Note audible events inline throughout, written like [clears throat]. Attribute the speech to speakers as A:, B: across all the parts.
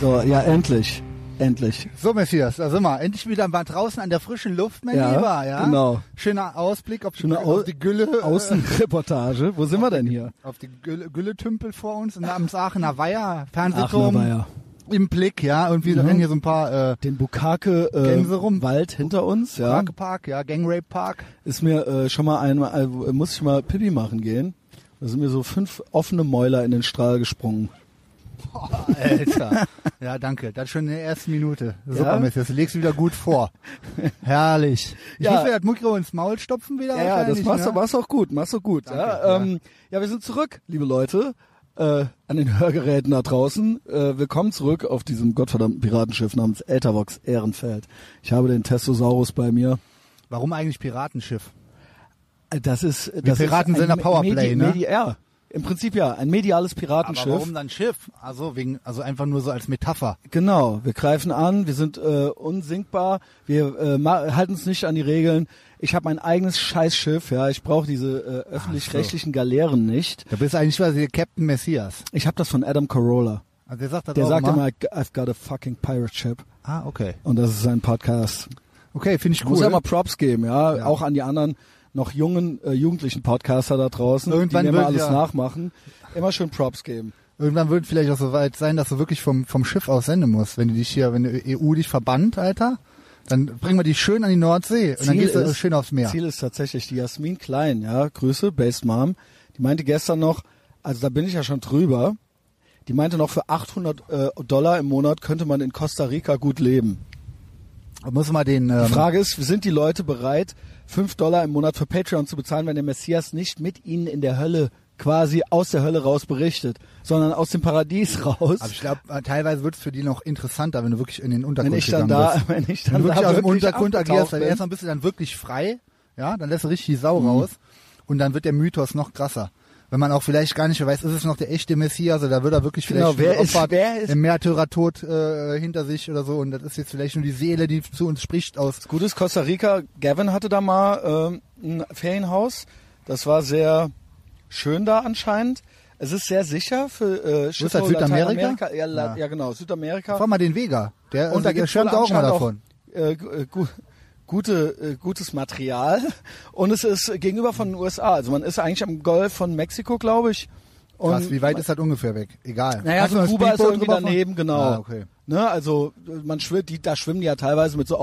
A: So, ja, endlich. Endlich.
B: So, Messias, also mal, endlich wieder mal draußen an der frischen Luft, mein
A: Ja,
B: Lieber, ja?
A: genau.
B: Schöner Ausblick auf,
A: Schöne Au-
B: auf die Gülle,
A: Außenreportage. Wo sind wir denn hier?
B: äh, auf die Gülle, Gülletümpel vor uns in- am Aachener Weiher,
A: Aachener
B: Fernsehturm
A: Weiher.
B: im Blick, ja, und wir
A: Mhm.
B: rennen hier so ein paar äh,
A: Den Bukake äh,
B: Gänse rum.
A: Wald hinter uns, ja.
B: Park, ja, Gangrape Park.
A: Ist mir äh, schon mal einmal, äh, muss ich mal Pipi machen gehen. Da sind mir so fünf offene Mäuler in den Strahl gesprungen. [laughs]
B: Alter. ja, danke. Das schon in der ersten Minute. Super,
A: Ja?
B: Messias. Du legst wieder gut
A: [laughs]
B: vor. Herrlich. Ich
A: Ja.
B: muss mir das Mikro ins Maul stopfen wieder.
A: Ja, ja, das
B: wahrscheinlich,
A: machst
B: ne?
A: du, machst du auch gut, machst du gut. ja,
B: ja.
A: ähm, ja. wir sind zurück, liebe Leute, äh, an den Hörgeräten da draußen. Äh, willkommen zurück auf diesem gottverdammten Piratenschiff namens Äthervox Ehrenfeld. Ich habe den Testosaurus bei mir.
B: Warum eigentlich Piratenschiff?
A: Äh, Das ist, das
B: Piraten
A: ist ein
B: sind ein Powerplay, ne?
A: Medi ja, im Prinzip ja, ein mediales Piratenschiff.
B: Aber warum dann Schiff? Also wegen, also einfach nur so als Metapher.
A: Genau, wir greifen an, wir sind äh, unsinkbar, wir äh, ma- halten uns nicht an die Regeln. Ich habe mein eigenes Scheißschiff, ja, ich brauche diese äh, öffentlich-rechtlichen Galeeren nicht.
B: Du bist eigentlich quasi der Captain Messias.
A: Ich habe das von Adam Carolla.
B: Also der sagt das
A: Der
B: auch
A: sagt
B: immer.
A: immer, I've got a fucking pirate ship.
B: Ah, okay.
A: Und das ist sein Podcast.
B: Okay, finde ich
A: Muss
B: cool.
A: ja mal Props geben, ja.
B: Ja.
A: Auch an die anderen noch jungen, äh, jugendlichen Podcaster da draußen,
B: Irgendwann
A: die mir immer
B: wird
A: alles
B: ja-
A: nachmachen. Immer schön Props geben.
B: Irgendwann wird vielleicht auch so weit sein, dass du wirklich vom, vom Schiff aus senden musst. Wenn du dich hier, wenn die EU dich verbannt, Alter, dann bringen wir dich schön an die Nordsee und dann gehst du schön aufs Meer.
A: Ziel ist tatsächlich die Jasmin Klein, ja. Grüße, Based Mom. Die meinte gestern noch, also da bin ich ja schon drüber, die meinte noch, für 800 äh, Dollar im Monat könnte man in Costa Rica gut leben.
B: Und muss mal den, ähm,
A: Die Frage ist, sind die Leute bereit, 5 Dollar im Monat für Patreon zu bezahlen, wenn der Messias nicht mit ihnen in der Hölle quasi aus der Hölle raus berichtet, sondern aus dem Paradies raus?
B: aber ich glaube, teilweise wird es für die noch interessanter, wenn du wirklich in den
A: Wenn
B: Untergrund
A: ich dann
B: gegangen
A: da,
B: bist.
A: [laughs] wenn ich
B: Wenn
A: dann
B: du wirklich
A: da
B: aus dem
A: wirklich ne?
B: Untergrund agierst,
A: abgetaucht
B: weil
A: bin.
B: erstmal bist du dann wirklich frei, ja, dann lässt du richtig die Sau
A: Mhm.
B: raus und dann wird der Mythos noch krasser. Wenn man auch vielleicht gar nicht weiß, ist es noch der echte Messias oder da wird er wirklich
A: Genau,
B: vielleicht
A: wer ist-
B: Opfer hat,
A: wer ist-
B: im Märtyrertod äh, hinter sich oder so und das ist jetzt vielleicht nur die Seele, die zu uns spricht aus.
A: Gutes Costa Rica. Gavin hatte da mal ähm, ein Ferienhaus. Das war sehr schön da anscheinend. Es ist sehr sicher für äh, Schiffe
B: das, halt Südamerika?
A: Lateinamerika. Ja, La-
B: Ja.
A: ja, genau, Südamerika.
B: Frag mal den Vega, der,
A: Und da
B: der
A: gibt es
B: schwärmt auch mal davon.
A: Auch, äh, gu- äh, gu- gute, äh, gutes Material. Und es ist gegenüber von den USA. Also man ist eigentlich am Golf von Mexiko, glaube ich. Und
B: Krass, wie weit ist das ungefähr weg? Egal.
A: naja,
B: Kannst
A: so
B: du mit dem
A: Kuba ist
B: Speedboat
A: irgendwie
B: rüberfahren?
A: daneben, genau.
B: Ah, okay.
A: ne, also äh, man schwimmt, die, da schwimmen die ja teilweise mit so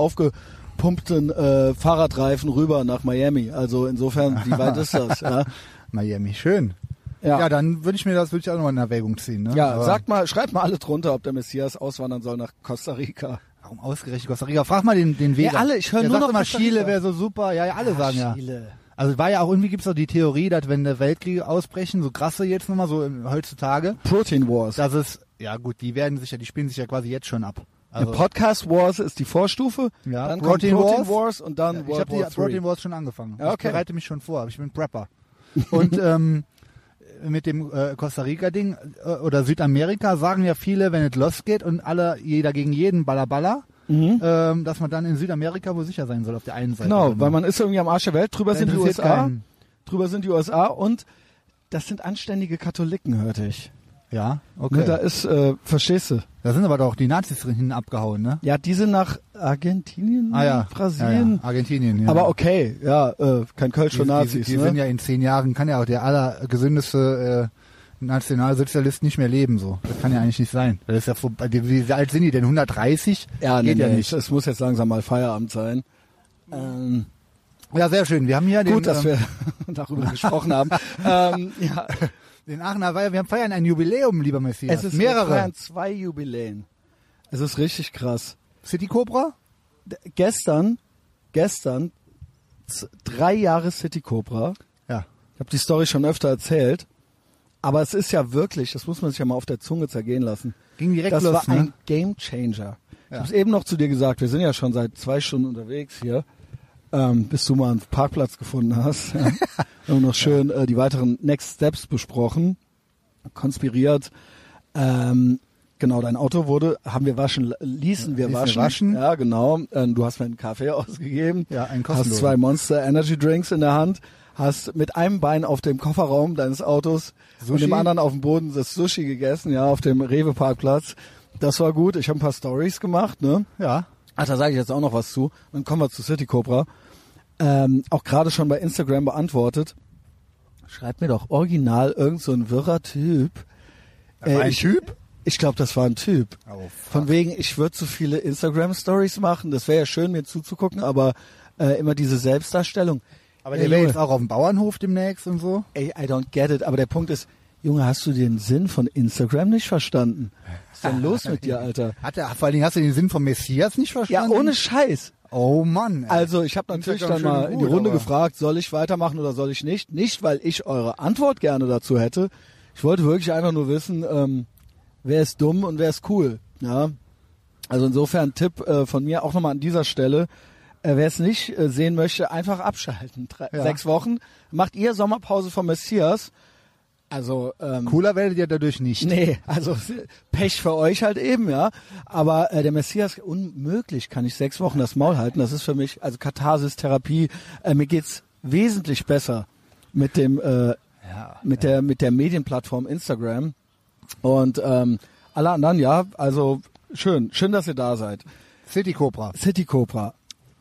A: aufgepumpten äh, Fahrradreifen rüber nach Miami. Also insofern, wie weit ist
B: [laughs]
A: das? Ja,
B: Miami, schön.
A: Ja.
B: Ja, dann würde ich mir das würde ich auch nochmal in Erwägung ziehen. Ne?
A: ja
B: Aber
A: sagt mal, schreibt mal alle drunter, ob der Messias auswandern soll nach Costa Rica.
B: Warum ausgerechnet Costa Rica? Frag mal den, den Vega.
A: Ja, alle, ich höre
B: Der
A: nur
B: sagt
A: noch
B: immer,
A: Costa
B: Chile
A: Rica.
B: wäre so super. Ja, ja, alle sagen ja.
A: Chile.
B: Also war ja auch irgendwie gibt's doch die Theorie, dass wenn äh, Weltkriege ausbrechen, so krasse jetzt nochmal so im- heutzutage,
A: Protein Wars.
B: dass es ja gut, die werden sich ja, die spielen sich ja quasi jetzt schon ab.
A: Eine
B: Also,
A: Podcast Wars ist die Vorstufe,
B: Ja.
A: dann
B: Protein
A: kommt Protein Wars,
B: Wars
A: und dann
B: ich
A: World
B: habe
A: War
B: die
A: III.
B: Protein Wars schon angefangen.
A: Ja, okay.
B: Ich bereite mich schon vor, aber ich bin Prepper.
A: [laughs]
B: Und ähm, mit dem äh, Costa Rica Ding äh, oder Südamerika sagen ja viele, wenn es losgeht und alle jeder gegen jeden Baller Baller,
A: Mhm.
B: ähm, dass man dann in Südamerika wohl sicher sein soll auf der einen Seite.
A: Genau,
B: Also,
A: weil man ist irgendwie am Arsch der Welt, drüber
B: Das
A: sind die
B: interessiert
A: USA,
B: keinen.
A: drüber sind die USA und das sind anständige Katholiken, hörte ich.
B: ja, okay.
A: Ne, da ist, äh, verstehst du?
B: Da sind aber doch die Nazis drin hin abgehauen, ne?
A: Ja, diese nach Argentinien,
B: Ah ja.
A: Hm, Brasilien.
B: Ja, ja. Argentinien, ja.
A: Aber okay, ja, äh, kein Kölsch
B: die,
A: für
B: die,
A: Nazis.
B: die
A: ne?
B: sind ja in zehn Jahren, kann ja auch der allergesündeste äh, Nationalsozialist nicht mehr leben, so. Das kann ja eigentlich nicht sein. Das ist ja vorbei. Die- Wie alt sind die denn? 130?
A: ja,
B: Geht
A: nee,
B: ja
A: nee,
B: nicht.
A: Es muss jetzt langsam mal Feierabend sein. Ähm,
B: Ja, sehr schön. Wir haben hier den,
A: gut, dass
B: ähm,
A: wir [laughs] darüber gesprochen haben. ähm, ja,
B: den Aachener Weiher. Wir haben feiern ein Jubiläum, lieber Messias.
A: es ist wir
B: mehrere.
A: feiern zwei Jubiläen. Es ist richtig krass.
B: City Cobra?
A: D gestern, gestern, z- drei Jahre City Cobra.
B: Ja.
A: Ich habe die Story schon öfter erzählt. Aber es ist ja wirklich, das muss man sich ja mal auf der Zunge zergehen lassen.
B: Ging direkt
A: das
B: los,
A: war
B: ne?
A: ein Game Changer. Ich
B: Ja.
A: habe es eben noch zu dir gesagt, wir sind ja schon seit zwei Stunden unterwegs hier, ähm, bis du mal einen Parkplatz gefunden
B: [laughs]
A: hast. Ja. Wir haben noch schön äh, die weiteren Next Steps besprochen, konspiriert. Ähm, genau, dein Auto wurde, haben wir waschen, ließen wir
B: Ließen wir
A: waschen.
B: waschen.
A: Ja, genau. Ähm, du hast mir einen Kaffee [laughs] ausgegeben.
B: Ja, einen
A: Hast
B: kostenlosen.
A: zwei Monster Energy Drinks in der Hand. Hast mit einem Bein auf dem Kofferraum deines Autos und
B: Sushi?
A: dem anderen auf dem Boden das Sushi gegessen, ja, auf dem Rewe-Parkplatz. Das war gut. Ich habe ein paar Stories gemacht, ne?
B: Ja.
A: Ach, da sage ich jetzt auch noch was zu. Dann kommen wir zu City Cobra. Ähm, auch gerade schon bei Instagram beantwortet. Schreibt mir doch original irgend so ein wirrer Typ. Äh,
B: ein
A: ich-
B: Typ?
A: Ich glaube, das war ein Typ.
B: Oh, fuck.
A: Von wegen, ich würde zu viele Instagram-Stories machen. Das wäre ja schön, mir zuzugucken, aber äh, immer diese Selbstdarstellung.
B: Aber
A: Ey,
B: der wäre
A: Junge,
B: jetzt auch auf dem Bauernhof demnächst und so.
A: Ey, I don't get it. Aber der Punkt ist, Junge, hast du den Sinn von Instagram nicht verstanden?
B: [laughs]
A: Was ist denn los mit dir, Alter?
B: Hat er, vor allen Dingen hast du den Sinn vom Messias nicht
A: Ja,
B: verstanden?
A: ohne Scheiß.
B: Oh Mann. Ey.
A: Also ich habe natürlich
B: Instagram
A: dann mal
B: schön
A: in die
B: gut,
A: Runde
B: aber-
A: gefragt, soll ich weitermachen oder soll ich nicht? Nicht, weil ich eure Antwort gerne dazu hätte. Ich wollte wirklich einfach nur wissen, ähm, wer ist dumm und wer ist cool. Ja? Also insofern Tipp äh, von mir auch nochmal an dieser Stelle. Äh, wer es nicht äh, sehen möchte, einfach abschalten. Drei,
B: Ja.
A: Sechs Wochen. Macht ihr Sommerpause vom Messias. Also ähm,
B: Cooler werdet ihr dadurch nicht.
A: Nee, also Pech für euch halt eben, ja. Aber äh, der Messias, unmöglich kann ich sechs Wochen das Maul halten. Das ist für mich, also Katharsis, Therapie, äh, mir geht's wesentlich besser mit dem, äh,
B: Ja.
A: mit der, mit der Medienplattform Instagram. Und ähm, alle anderen, ja, also schön, schön, dass ihr da seid.
B: City Cobra.
A: City Cobra,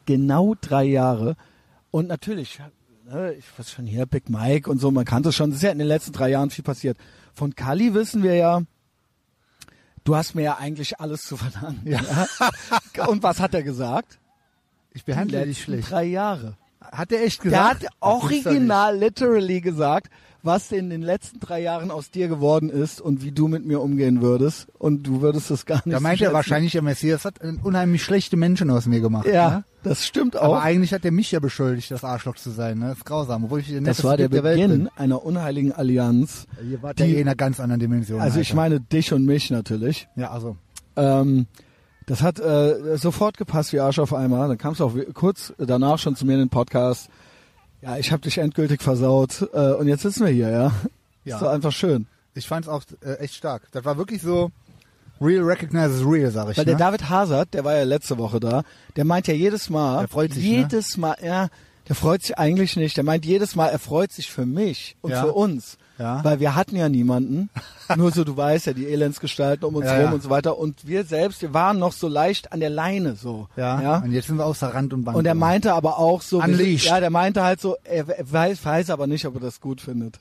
A: genau drei Jahre. Und natürlich, ne, ich weiß schon hier, Big Mike und so, man kannte es schon. Es ist ja in den letzten drei Jahren viel passiert. Von Kali wissen wir ja, du hast mir ja eigentlich alles zu verdanken. Ja. [laughs] und was hat er gesagt?
B: Ich
A: Die
B: behandle dich
A: letzten
B: schlecht.
A: drei Jahre.
B: Hat er echt
A: Der
B: gesagt?
A: hat
B: Das gibt's doch nicht.
A: original, literally gesagt, was in den letzten drei Jahren aus dir geworden ist und wie du mit mir umgehen würdest. Und du würdest das gar nicht
B: Da meint er
A: schätzen.
B: wahrscheinlich, der Messias hat einen unheimlich schlechte Menschen aus mir gemacht.
A: Ja,
B: Ne?
A: das stimmt auch.
B: Aber eigentlich hat er mich ja beschuldigt, das Arschloch zu sein. Ne? Das ist grausam. Obwohl ich der
A: Das
B: netteste
A: war der
B: Typ der
A: Beginn
B: Welt
A: einer unheiligen Allianz.
B: bin. Ihr wart
A: Die-
B: ja eh in einer ganz anderen Dimension.
A: Also ich
B: Alter.
A: meine dich und mich natürlich.
B: Ja, also.
A: Ähm, das hat äh, sofort gepasst wie Arsch auf einmal. Dann kam es auch wie- kurz danach schon zu mir in den Podcast. Ja, ich habe dich endgültig versaut äh, und jetzt sitzen wir hier, ja.
B: Ja.
A: Ist doch einfach schön.
B: Ich fand's auch äh, echt stark. Das war wirklich so real recognizes real, sag ich.
A: Weil
B: ne?
A: der David Hazard, der war ja letzte Woche da, der meint ja jedes Mal,
B: Der freut sich, ne?
A: jedes Mal, ja, der freut sich eigentlich nicht. Der meint jedes Mal, er freut sich für mich und
B: Ja.
A: für uns.
B: Ja.
A: Weil wir hatten
B: [laughs]
A: ja niemanden. Nur so, du weißt ja, die Elendsgestalten um uns
B: Ja,
A: rum
B: ja.
A: und so weiter. Und wir selbst, wir waren noch so leicht an der Leine so.
B: ja. Und jetzt sind wir außer Rand und Band.
A: Und er
B: So.
A: meinte aber auch so, wir sind-
B: Unleashed.
A: ja, der meinte halt so, er er weiß, weiß aber nicht, ob er das
B: [laughs]
A: gut findet.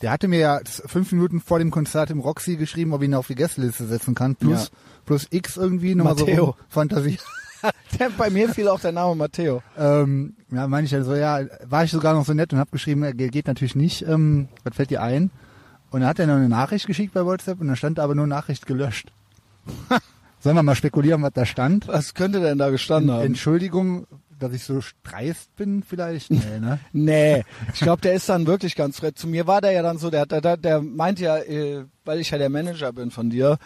B: Der hatte mir ja z- fünf Minuten vor dem Konzert im Roxy geschrieben, ob ich ihn auf die Gästeliste setzen kann. Plus,
A: Ja.
B: plus X irgendwie nochmal so
A: Matteo.
B: rum-
A: [laughs]
B: Fantasie.
A: Der, bei mir fiel auch der Name Matteo.
B: Ähm, ja, meine ich dann so, ja, war ich sogar noch so nett und habe geschrieben, ja, geht geht natürlich nicht, ähm, was fällt dir ein? Und dann hat er noch eine Nachricht geschickt bei WhatsApp und dann stand aber nur Nachricht gelöscht. [laughs] Sollen wir mal spekulieren, was da stand?
A: Was könnte denn da gestanden haben?
B: Entschuldigung, dass ich so dreist bin vielleicht? Nee, ne?
A: [laughs] Nee, ich glaube, der ist dann wirklich ganz frech. Zu mir war der ja dann so, der, der, der- der meint ja, äh, weil ich ja der Manager bin von dir.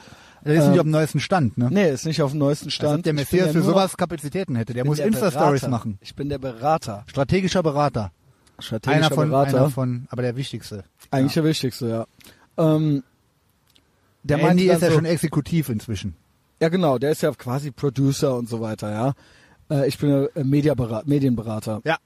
B: Der ist nicht auf dem neusten Stand, ne?
A: Ähm. Nee, ist nicht auf dem neusten
B: Als ob
A: Stand.
B: der
A: Ich bin
B: Messias
A: ja
B: für
A: nur-
B: sowas Kapazitäten hätte. Der
A: bin
B: muss
A: der
B: Insta-Stories
A: Berater.
B: machen.
A: Ich bin der Berater.
B: Strategischer Berater.
A: Strategischer
B: Einer von,
A: Berater.
B: einer von, aber der wichtigste.
A: Eigentlich der wichtigste, ja. Ähm, der also meinte
B: Andy
A: dann
B: ist ja
A: so,
B: schon exekutiv inzwischen.
A: ja genau, der ist ja quasi Producer und so weiter, ja. Äh, ich bin äh, Mediabera- Medienberater.
B: Ja.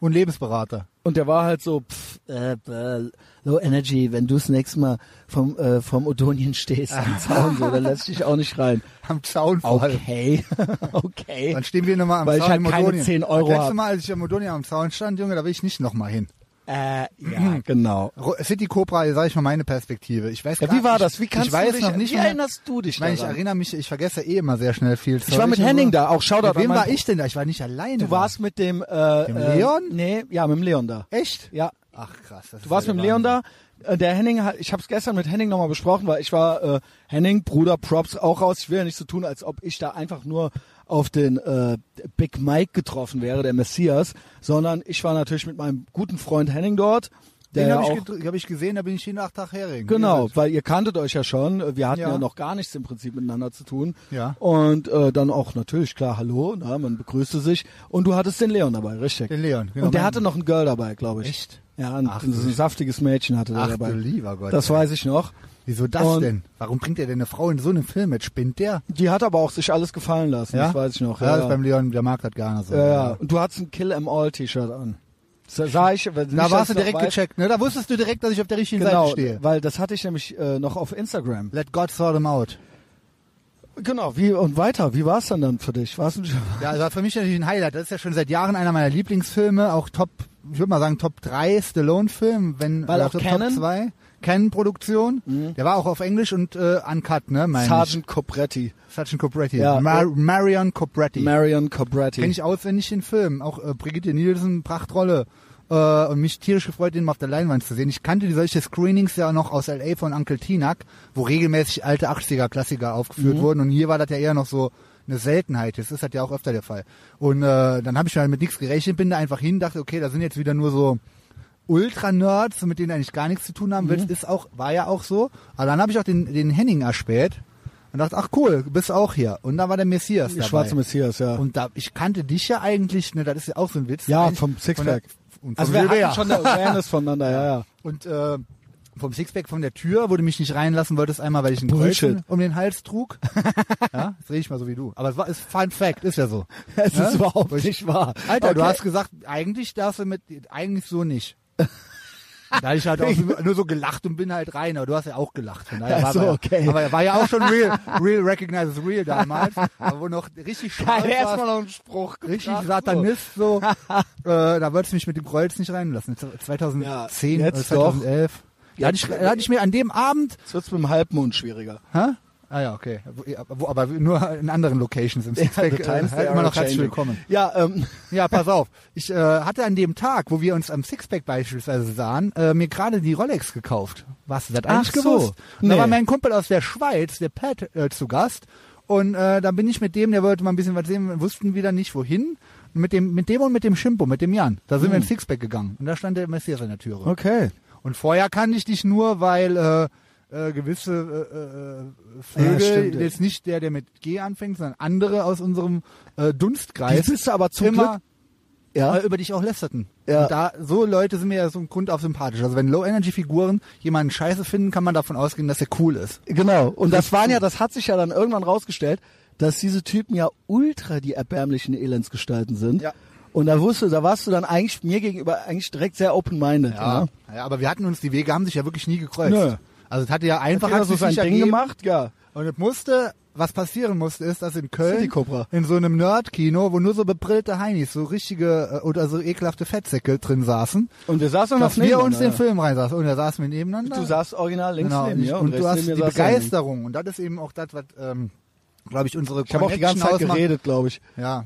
B: Und Lebensberater.
A: Und der war halt so, pff, äh, bäh, low energy, wenn du das nächste Mal vom, äh, vom Odonien stehst [laughs] am Zaun, so, dann lass ich dich auch nicht rein.
B: Am Zaun vor allem.
A: Okay, [laughs] okay.
B: Dann stehen wir nochmal am
A: Weil ich
B: Zaun
A: halt
B: in
A: keine
B: Modonien.
A: 10 Euro
B: Das
A: hab.
B: letzte Mal, als ich am Modonien am Zaun stand, Junge, da will ich nicht nochmal hin.
A: Äh, [clears throat] ja, genau.
B: Ro- City Cobra, sag ich mal meine Perspektive. Ich weiß
A: Ja,
B: gar
A: wie war
B: nicht-
A: das? Wie kannst
B: ich weiß
A: du dich,
B: noch nicht
A: wie
B: mehr-
A: erinnerst du dich
B: Ich meine, ich
A: daran?
B: erinnere mich, ich vergesse eh immer sehr schnell viel.
A: Ich war mit Henning da, auch Shoutout
B: Mit
A: an
B: wem
A: meinen
B: war
A: Bro-
B: ich denn da? Ich war nicht alleine.
A: Du
B: da.
A: warst mit dem, äh,
B: Dem
A: äh,
B: Leon?
A: Nee, ja, mit dem Leon da.
B: echt?
A: Ja,
B: Ach krass. Das
A: Du warst mit dem Leon da. Äh, Der Henning, hat, ich habe es gestern mit Henning nochmal besprochen, weil ich war äh, Henning, Bruder, Props auch raus. Ich will ja nicht so tun, als ob ich da einfach nur auf den äh, Big Mike getroffen wäre, der Messias, sondern ich war natürlich mit meinem guten Freund Henning dort. Der
B: Den
A: ja
B: habe
A: auch,
B: ich, gedr- hab ich gesehen, da bin ich jeden acht Tag Hering.
A: Genau, weil ihr kanntet euch ja schon. Wir hatten ja,
B: Ja.
A: noch gar nichts im Prinzip miteinander zu tun.
B: Ja.
A: Und äh, dann auch natürlich, klar, hallo, na, man begrüßte sich. Und du hattest den Leon dabei, richtig.
B: Den Leon, genau.
A: Und der
B: Mein-
A: hatte noch ein Girl dabei, glaube ich.
B: Echt?
A: Ja, ein,
B: Ach,
A: ein,
B: du-
A: saftiges Mädchen hatte der
B: Ach
A: dabei.
B: du lieber Gott.
A: Das
B: ey.
A: weiß ich noch.
B: Wieso das
A: Und-
B: denn? Warum bringt er denn eine Frau in so einen Film mit? Spinnt der?
A: Die hat aber auch sich alles gefallen lassen, das weiß ich noch.
B: Ja,
A: Ja,
B: Das
A: ja.
B: beim Leon, der mag das gar nicht so.
A: ja, ja. Und du hattest ein Kill em All T-Shirt an. Sa- Sah ich, da
B: Da warst du direkt gecheckt, ne? Da wusstest du direkt, dass ich auf der richtigen
A: Genau,
B: Seite stehe.
A: weil das hatte ich nämlich äh, noch auf Instagram.
B: Let God sort them out.
A: Genau, wie und weiter, wie war es dann dann für dich? War's ein,
B: Ja, das war für mich natürlich ein Highlight. Das ist ja schon seit Jahren einer meiner Lieblingsfilme, auch Top, ich würde mal sagen Top 3 Stallone-Film, wenn
A: Weil
B: oder
A: auch
B: Top,
A: Canon? Mhm.
B: Top 2. Canon-Produktion. Der war auch auf Englisch und äh, uncut, ne? Mein
A: [laughs] Sergeant Cobretti.
B: Sergeant Cobretti.
A: Ja.
B: Mar Marion Cobretti.
A: Marion Cobretti.
B: Kenn ich auswendig den Film. Auch äh, Brigitte Nielsen, Prachtrolle. Äh, und mich tierisch gefreut, den mal auf der Leinwand zu sehen. Ich kannte die solche Screenings ja noch aus L.A. von Uncle Tinak, wo regelmäßig alte 80er-Klassiker aufgeführt wurden. Und hier war das ja eher noch so eine Seltenheit. Das ist halt ja auch öfter der Fall. Und äh, dann habe ich mal mit nichts gerechnet, bin da einfach hin, dachte, okay, da sind jetzt wieder nur so Ultra-Nerds, mit denen du eigentlich gar nichts zu tun haben willst, ist auch, war ja auch so. Aber dann habe ich auch den, den Henning erspäht und dachte, ach cool, bist auch hier. Und dann war der Messias
A: Die
B: dabei.
A: Schwarze Messias, ja.
B: Und da, ich kannte dich ja eigentlich, ne, das ist ja auch so ein Witz.
A: ja,
B: Eigentlich
A: vom
B: von
A: Sixpack.
B: der- Und vom
A: Also wir
B: Silber.
A: hatten schon eine Awareness voneinander,
B: [laughs]
A: ja, ja.
B: Und äh, vom Sixpack von der Tür, wo du mich nicht reinlassen wolltest, einmal, weil ich einen
A: Bullshit.
B: Kreuzen um den Hals [laughs] trug. ja, jetzt rede ich mal so wie du. Aber es war, ist Fun Fact, ist ja so.
A: Es
B: Ja?
A: ist überhaupt
B: [laughs]
A: nicht wahr.
B: Alter, du
A: Okay.
B: hast gesagt, eigentlich darfst du mit, eigentlich so nicht. [laughs] Da hab ich halt auch nur- nur so gelacht und bin halt rein, aber du hast ja auch gelacht. Von daher
A: Ach
B: war
A: so,
B: aber-
A: okay.
B: Aber war ja auch schon [laughs] real, real recognizes real damals, aber wo noch richtig
A: Geil,
B: scharf warst.
A: erstmal noch ein Spruch.
B: richtig
A: gebracht,
B: Satanist
A: [laughs]
B: so. äh, da wolltest du mich mit dem Kreuz nicht reinlassen. Z- 2010
A: Ja,
B: oder
A: jetzt doch.
B: 2011. Da hatte, ich, da hatte ich mir an dem Abend,
A: So. Jetzt wird's mit dem Halbmond schwieriger.
B: hä? Ah ja, okay. Wo, wo, aber nur in anderen Locations im Sixpack.
A: The
B: äh,
A: times, they
B: halt
A: are
B: immer noch herzlich
A: changing.
B: willkommen.
A: Ja, ähm,
B: Ja, pass auf. Ich äh, hatte an dem Tag, wo wir uns am Sixpack beispielsweise sahen, äh, mir gerade die Rolex gekauft. Was? Das eigentlich
A: Ach so.
B: gewusst. Und Da
A: Nee.
B: war mein Kumpel aus der Schweiz, der Pat, äh, zu Gast. Und äh, da bin ich mit dem, der wollte mal ein bisschen was sehen, wir wussten wieder nicht wohin. Und mit dem, mit dem und mit dem Schimpo, mit dem Jan. Da sind wir ins Sixpack gegangen. Und da stand der Messias an der Türe.
A: Hm. okay.
B: Und vorher kannte ich dich nur, weil äh, äh, gewisse äh, äh,
A: Ja,
B: Vögel,
A: stimmt.
B: jetzt nicht der, der mit G anfängt, sondern andere aus unserem äh,
A: Die
B: Dunstkreis
A: bist du aber zum
B: immer
A: Glück. Ja.
B: äh, über dich auch lästerten.
A: Ja.
B: Und da, so Leute sind mir ja so ein Grund auf sympathisch. Also wenn Low-Energy-Figuren jemanden scheiße finden, kann man davon ausgehen, dass er cool ist.
A: Genau. Und das waren ja, das hat sich ja dann irgendwann rausgestellt, dass diese Typen ja ultra die erbärmlichen Elendsgestalten sind.
B: Ja.
A: Und da wusste, da warst du dann eigentlich mir gegenüber eigentlich direkt sehr open-minded. ne? Ja.
B: ja. Aber wir hatten uns, die Wege haben sich ja wirklich nie gekreuzt.
A: Nö.
B: Also es hatte ja einfach
A: Hat
B: hat's
A: so
B: sich
A: sein
B: nicht
A: Ding
B: ergeben.
A: gemacht? Ja.
B: Und es musste, was passieren musste, ist, dass in
A: City
B: Köln,
A: Cobra.
B: in so einem Nerd-Kino, wo nur so bebrillte Heinis, so richtige äh, oder so ekelhafte Fettsäcke drin saßen,
A: Und wir saßen
B: dass wir uns den
A: nebeneinander.
B: Film reinsaßen. Und da saßen wir nebeneinander.
A: ne? Du saßt original links
B: genau.
A: neben
B: und, ich-
A: mir
B: und
A: und,
B: du
A: rechts
B: hast
A: neben
B: die
A: mir saß der Link.
B: Begeisterung. Und das ist eben auch das, was, ähm, glaube ich, unsere
A: Ich habe auch die ganze
B: Connection
A: Zeit
B: ausmacht.
A: geredet, glaube ich.
B: Ja,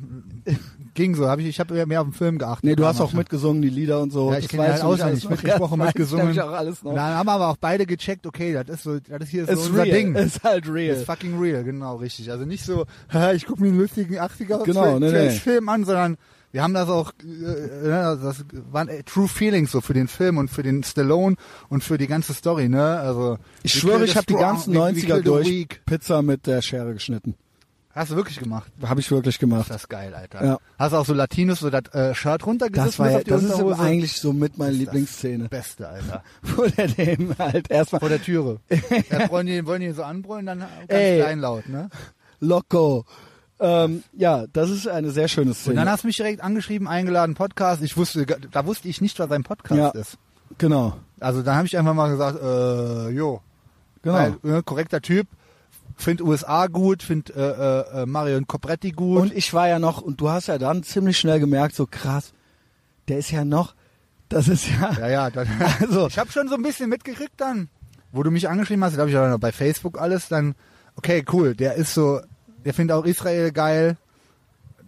B: ging so. Hab ich ich habe mehr auf den Film geachtet.
A: Nee, du hast auch
B: damals.
A: mitgesungen, die Lieder und so.
B: Ja, ich
A: Das
B: kenne
A: weißt
B: halt
A: du nicht
B: auswendig
A: alles noch.
B: mitgesprochen,
A: Ja, das
B: mitgesungen.
A: weiß ich auch alles noch.
B: Dann haben wir aber auch beide gecheckt, okay, das ist so, das ist hier so
A: Ist
B: unser
A: real.
B: Ding.
A: Ist halt real.
B: Ist fucking real, genau, richtig. Also nicht so, haha, ich gucke mir einen lustigen 80er
A: Genau, nee, nee.
B: Film an, sondern wir haben das auch, äh, ja, das waren äh, True Feelings so für den Film und für den Stallone und für die ganze Story, ne? Also
A: Ich
B: we
A: schwöre,
B: killed
A: ich
B: the
A: habe die
B: strong,
A: ganzen
B: we- we
A: 90er
B: killed the
A: durch
B: weak.
A: Pizza mit der Schere geschnitten.
B: Hast du wirklich gemacht?
A: Habe ich wirklich
B: Ist
A: gemacht.
B: das geil, Alter.
A: Ja.
B: Hast du auch so Latinos so das äh, Shirt runtergerissen?
A: Das war
B: bis
A: ja,
B: auf die
A: das ist
B: Unterhose?
A: eigentlich so mit meine
B: Das ist das
A: Lieblingsszene. [laughs]
B: Beste, Alter.
A: Wo der dem halt
B: vor
A: erstmal
B: der
A: [laughs]
B: Türe. Da wollen die, wollen die so anbrüllen, dann ganz
A: Ey.
B: kleinlaut, ne?
A: Loco. Ähm, ja, das ist eine sehr schöne
B: Und dann
A: Szene.
B: hast du mich direkt angeschrieben, eingeladen, Podcast. Ich wusste, gar- da wusste ich nicht, was ein Podcast
A: Ja.
B: ist.
A: Genau,
B: Also dann habe ich einfach mal gesagt, äh, jo,
A: genau.
B: Weil, ne, korrekter Typ, find USA gut, find äh, äh, äh, Marion Cobretti gut.
A: Und ich war ja noch, und du hast ja dann ziemlich schnell gemerkt, so krass, der ist ja noch, das ist ja,
B: ja, ja, dann,
A: [laughs] also,
B: ich habe schon so ein bisschen mitgekriegt dann, wo du mich angeschrieben hast, glaube ich auch noch bei Facebook alles, dann, okay, cool, der ist so, der findet auch Israel geil.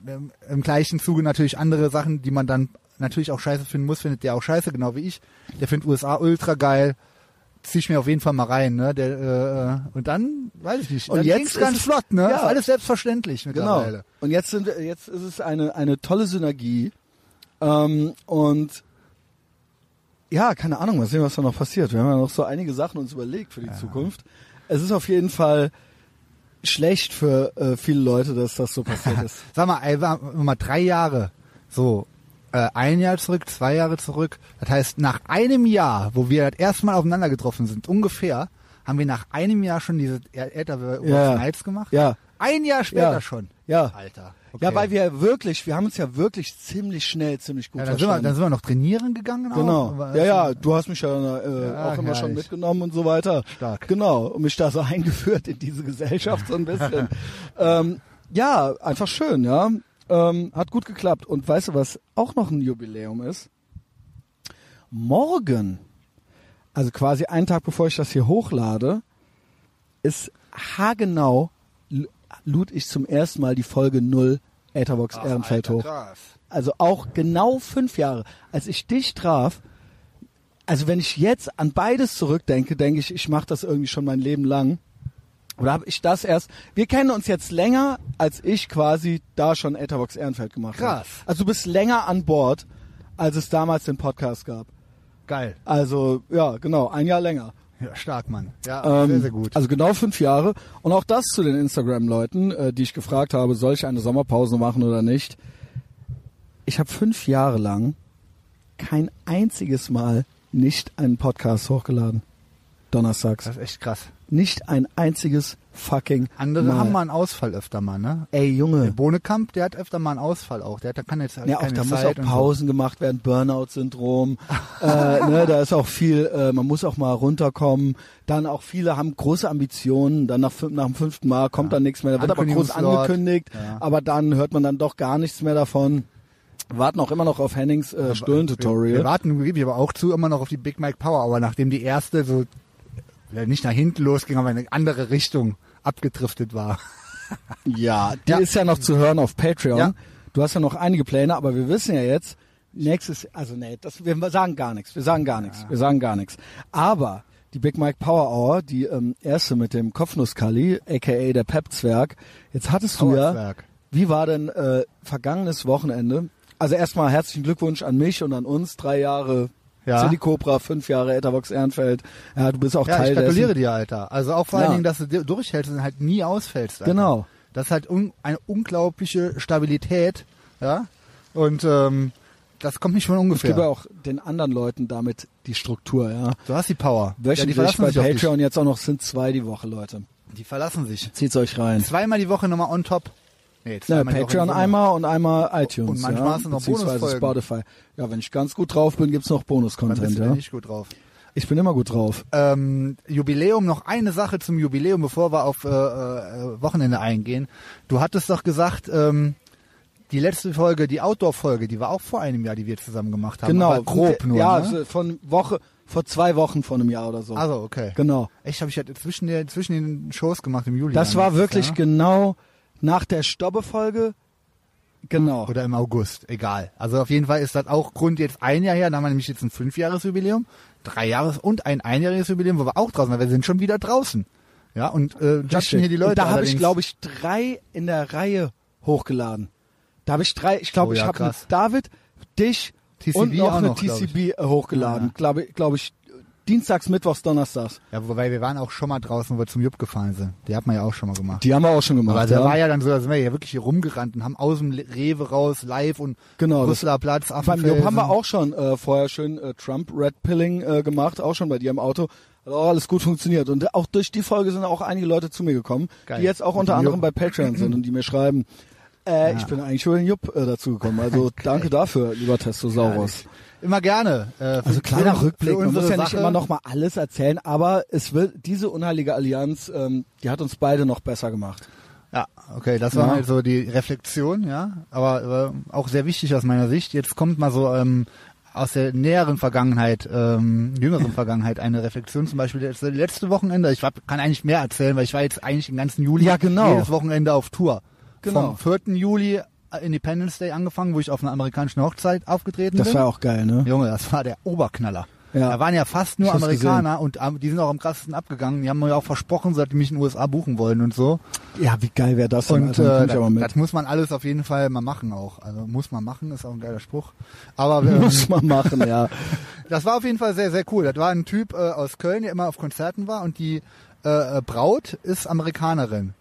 B: Im, Im gleichen Zuge natürlich andere Sachen, die man dann natürlich auch scheiße finden muss, findet der auch scheiße, genau wie ich. Der findet USA ultra geil. Zieh ich mir auf jeden Fall mal rein, ne? Der, äh, und dann, weiß ich nicht,
A: Und
B: dann
A: jetzt
B: ging's ganz
A: ist-
B: flott, ne?
A: ja.
B: Ist alles selbstverständlich
A: genau.
B: mittlerweile.
A: Und jetzt sind, wir- jetzt ist es eine, eine tolle Synergie. Ähm, und ja, keine Ahnung, mal sehen, was da noch passiert. Wir haben ja noch so einige Sachen uns überlegt für die Zukunft. Es ist auf jeden Fall schlecht für äh, viele Leute, dass das so
B: [laughs]
A: passiert ist.
B: Sag mal, ey, war mal drei Jahre, so äh, ein Jahr zurück, zwei Jahre zurück. Das heißt, nach einem Jahr, wo wir das erste Mal aufeinander getroffen sind, ungefähr, haben wir nach einem Jahr schon diese Äther
A: Ja.
B: Nights gemacht.
A: Ja.
B: Ein Jahr später
A: Ja.
B: schon.
A: Ja.
B: Alter.
A: Ja, weil wir wirklich, wir haben uns ja wirklich ziemlich schnell, ziemlich gut
B: Ja, dann, sind wir,
A: verstanden.
B: dann sind wir noch trainieren gegangen. Auch,
A: genau.
B: aber-
A: Ja, ja, du hast mich ja, äh,
B: Ja,
A: auch immer schon
B: herrlich.
A: mitgenommen und so weiter.
B: Stark.
A: Genau, und mich da so [laughs] eingeführt in diese Gesellschaft so ein bisschen.
B: [laughs]
A: ähm, ja, einfach schön, ja. Ähm, hat gut geklappt. Und weißt du, was auch noch ein Jubiläum ist? Morgen, also quasi einen Tag bevor ich das hier hochlade, ist haargenau l- lud ich zum ersten Mal die Folge 0 Etherbox
B: Ach,
A: Ehrenfeld
B: Alter,
A: hoch.
B: krass.
A: Also auch genau fünf Jahre. Als ich dich traf, also wenn ich jetzt an beides zurückdenke, denke ich, ich mache das irgendwie schon mein Leben lang. Oder habe ich das erst? Wir kennen uns jetzt länger, als ich quasi da schon Etherbox Ehrenfeld gemacht habe.
B: Krass.
A: Also du bist länger an Bord, als es damals den Podcast gab.
B: Geil.
A: Also ja, genau, ein Jahr länger.
B: Ja, stark, Mann. Ja,
A: Ähm,
B: Ah, sehr, sehr gut.
A: Also genau fünf Jahre. Und auch das zu den Instagram-Leuten, äh, die ich gefragt habe, soll ich eine Sommerpause machen oder nicht. Ich habe fünf Jahre lang kein einziges Mal nicht einen Podcast hochgeladen. Donnerstags.
B: das ist echt krass.
A: Nicht ein einziges fucking
B: Andere
A: Mal.
B: haben mal einen Ausfall öfter mal, ne?
A: Ey,
B: Der
A: Junge.
B: Bohnekamp, der hat öfter mal einen Ausfall auch. Der hat, der kann jetzt halt
A: Ja, auch
B: keine
A: da muss auch
B: Zeit und so.
A: Pausen gemacht werden, Burnout-Syndrom. [laughs] äh, ne, da ist auch viel, äh, man muss auch mal runterkommen. Dann auch viele haben große Ambitionen. Dann nach, fün- nach dem fünften Mal kommt dann nichts mehr. Da wird aber groß
B: Ankündigungslord.
A: angekündigt,
B: Ja.
A: aber dann hört man dann doch gar nichts mehr davon. Warten auch immer noch auf Hennings äh,
B: Also Wir, wir
A: Stirn-Tutorial.
B: warten gebe ich aber auch zu immer noch auf die Big Mike Power, aber nachdem die erste so ja, nicht nach hinten losging, aber in eine andere Richtung abgedriftet war.
A: Ja, die
B: Ja.
A: ist ja noch zu hören auf Patreon.
B: Ja.
A: Du hast ja noch einige Pläne, aber wir wissen ja jetzt, nächstes, also nee, das, wir sagen gar nichts, wir sagen gar nichts, wir sagen gar nichts. Aber die Big Mike Power Hour, die ähm, erste mit dem Kopfnusskali, aka der Pep-Zwerg, jetzt hattest [laughs] du ja,
B: Powerzwerg.
A: wie war denn äh, vergangenes Wochenende? Also erstmal herzlichen Glückwunsch an mich und an uns, drei Jahre
B: Ja.
A: City Cobra, fünf Jahre Etherbox Ehrenfeld. Ja, du bist auch
B: Ja,
A: Teil
B: ich gratuliere
A: dessen.
B: dir, Alter. Also auch vor allen
A: Ja.
B: Dingen, dass du di- durchhältst und halt nie ausfällst. Alter.
A: Genau.
B: Das ist halt un eine unglaubliche Stabilität, ja. Und ähm, das kommt nicht von
A: Ich gebe
B: ungefähr.
A: auch den anderen Leuten damit die Struktur, ja.
B: Du hast die Power.
A: Wöchentlich
B: ja, die verlassen
A: bei
B: sich auf
A: Patreon jetzt auch noch sind zwei die Woche, Leute.
B: dich. Die verlassen sich.
A: Zieht's euch rein.
B: Zweimal die Woche nochmal on top. Nee,
A: Ja,
B: die Woche
A: Patreon
B: nochmal.
A: einmal und einmal iTunes.
B: Und manchmal
A: ja,
B: hast du noch
A: beziehungsweise
B: Bonusfolgen.
A: Spotify. Ja, wenn ich ganz gut drauf bin, gibt's noch
B: Dann bist
A: Bonus-Content,
B: du
A: ja.
B: nicht gut drauf.
A: Ich bin immer gut drauf.
B: ähm, Jubiläum, noch eine Sache zum Jubiläum, bevor wir auf äh, äh, Wochenende eingehen. Du hattest doch gesagt, ähm, die letzte Folge, die Outdoor-Folge, die war auch vor einem Jahr, die wir zusammen gemacht haben.
A: genau.
B: aber grob nur.
A: Ja,
B: ne?
A: so von Woche, vor zwei Wochen von einem Jahr oder so.
B: Also, okay.
A: Genau.
B: Echt, habe ich halt zwischen, der, zwischen den Shows gemacht im Juli.
A: Das
B: dann
A: war
B: letztes
A: wirklich
B: Jahr.
A: genau nach der Stobbe-Folge. Genau.
B: Oder im August, egal. Also auf jeden Fall ist das auch Grund jetzt ein Jahr her. Da haben wir nämlich jetzt ein Fünfjahresjubiläum, drei Jahres und ein einjähriges Jubiläum, wo wir auch draußen waren. Wir sind schon wieder draußen. Ja, und äh, judgen hier die Leute.
A: Und da habe ich,
B: allerdings.
A: glaube ich, drei in der Reihe hochgeladen. Da habe ich drei, ich glaube,
B: Oh ja,
A: ich habe mit
B: krass.
A: David, dich
B: TCB
A: und noch
B: auch
A: eine
B: noch, glaub ich.
A: TCB hochgeladen.
B: Ja.
A: Glaube glaube ich, dienstags, mittwochs, donnerstags.
B: Ja, wobei wir waren auch schon mal draußen, wo wir zum Jupp gefahren sind. Die hat man ja auch schon mal gemacht.
A: Die haben wir auch schon
B: Aber
A: gemacht.
B: da
A: Ja.
B: war ja dann so, da sind wir ja wirklich hier rumgerannt und haben aus dem Le- Rewe raus, live und
A: Genau, das-
B: Brüsseler Platz,
A: Beim
B: Affenfelsen.
A: Job haben wir auch schon äh, vorher schön äh, Trump Red Pilling äh, gemacht, auch schon bei dir im Auto. Hat auch alles gut funktioniert. Und auch durch die Folge sind auch einige Leute zu mir gekommen,
B: Geil.
A: die jetzt auch
B: Mit
A: unter
B: dem
A: anderem bei
B: Jupp.
A: Patreon sind und die mir schreiben, äh, ich bin eigentlich über den Jupp äh, dazugekommen. [laughs] Also danke dafür, lieber Testosaurus.
B: Immer gerne. Äh, für-
A: Also kleiner
B: für-
A: Rückblick,
B: für
A: man
B: unsere
A: muss ja nicht
B: Sache.
A: immer noch mal alles erzählen, aber es wird diese unheilige Allianz, ähm, die hat uns beide noch besser gemacht.
B: Ja, okay, das war
A: Ja.
B: halt so die Reflexion, ja. Aber äh, auch sehr wichtig aus meiner Sicht. Jetzt kommt mal so ähm, aus der näheren Vergangenheit, ähm, jüngeren Vergangenheit eine Reflexion. Zum Beispiel das letzte Wochenende. Ich war, kann eigentlich mehr erzählen, weil ich war jetzt eigentlich den ganzen Juli
A: Ja, genau.
B: jedes Wochenende auf Tour.
A: Genau.
B: Vom 4. Juli äh, Independence Day angefangen, wo ich auf einer amerikanischen Hochzeit aufgetreten
A: Das
B: bin.
A: war auch geil, ne?
B: Junge, das war der Oberknaller.
A: Ja.
B: Da waren ja fast nur
A: Ich hab's
B: Amerikaner und ähm, die sind auch am krassesten abgegangen. Die haben mir auch versprochen, seit die mich in den USA buchen wollen und so.
A: Ja, wie geil wäre das denn?
B: Und
A: Alter, komm
B: äh,
A: also, ich aber
B: das,
A: mit.
B: das muss man alles auf jeden Fall mal machen auch. Also muss man machen, ist auch ein geiler Spruch. Aber ähm,
A: [laughs] Muss man machen, ja.
B: das war auf jeden Fall sehr, sehr cool. Das war ein Typ äh, aus Köln, der immer auf Konzerten war und die äh, äh, Braut ist Amerikanerin.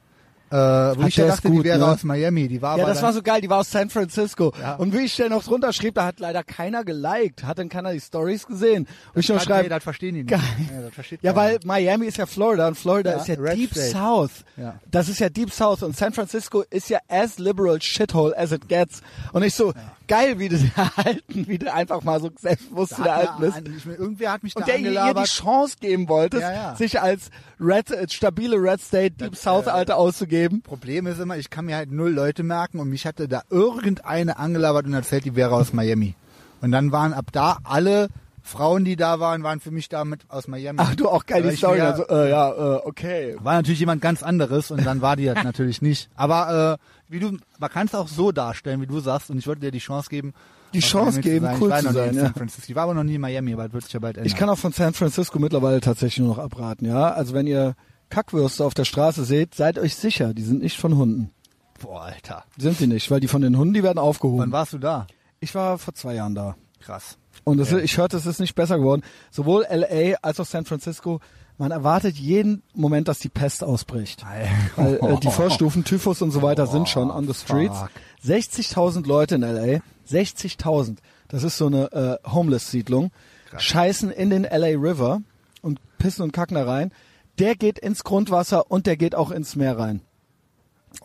B: Äh, wo ich ja
A: der ist
B: dachte, die
A: gut,
B: wäre
A: ne?
B: aus Miami. Die war [laughs]
A: Ja,
B: aber
A: das
B: dann,
A: war so geil, die war aus San Francisco.
B: Ja.
A: Und wie ich dann noch drunter schrieb, da hat leider keiner geliked, hat dann keiner die Stories gesehen. Und ich noch
B: Ah, nee,
A: schreibe,
B: das verstehen die nicht.
A: Geil.
B: Ja, das versteht
A: ja,
B: keiner.
A: weil Miami ist ja Florida und Florida
B: Ja,
A: ist ja
B: Red
A: Deep
B: State.
A: South.
B: Ja.
A: Das ist ja Deep South und San Francisco ist ja as liberal shithole as it gets. Und ich so, geil, wie du [laughs] sie erhalten, wie du einfach mal so selbstbewusst
B: Da
A: da
B: hat
A: erhalten
B: mir
A: bist.
B: ein- ich- Irgendwer hat mich
A: Und
B: da
A: der ihr- ihr die
B: angelabert.
A: Chance geben wolltest,
B: Ja, ja.
A: sich als Red, äh, stabile Red State, Deep
B: Das,
A: South
B: äh,
A: Alte auszugeben.
B: Problem ist immer, ich kann mir halt null Leute merken und mich hatte da irgendeine angelabert und erzählt, die wäre aus Miami. Und dann waren ab da alle Frauen, die da waren, waren für mich damit aus Miami.
A: Ach du, auch geil,
B: Mhm. Weil
A: die
B: ich
A: Story.
B: mir-
A: Also, äh, ja, äh, okay.
B: War natürlich jemand ganz anderes und dann war die
A: [laughs]
B: das natürlich nicht. Aber äh, wie du, man kann es auch so darstellen, wie du sagst, und ich wollte dir die Chance geben.
A: Die
B: aus
A: Chance
B: Miami
A: geben,
B: sein.
A: cool
B: ich war
A: zu
B: noch nie
A: sein,
B: in
A: ja.
B: San Francisco. Ich war aber noch nie in Miami, aber das wird sich ja bald ändern.
A: Ich kann auch von San Francisco mittlerweile tatsächlich nur noch abraten, ja. Also wenn ihr Kackwürste auf der Straße seht, seid euch sicher, die sind nicht von Hunden.
B: Boah, Alter.
A: Sind sie nicht, weil die von den Hunden, die werden
B: Wann
A: aufgehoben.
B: warst du da?
A: Ich war vor zwei Jahren da.
B: Krass.
A: Und es, ich hörte, es ist nicht besser geworden. Sowohl LA als auch San Francisco, man erwartet jeden Moment, dass die Pest ausbricht. Weil äh,
B: [laughs]
A: die Vorstufen, Typhus und so weiter sind schon on the streets.
B: Oh, fuck.
A: 60.000 Leute in L.A. 60.000. Das ist so eine äh, Homeless-Siedlung. Scheißen in den L.A. River und pissen und kacken da rein. Der geht ins Grundwasser und der geht auch ins Meer rein.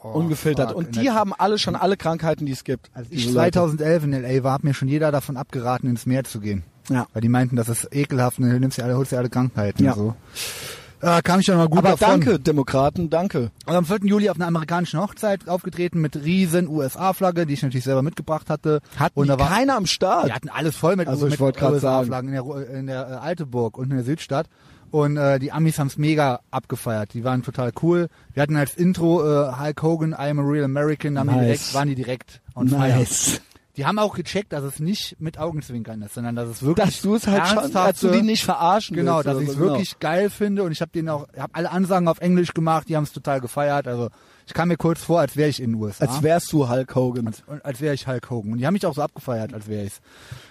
A: ungefiltert.
B: Oh, fuck.
A: Und
B: In
A: die
B: der-
A: haben alle schon alle Krankheiten, die es gibt.
B: Als ich
A: diese Leute.
B: 2011 in L.A. war, hat mir schon jeder davon abgeraten, ins Meer zu gehen.
A: Ja.
B: Weil die meinten, das ist ekelhaft und du nimmst dir alle, holst dir alle Krankheiten
A: Ja.
B: und so. Ah, kam ich ja mal gut
A: Aber
B: davon.
A: danke, Demokraten, danke.
B: Und am 4. Juli auf einer amerikanischen Hochzeit aufgetreten mit riesen USA-Flagge, die ich natürlich selber mitgebracht hatte.
A: Hatten
B: und
A: die
B: da war,
A: keiner am Start.
B: die hatten alles voll mit,
A: Also ich
B: mit
A: wollte gerade sagen.
B: USA-Flaggen in der, Ru- in der äh, Alteburg und in der Südstadt. Und äh, die Amis haben's mega abgefeiert. Die waren total cool. Wir hatten als Intro äh, Hulk Hogan, I'm a Real American. Haben
A: Nice.
B: die direkt, waren die direkt on fire.
A: nice.
B: Die haben auch gecheckt, dass es nicht mit Augenzwinkern ist, sondern dass es wirklich
A: Dass du es halt schon, dass du
B: ernsthafte-
A: die nicht verarschen
B: genau,
A: willst
B: dass
A: oder
B: ich es
A: so,
B: wirklich geil finde und ich habe denen auch habe alle Ansagen auf Englisch gemacht, die haben es total gefeiert, also ich kam mir kurz vor, als wäre ich in den USA.
A: Genau. Als wärst du Hulk Hogan.
B: und als wäre ich Hulk Hogan. Und die haben mich auch so abgefeiert, als wäre ich's.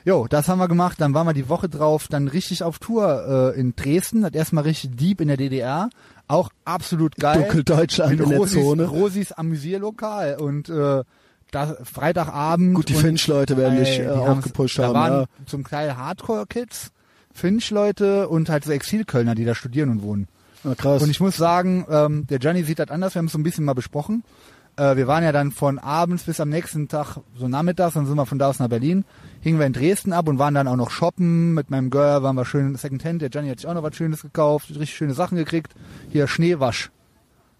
B: Jo, das haben wir gemacht. Dann waren wir die Woche drauf, dann richtig auf Tour äh, in Dresden. Das erstmal richtig deep in der DDR. Auch absolut geil.
A: Dunkeldeutschland
B: Mit
A: in der
B: Rosis,
A: Zone.
B: Rosis Amüsierlokal. Und äh, das Freitagabend.
A: Gut, die
B: und-
A: Finch-Leute werden dich
B: Ey,
A: äh,
B: die haben's-
A: aufgepusht
B: da
A: haben.
B: waren
A: ja.
B: zum Teil Hardcore-Kids, Finch-Leute und halt so Exilkölner, die da studieren und wohnen.
A: Na, krass.
B: Und ich muss sagen, ähm, der Gianni sieht das anders, wir haben es so ein bisschen mal besprochen. Äh, wir waren ja dann von abends bis am nächsten Tag, so nachmittags, dann sind wir von da aus nach Berlin, hingen wir in Dresden ab und waren dann auch noch shoppen. Mit meinem Girl waren wir schön Secondhand, der Gianni hat sich auch noch was Schönes gekauft, richtig schöne Sachen gekriegt. Hier Schneewasch.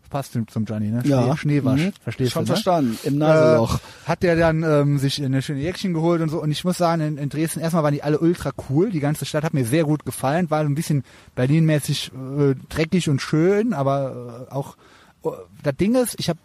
B: Passt zum Gianni, ne? Schnee,
A: ja.
B: Schneewasch.
A: Mhm.
B: Verstehst
A: Schon
B: du, ne?
A: verstanden. Im Naseloch.
B: Äh, hat der dann ähm, sich eine schöne Jäckchen geholt und so. Und ich muss sagen, in, in Dresden erstmal waren die alle ultra cool. Die ganze Stadt hat mir sehr gut gefallen. War so ein bisschen Berlin-mäßig äh, dreckig und schön, aber äh, auch oh, das Ding ist, ich habe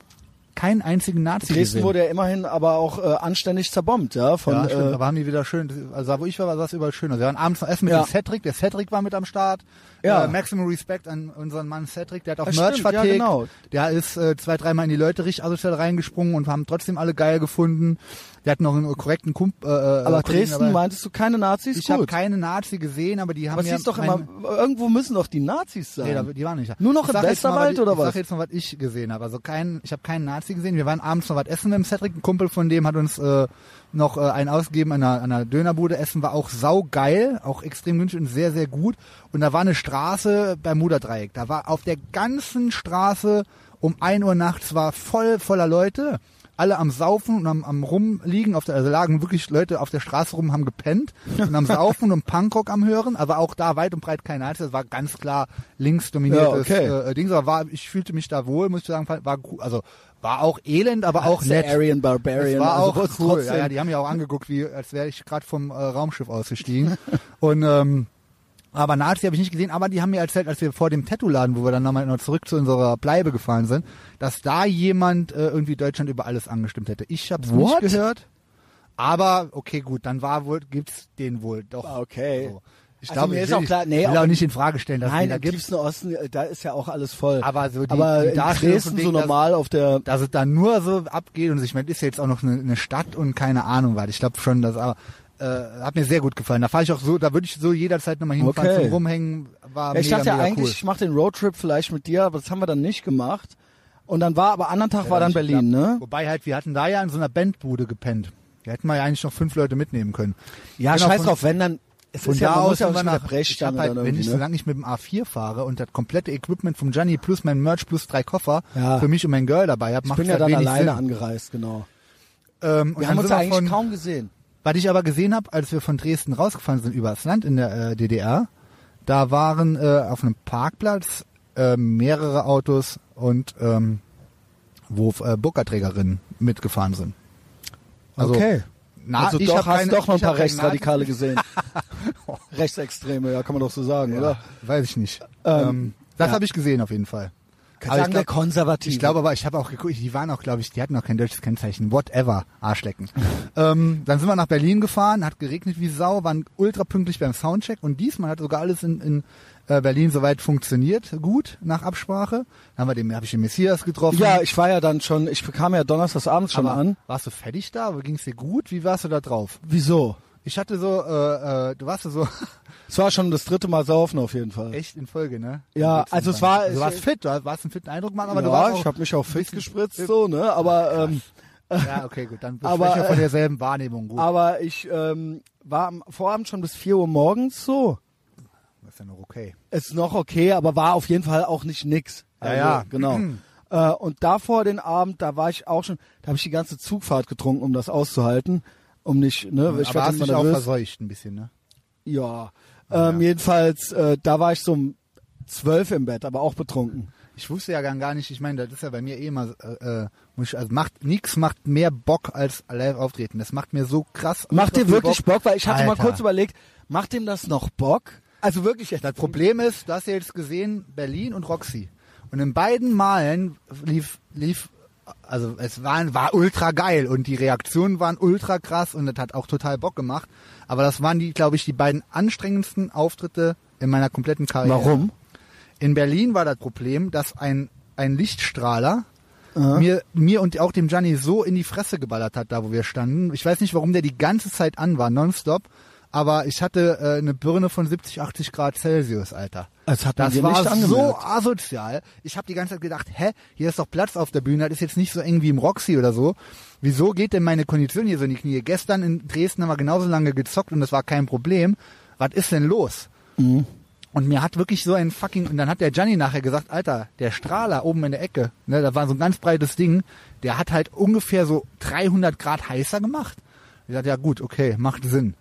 B: keinen einzigen Nazi
A: Dresden
B: gesehen.
A: wurde ja immerhin aber auch äh, anständig zerbombt, ja. Von,
B: ja, stimmt,
A: äh,
B: aber haben die wieder schön, also da, wo ich war, war das überall schön. Also wir waren abends noch essen mit
A: Ja.
B: dem Cedric, der Cedric war mit am Start.
A: Ja.
B: Äh, Maximum Respect an unseren Mann Cedric, der hat auch
A: Ja,
B: Merch
A: stimmt, ja,
B: vertickt.
A: genau.
B: Der ist äh, zwei, dreimal in die Leute richtig asozial reingesprungen und haben trotzdem alle geil gefunden. Der hat noch einen korrekten Kump äh,
A: aber
B: äh, Kollegen
A: Dresden
B: dabei.
A: meintest du keine Nazis?
B: Ich habe
A: Gut.
B: keine Nazi gesehen, aber die haben
A: aber es
B: ja
A: hieß doch
B: mein-
A: immer, irgendwo müssen doch die Nazis sein.
B: Nee, da, die waren nicht. da.
A: Nur noch
B: Ich
A: im
B: sag jetzt mal,
A: Westerwald
B: was,
A: oder
B: ich
A: was?
B: Ich sag jetzt mal, was ich gesehen habe. Also kein, ich habe keinen Nazi gesehen. Wir waren abends noch was essen mit dem Cedric, ein Kumpel von dem hat uns äh, noch äh, einen ausgegeben an einer, an einer Dönerbude. Essen war auch saugeil, auch extrem günstig und sehr, sehr gut. Und da war eine Straße beim Muderdreieck. Da war auf der ganzen Straße um 1 Uhr nachts war voll voller Leute. Alle am Saufen und am, am Rumliegen, auf der, also lagen wirklich Leute auf der Straße rum, haben gepennt und am Saufen und Punkrock am Hören, aber auch da weit und breit kein Nazi, das war ganz klar links dominiertes
A: Ja, okay.
B: äh, äh, Dings, aber war, ich fühlte mich da wohl, muss ich sagen, fand- war gut, also war auch elend, aber auch
A: Als
B: nett.
A: der Aryan Barbarian.
B: Es war
A: also
B: auch
A: trotzdem-
B: cool. Ja, ja, die haben mich auch angeguckt, wie als wäre ich gerade vom äh, Raumschiff
A: [laughs]
B: ausgestiegen. und ähm, aber Nazi habe ich nicht gesehen, aber die haben mir erzählt, als wir vor dem Tattoo-Laden, wo wir dann nochmal noch zurück zu unserer Bleibe gefahren sind, dass da jemand äh, irgendwie Deutschland über alles angestimmt hätte. Ich habe es nicht
A: What?
B: gehört. Aber okay, gut, dann war wohl gibt's den wohl doch.
A: Ah, okay.
B: So. Ich
A: Also
B: glaube,
A: mir
B: ich
A: ist
B: will,
A: auch
B: nicht-
A: klar- nee,
B: ich will
A: auch
B: auch
A: im-
B: nicht in Frage stellen, dass es den
A: Nein,
B: da
A: im
B: gibt.
A: tiefsten Osten, äh, da ist ja auch alles voll.
B: Aber so die-
A: aber
B: die
A: in
B: Darstellung von
A: Dresden
B: wegen,
A: so
B: dass-
A: normal auf der
B: dass es da nur so abgeht und ich meine, ist ja jetzt auch noch eine, eine Stadt und keine Ahnung was. Ich glaube schon, dass aber äh, hat mir sehr gut gefallen. Da fahre ich auch so, da würde ich so jederzeit nochmal hinfahren
A: Okay.
B: zum Rumhängen. War
A: Ja, ich
B: mega,
A: dachte ja
B: mega
A: eigentlich,
B: cool.
A: ich mache den Roadtrip vielleicht mit dir, aber das haben wir dann nicht gemacht. Und dann war, aber anderen Tag
B: Ja,
A: war dann
B: nicht
A: Berlin,
B: geklappt.
A: ne?
B: Wobei halt, wir hatten da ja in so einer Bandbude gepennt. Da hätten wir ja eigentlich noch fünf Leute mitnehmen können.
A: Ja,
B: Genau,
A: scheiß
B: von-
A: drauf, wenn dann, es
B: Von
A: ist ja,
B: da
A: man
B: aus
A: muss ja auch
B: sind wir
A: nicht mit der
B: nach- ich hab
A: Brechstange
B: halt,
A: dann
B: wenn ich
A: irgendwie,
B: so
A: ne?
B: lange ich mit dem A4 fahre und das komplette Equipment vom Gianni plus mein Merch plus drei Koffer
A: Ja.
B: für mich und mein Girl dabei habe,
A: Ich
B: macht
A: bin ja
B: das
A: dann
B: wenig
A: alleine
B: Sinn.
A: angereist, genau.
B: Ähm, und
A: Wir
B: dann
A: haben uns
B: sind
A: ja
B: wir
A: eigentlich
B: von,
A: kaum gesehen.
B: Was ich aber gesehen habe, als wir von Dresden rausgefahren sind übers Land in der äh, DDR, da waren äh, auf einem Parkplatz äh, mehrere Autos und ähm, wo äh, Burgerträgerinnen mitgefahren sind. Also, Na,
A: also
B: ich
A: doch,
B: hab
A: hast
B: keine,
A: doch noch ein
B: ich hab
A: paar
B: keine
A: Rechtsradikale gesehen. [laughs] Rechtsextreme, ja, kann man doch so sagen,
B: Nazi-
A: oder?
B: Ja, Also weiß ich nicht.
A: Ähm,
B: Ähm, das
A: ja.
B: habe ich gesehen auf jeden Fall.
A: Kann
B: Aber
A: sagen,
B: ich
A: der
B: glaub-
A: Konservative.
B: Ich glaube aber, ich habe auch geguckt, die waren auch, glaube ich, die hatten auch kein deutsches Kennzeichen. Whatever, Arschlecken. ähm, dann sind wir nach Berlin gefahren, hat geregnet wie Sau, waren ultra pünktlich beim Soundcheck und diesmal hat sogar alles in, in äh, Berlin soweit funktioniert, gut, nach Absprache. Dann haben wir den, habe ich den Messias getroffen.
A: Ja, ich war ja dann schon, ich kam ja donnerstags abends schon
B: aber
A: an.
B: Warst du fertig da? Ging es dir gut? Wie warst du da drauf?
A: Wieso?
B: Ich hatte so, äh, äh, du warst so [laughs]
A: Es war schon das dritte Mal saufen auf jeden Fall.
B: echt in Folge, ne?
A: Ja,
B: Am nächsten
A: also es
B: Tag.
A: war-
B: Du warst fit, du warst einen fitten Eindruck machen, aber
A: ja,
B: du warst auch
A: ich habe mich auch fit
B: bisschen-
A: gespritzt, so, ne? Aber, ähm,
B: Ja, okay, gut, dann
A: [laughs] Aber, äh,
B: sprechen wir von derselben Wahrnehmung. Gut,
A: aber ich ähm, war am Vorabend schon bis 4 Uhr morgens so.
B: das ist ja noch okay.
A: Ist noch okay, aber war auf jeden Fall auch nicht nix.
B: Ja,
A: Also,
B: ja. Mhm.
A: Genau. äh, und davor den Abend, da war ich auch schon, da habe ich die ganze Zugfahrt getrunken, um das auszuhalten. Um nicht, ne? Ich
B: Mhm, aber
A: war
B: hast
A: immer
B: dich auch
A: nervös.
B: verseucht ein bisschen, ne?
A: Ja. Ähm, Jedenfalls, äh, da war ich so um 12 im Bett, aber auch betrunken.
B: Ich wusste ja gar nicht, ich meine, das ist ja bei mir eh immer, äh, äh, muss ich, also macht, nix macht mehr Bock als live auftreten. Das macht mir so krass.
A: Macht
B: so
A: dir
B: viel
A: wirklich Bock? Weil ich hatte mal
B: Alter.
A: kurz überlegt, macht dem das noch Bock? Also wirklich jetzt.
B: Das Problem ist, du hast ja jetzt gesehen, Berlin und Roxy. Und in beiden Malen lief, lief, also es war, war ultra geil und die Reaktionen waren ultra krass und das hat auch total Bock gemacht. Aber das waren die, glaube ich, die beiden anstrengendsten Auftritte in meiner kompletten Karriere.
A: Warum?
B: In Berlin war das Problem, dass ein, ein Lichtstrahler mir, mir und auch dem Gianni so in die Fresse geballert hat, da wo wir standen. Ich weiß nicht, warum der die ganze Zeit an war, nonstop. Aber ich hatte äh, eine Birne von 70, 80 Grad Celsius, Alter.
A: Das hat man
B: das
A: dir
B: war
A: nicht
B: so
A: angemerkt.
B: asozial. Ich habe die ganze Zeit gedacht, hä, hier ist doch Platz auf der Bühne, das ist jetzt nicht so eng wie im Roxy oder so. Wieso geht denn meine Kondition hier so in die Knie? Gestern in Dresden haben wir genauso lange gezockt und das war kein Problem. Was ist denn los? Und mir hat wirklich so ein fucking, und dann hat der Gianni nachher gesagt, Alter, der Strahler oben in der Ecke, ne, da war so ein ganz breites Ding, der hat halt ungefähr so 300 Grad heißer gemacht. Ich dachte, ja gut, okay, macht Sinn.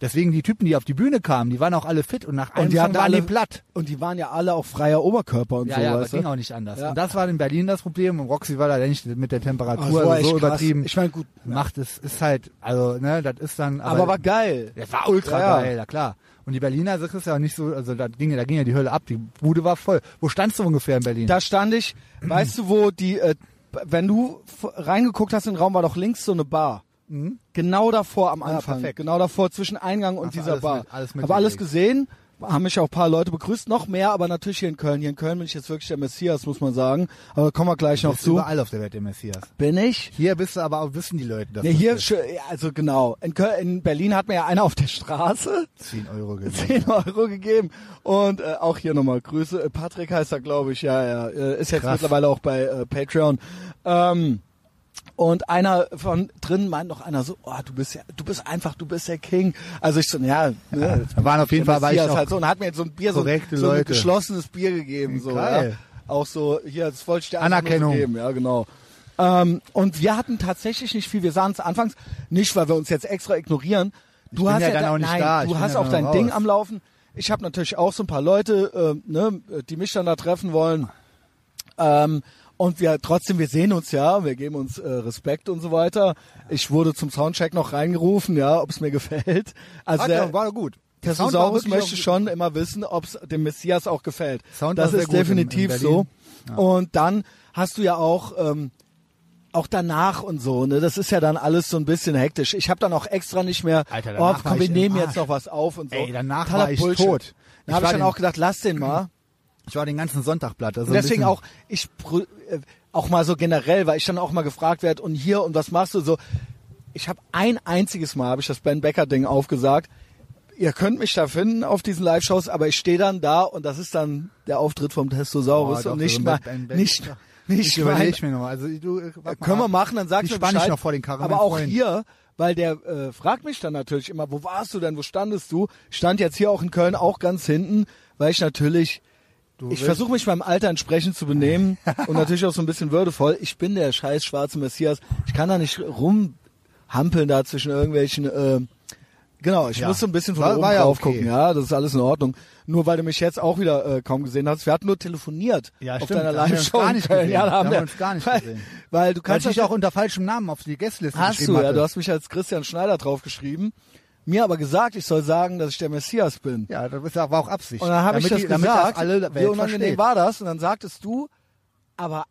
B: Deswegen die Typen, die auf die Bühne kamen, die waren auch alle fit und nach einem
A: Und die
B: Song
A: hatten
B: waren
A: alle
B: die platt.
A: Und die waren ja alle auch freier Oberkörper und
B: Ja,
A: so,
B: ja, aber
A: weißt du?
B: ging auch nicht anders.
A: Ja.
B: Und das war in Berlin das Problem und Roxy war da nicht mit der
A: Aber
B: Temperatur
A: es Oh, war
B: also
A: echt
B: so
A: krass.
B: übertrieben.
A: Ich meine, gut.
B: Macht es, ist halt, also, ne, das ist dann,
A: Aber, war geil.
B: das war ultra
A: Ja, ja.
B: geil, ja klar. Und die Berliner, das ist ja auch nicht so, also da ging, ja- da ging ja die Hölle ab, die Bude war voll. Wo standst du ungefähr in Berlin?
A: Da stand ich, weißt du, wo die, äh, wenn du f- reingeguckt hast in den Raum, war doch links so eine Bar. Genau davor am Anfang.
B: Mhm. perfekt.
A: genau davor zwischen Eingang und
B: Hast du
A: dieser
B: alles
A: Bar.
B: mit- alles mitgekriegt.
A: Habe alles gesehen, haben mich auch ein paar Leute begrüßt, noch mehr, aber natürlich hier in Köln. Hier in Köln bin ich jetzt wirklich der Messias, muss man sagen. Aber da kommen wir gleich noch
B: bist
A: zu.
B: überall auf der Welt, der Messias.
A: Bin ich?
B: Hier bist du aber auch, wissen die Leute, dass
A: Ja,
B: du
A: hier,
B: bist.
A: schö- ja, also genau. In, Köln, in Berlin hat mir ja einer auf der Straße [laughs]
B: 10 Euro gewesen.
A: 10 Euro gegeben. Und äh, auch hier nochmal Grüße. Äh, Patrick heißt er, glaube ich. Ja, ja. Äh, ist jetzt
B: Krass.
A: mittlerweile auch bei äh, Patreon. Ähm, und einer von drinnen meint noch einer so, oh, du bist ja, du bist einfach, du bist der King. Also ich so, ja, ne, jetzt
B: Da waren auf jeden Fall, war ich
A: Messias
B: noch,
A: halt so und hat mir jetzt so ein Bier, so, ein-
B: korrekte
A: so ein
B: Leute.
A: geschlossenes Bier gegeben, so.
B: Geil.
A: Ja. Auch so, hier, das wollte ich dir einfach nur so
B: Anerkennung.
A: Geben. Ja, genau. Ähm, und wir hatten tatsächlich nicht viel. Wir sahen es anfangs nicht, weil wir uns jetzt extra ignorieren. Du
B: bin
A: hast
B: ja dann
A: da-
B: auch nicht
A: nein,
B: da. Ich
A: du
B: bin
A: hast
B: ja
A: auch
B: dann
A: dein
B: raus.
A: Ding am Laufen. Ich habe natürlich auch so ein paar Leute, äh, ne, die mich dann da treffen wollen. Ähm, und wir trotzdem, wir sehen uns ja, wir geben uns äh, Respekt und so weiter. Ich wurde zum Soundcheck noch reingerufen, ja, ob es mir [laughs] gefällt. Also
B: Hat
A: der,
B: ja- war gut. Der Sound war
A: Tessosaurus
B: wirklich
A: möchte
B: auch-
A: schon immer wissen, ob es dem Messias auch gefällt.
B: Sound war
A: das
B: sehr
A: ist
B: gut in- in
A: definitiv
B: Berlin.
A: so. Und dann hast du ja auch ähm, auch danach und so, ne? Das ist ja dann alles so ein bisschen hektisch. Ich habe dann auch extra nicht mehr,
B: Alter,
A: oh,
B: danach war
A: komm, wir
B: ich im
A: nehmen
B: Arsch.
A: jetzt noch was auf und so.
B: Ey, danach
A: Totaler
B: war ich
A: Bullshit.
B: tot. Ich
A: Da habe ich
B: war
A: dann
B: den-
A: auch gedacht, lass den mal.
B: Ich war den ganzen Sonntag platt. Also
A: Und
B: ein
A: deswegen
B: bisschen-
A: auch, ich prü- äh, auch mal so generell, weil ich dann auch mal gefragt werde und hier und was machst du so. Ich habe ein einziges Mal, habe ich das Ben Becker Ding aufgesagt. Ihr könnt mich da finden auf diesen Live-Shows, aber ich stehe dann da und das ist dann der Auftritt vom Testosaurus
B: Oh, doch,
A: und nicht
B: so
A: mal,
B: mit Ben Becker.
A: nicht,
B: Ich überlege mir nochmal. Also, du, äh, warte mal
A: Können wir
B: ab.
A: machen, dann
B: Die
A: sagst du
B: spann ich
A: Bescheid.
B: noch vor den Karren,
A: Aber
B: mein
A: auch
B: Freund.
A: hier, weil der äh, fragt mich dann natürlich immer, wo warst du denn, wo standest du? Ich Stand jetzt hier auch in Köln auch ganz hinten, weil ich natürlich,
B: Du
A: ich
B: willst-
A: versuche mich meinem Alter entsprechend
B: [laughs]
A: zu benehmen und natürlich auch so ein bisschen würdevoll. Ich bin der scheiß schwarze Messias. Ich kann da nicht rumhampeln da zwischen irgendwelchen, äh, genau, ich
B: Ja.
A: muss so ein bisschen von
B: War-
A: oben
B: war ja
A: drauf
B: okay.
A: gucken. Ja, das ist alles in Ordnung. Nur weil du mich jetzt auch wieder äh, kaum gesehen hast. Wir hatten nur telefoniert
B: Ja,
A: auf
B: stimmt,
A: deiner
B: da haben wir
A: Live-Show.
B: uns gar
A: in
B: nicht
A: Köln.
B: gesehen.
A: Ja, da haben wir
B: uns gar nicht
A: [laughs] weil,
B: gesehen.
A: Weil du
B: Weil
A: kannst
B: ich dich auch unter falschem Namen auf die Guestliste
A: Hast
B: geschrieben
A: du,
B: hatte.
A: ja. Du hast mich als Christian Schneider draufgeschrieben. Mir aber gesagt, ich soll sagen, dass ich der Messias bin.
B: Ja, das ist- war auch Absicht.
A: Und dann habe ich
B: Damit
A: das
B: die, damit
A: gesagt.
B: Das alle Welt
A: wie unangenehm
B: versteht.
A: war das? Und dann sagtest du, aber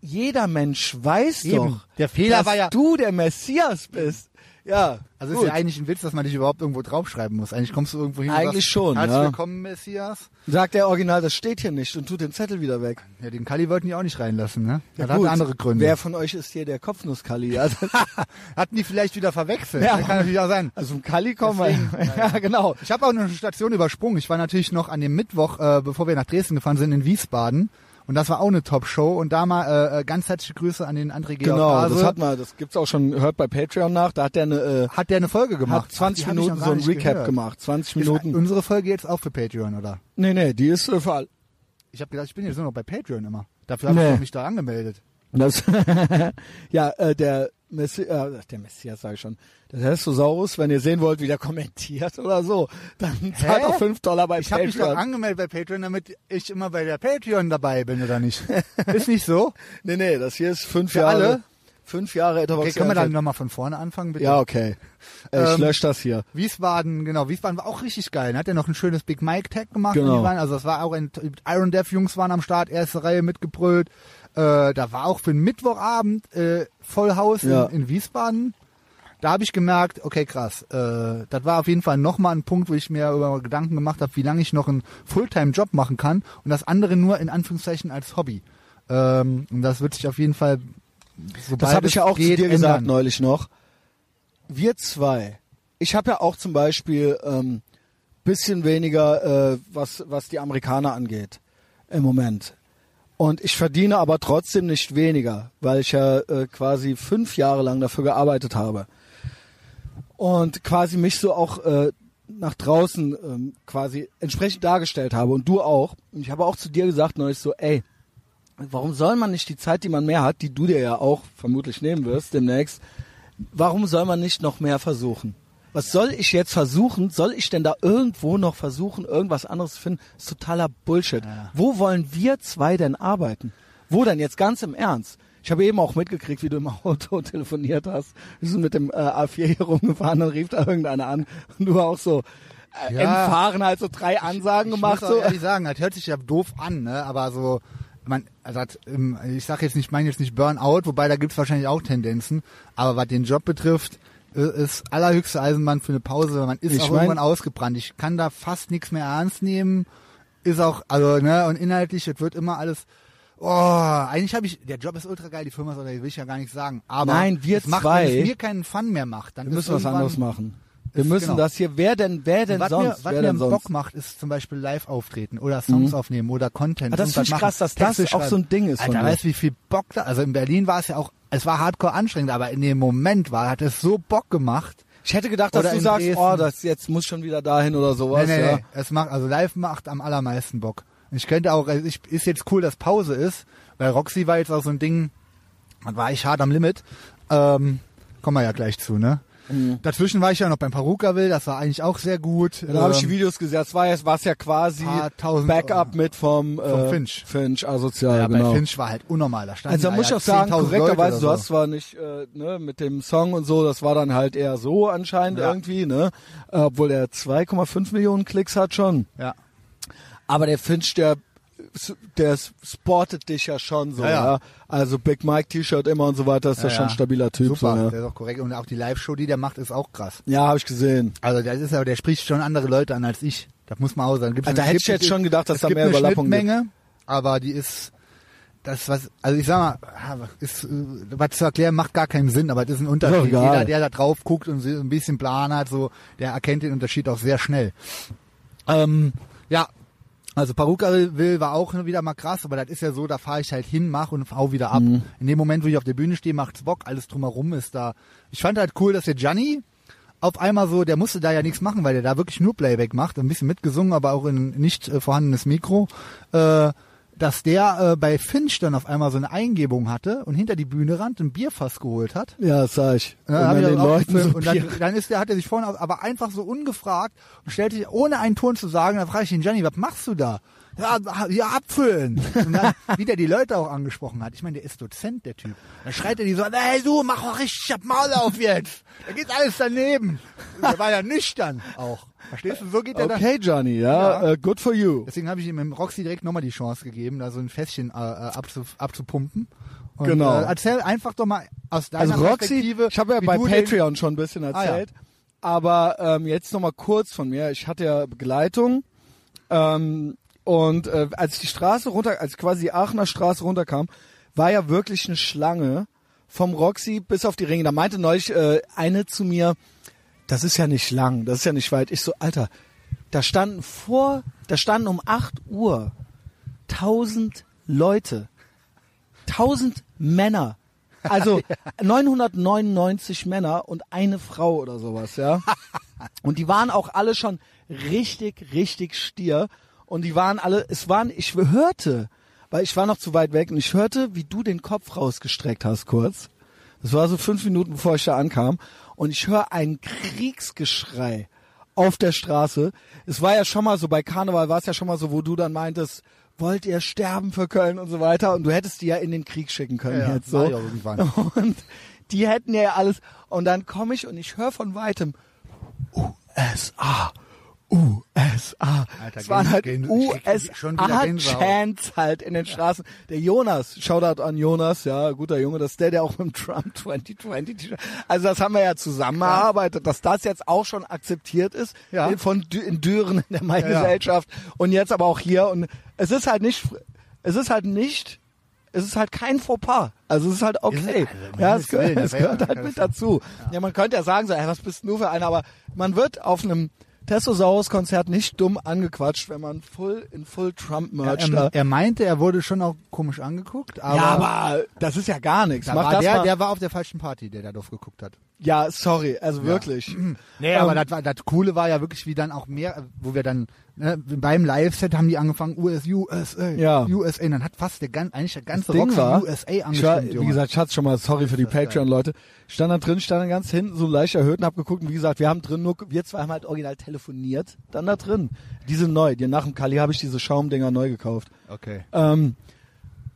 A: jeder Mensch weiß
B: Eben.
A: doch,
B: Der Fehler
A: dass
B: war ja-
A: du der Messias bist. Ja,
B: Also
A: gut.
B: ist ja eigentlich ein Witz, dass man dich überhaupt irgendwo draufschreiben muss. Eigentlich kommst du irgendwo hin und
A: Eigentlich
B: sagst,
A: schon,
B: Herzlich
A: ja.
B: willkommen, Messias.
A: sagt der Original, das steht hier nicht und tut den Zettel wieder weg.
B: Ja, den Kali wollten die auch nicht reinlassen, ne?
A: Ja,
B: das
A: gut.
B: hat andere Gründe.
A: Wer von euch ist hier der Kopfnuss-Kalli? Also,
B: [laughs] Hatten die vielleicht wieder verwechselt?
A: Ja.
B: Das kann natürlich auch sein.
A: also ein Kalli kommen wir. [laughs] Ja, genau.
B: Ich habe auch eine Station übersprungen. Ich war natürlich noch an dem Mittwoch, äh, bevor wir nach Dresden gefahren sind, in Wiesbaden. Und das war auch eine Top-Show. Und da mal äh, äh, ganz herzliche Grüße an den André Georg
A: Genau,
B: Hase.
A: das hat man, das gibt's auch schon, hört bei Patreon nach, da hat der eine, äh,
B: hat der eine Folge gemacht.
A: Hat 20
B: Ach, die hab ich
A: Minuten
B: noch
A: so
B: gar
A: ein
B: nicht
A: Recap
B: gehört.
A: gemacht. 20
B: Ist
A: Minuten.
B: unsere Folge jetzt auch für Patreon, oder?
A: Nee, nee, die ist äh, für alle.
B: Ich habe gedacht, ich bin jetzt nur noch bei Patreon immer. Dafür habe
A: Nee.
B: ich mich da angemeldet.
A: Das [laughs] ja, äh, der, Messi äh, der Messias, sage ich schon. Der Testosaurus, wenn ihr sehen wollt, wie der kommentiert [laughs] oder so, dann zahlt
B: Hä?
A: doch 5 Dollar bei
B: Ich habe mich doch
A: Patreon.
B: angemeldet bei Patreon, damit ich immer bei der Patreon dabei bin, oder nicht? [laughs] Ist nicht so?
A: nee, nee, das hier ist 5
B: Für
A: Jahre.
B: alle?
A: Fünf Jahre etwa
B: Okay, können wir dann nochmal von vorne anfangen, bitte?
A: Ja, okay. Äh, ich
B: Ähm,
A: lösche das hier.
B: Wiesbaden, genau, Wiesbaden war auch richtig geil. ne? Hat ja noch ein schönes Big Mike Tag gemacht.
A: Genau.
B: Und die waren, also das war auch ein Iron Death Jungs waren am Start, erste Reihe mitgebrüllt. Äh, da war auch für den Mittwochabend äh, Vollhaus
A: Ja.
B: in, in Wiesbaden. Da habe ich gemerkt, okay, krass. Äh, das war auf jeden Fall nochmal ein Punkt, wo ich mir über Gedanken gemacht habe, wie lange ich noch einen Fulltime-Job machen kann und das andere nur in Anführungszeichen als Hobby. Ähm, und das wird sich auf jeden Fall sobald
A: Das habe ich
B: es
A: ja auch zu
B: geht,
A: dir gesagt
B: ändern.
A: neulich noch. Wir zwei. Ich habe ja auch zum Beispiel ähm, bisschen weniger, äh, was, was die Amerikaner angeht im Moment. Und ich verdiene aber trotzdem nicht weniger, weil ich ja äh, quasi fünf Jahre lang dafür gearbeitet habe. Und quasi mich so auch äh, nach draußen ähm, quasi entsprechend dargestellt habe und du auch. Und ich habe auch zu dir gesagt neulich so, ey, warum soll man nicht die Zeit, die man mehr hat, die du dir ja auch vermutlich nehmen wirst demnächst, warum soll man nicht noch mehr versuchen? Was soll ich jetzt versuchen? Soll ich denn da irgendwo noch versuchen, irgendwas anderes zu finden? Das ist totaler Bullshit. Wo wollen wir zwei denn arbeiten? Wo denn jetzt ganz im Ernst? Ich habe eben auch mitgekriegt, wie du im Auto [laughs] telefoniert hast. Wir sind mit dem äh, A4 hier rumgefahren, dann rief da irgendeiner an und du auch so äh,
B: Ja.
A: entfahren, halt so drei Ansagen
B: Ich
A: gemacht.
B: muss auch
A: So.
B: ehrlich sagen, das hört sich ja doof an, ne? aber so, man, also das, ähm, ich sag jetzt nicht, meine jetzt nicht Burnout, wobei da gibt's wahrscheinlich auch Tendenzen, aber was den Job betrifft, äh, ist allerhöchste Eisenbahn für eine Pause, weil man ist
A: Ich
B: auch
A: mein-
B: irgendwann ausgebrannt. Ich kann da fast nichts mehr ernst nehmen, ist auch, also, ne, und inhaltlich, es wird immer alles, oh, eigentlich habe ich, der Job ist ultra geil, die Firma ist, ultra geil, will ich ja gar nicht sagen, aber
A: Nein, wir
B: es macht,
A: zwei-
B: wenn es mir keinen Fun mehr macht, dann
A: Wir
B: ist
A: müssen was
B: irgendwann-
A: anderes machen. Wir
B: ist-
A: müssen
B: genau.
A: das hier, wer denn, wer denn
B: was
A: sonst?
B: mir, was
A: wer
B: mir
A: denn sonst?
B: Bock macht, ist zum Beispiel live auftreten oder Songs aufnehmen oder Content.
A: Ah, das
B: irgendwas
A: find ich
B: machen,
A: krass, dass
B: Texte
A: das auch
B: schreiben.
A: so ein Ding ist von
B: Alter,
A: dir.
B: weißt du, wie viel Bock da, also in Berlin war es ja auch, es war hardcore anstrengend, aber in dem Moment war, hat es so Bock gemacht.
A: Ich hätte gedacht, dass
B: Oder
A: du
B: in
A: sagst,
B: Dresden.
A: oh, das jetzt muss schon wieder dahin oder sowas.
B: nee, nee,
A: ja.
B: nee. Es macht, also live macht am allermeisten Bock. Ich könnte auch, also ich, ist jetzt cool, dass Pause ist, weil Roxy war jetzt auch so ein Ding, da war ich hart am Limit. Ähm, kommen wir ja gleich zu, ne?
A: Mhm.
B: Dazwischen war ich ja noch beim Paruka will, das war eigentlich auch sehr gut.
A: Da habe ich die
B: Ähm,
A: Videos gesehen. Das war ja, war's ja quasi
B: Paar tausend
A: Backup
B: Euro.
A: mit vom, äh,
B: Vom Finch.
A: Finch asozial,
B: Ja,
A: genau.
B: bei Finch war halt unnormal. Da standen
A: also da
B: da
A: muss ich
B: ja
A: auch sagen,
B: 10.000 Leute
A: korrekterweise,
B: oder
A: du hast
B: so.
A: zwar nicht äh, ne, mit dem Song und so, das war dann halt eher so anscheinend
B: Ja.
A: irgendwie, ne? Äh, Obwohl er 2,5 Millionen Klicks hat schon.
B: Ja.
A: Aber der Finch, der, der sportet dich ja schon so, ja.
B: Ja, ja.
A: Also Big Mike T-Shirt immer und so weiter, ist ja,
B: Ja,
A: schon ein
B: ja.
A: stabiler Typ.
B: Super,
A: So,
B: der
A: ja,
B: ist auch korrekt. Und auch die Live-Show, die der macht, ist auch krass.
A: ja habe ich gesehen.
B: Also das ist aber, der spricht schon andere Leute an als ich. Das muss man auch sagen. Gibt's
A: Also, da
B: eine-
A: hätte ich
B: gibt-
A: jetzt schon gedacht, dass
B: es
A: da
B: gibt
A: mehr
B: eine
A: Überlappung gibt.
B: Schnittmenge, aber die ist das was, also ich sag mal, ist, äh, was zu erklären macht gar keinen Sinn, aber das ist ein Unterschied.
A: egal.
B: Jeder, der da drauf guckt und so ein bisschen Plan hat, so, der erkennt den Unterschied auch sehr schnell. Ähm, ja, Also Perucaville war auch wieder mal krass, aber das ist ja so, da fahre ich halt hin, mach und hau wieder ab.
A: Mhm.
B: In dem Moment, wo ich auf der Bühne stehe, macht's Bock, alles drumherum ist da. Ich fand halt cool, dass der Gianni auf einmal so, der musste da ja nichts machen, weil der da wirklich nur Playback macht, ein bisschen mitgesungen, aber auch in nicht äh, vorhandenes Mikro, äh, dass der äh, bei Finch dann auf einmal so eine Eingebung hatte und hinter die Bühne rannte, ein Bierfass geholt hat.
A: Ja, das sag ich.
B: Und dann,
A: und
B: hab
A: dann
B: ich
A: den
B: das auch
A: Leuten
B: gefilmt.
A: so
B: und
A: Bier.
B: dann, dann ist der, hat er sich vorne, auf- aber einfach so ungefragt und stellte sich, ohne einen Ton zu sagen, dann frage ich ihn, Jenny, was machst du da? Ja, ha- ja, abfüllen. Und dann, [laughs] wie der die Leute auch angesprochen hat. Ich meine, der ist Dozent, der Typ. Dann schreit er die so, an, hey du, mach mal richtig ab Maul auf jetzt. Da geht alles daneben. Der war ja nüchtern auch. Verstehst du, so geht er da.
A: Okay, Johnny, ja,
B: Ja.
A: äh, good for you.
B: Deswegen habe ich ihm im Roxy direkt nochmal die Chance gegeben, da so ein Fässchen äh, äh, abzu, abzupumpen. Und,
A: Genau.
B: Äh, erzähl einfach doch mal aus deiner
A: Also Roxy,
B: Perspektive.
A: ich habe ja
B: wie
A: bei
B: du den-
A: Patreon schon ein bisschen
B: Ah, ja.
A: erzählt, aber ähm, jetzt nochmal kurz von mir. Ich hatte ja Begleitung ähm, und äh, als ich die Straße runter, als quasi die Aachener Straße runterkam, war ja wirklich eine Schlange vom Roxy bis auf die Ringe. Da meinte neulich äh, eine zu mir, das ist ja nicht lang, das ist ja nicht weit. Ich so, Alter, da standen vor, da standen um 8 Uhr 1000 Leute. 1000 Männer. Also 999 Männer und eine Frau oder sowas, ja. Und die waren auch alle schon richtig, richtig stier. Und die waren alle, es waren, ich hörte, weil ich war noch zu weit weg und ich hörte, wie du den Kopf rausgestreckt hast kurz. Das war so fünf Minuten, bevor ich da ankam. Und ich höre ein Kriegsgeschrei auf der Straße. Es war ja schon mal so, bei Karneval war es ja schon mal so, wo du dann meintest, wollt ihr sterben für Köln und so weiter. Und du hättest die ja in den Krieg schicken können
B: Ja, ja,
A: jetzt
B: war
A: so.
B: ja irgendwann.
A: [laughs] Und die hätten ja alles. Und dann komme ich und ich höre von weitem USA. USA.
B: Alter,
A: es waren
B: Gän-
A: halt
B: Gän- ich krieg schon wieder Gänsehaut.
A: USA-Chants halt in den Straßen. Der Jonas, Shoutout an Jonas, ja, guter Junge, das ist der, der auch mit dem Trump 2020 T-Shirt. Also das haben wir ja zusammengearbeitet, dass das jetzt auch schon akzeptiert ist
B: Ja.
A: in- von Dü- in Düren in
B: Ja,
A: der
B: ja.
A: Main-Gesellschaft und jetzt aber auch hier. Und es ist halt nicht, es ist halt nicht, es ist halt kein Fauxpas. Also es ist halt
B: Ist es-
A: okay.
B: also, um
A: ja,
B: Himmels
A: es gehört,
B: Willen,
A: es
B: das wär-
A: gehört halt mit dazu. Ja. man könnte ja sagen, so, ey, was bist denn du für einer, aber man wird auf einem Testosaurus-Konzert nicht dumm angequatscht, wenn man full in full Trump-Merch
B: Er, ähm,
A: da.
B: er meinte, er wurde schon auch komisch angeguckt, aber,
A: ja, aber das ist ja gar nichts.
B: da
A: Mach
B: war
A: das
B: der,
A: mal.
B: der war auf der falschen Party, der da drauf geguckt hat.
A: ja, sorry, also wirklich.
B: Mhm.
A: Ähm,
B: Nee, aber das, war, das Coole war ja wirklich, wie dann auch mehr, äh, wo wir dann ne, beim Live-Set haben die angefangen, US, USA,
A: Ja.
B: USA, dann hat fast der gan eigentlich der ganze
A: Ding
B: Rock
A: war,
B: USA
A: ich war,
B: angestimmt,
A: wie
B: Junge.
A: gesagt, Schatz, schon mal sorry für die Patreon-Leute. Ich Stand da drin, stand dann ganz hinten so leicht erhöht und hab geguckt. Und wie gesagt, wir haben drin nur, wir zwei haben halt original telefoniert, dann da drin. Die sind neu. Die nach dem Kali habe ich diese Schaumdinger neu gekauft.
B: okay.
A: Ähm,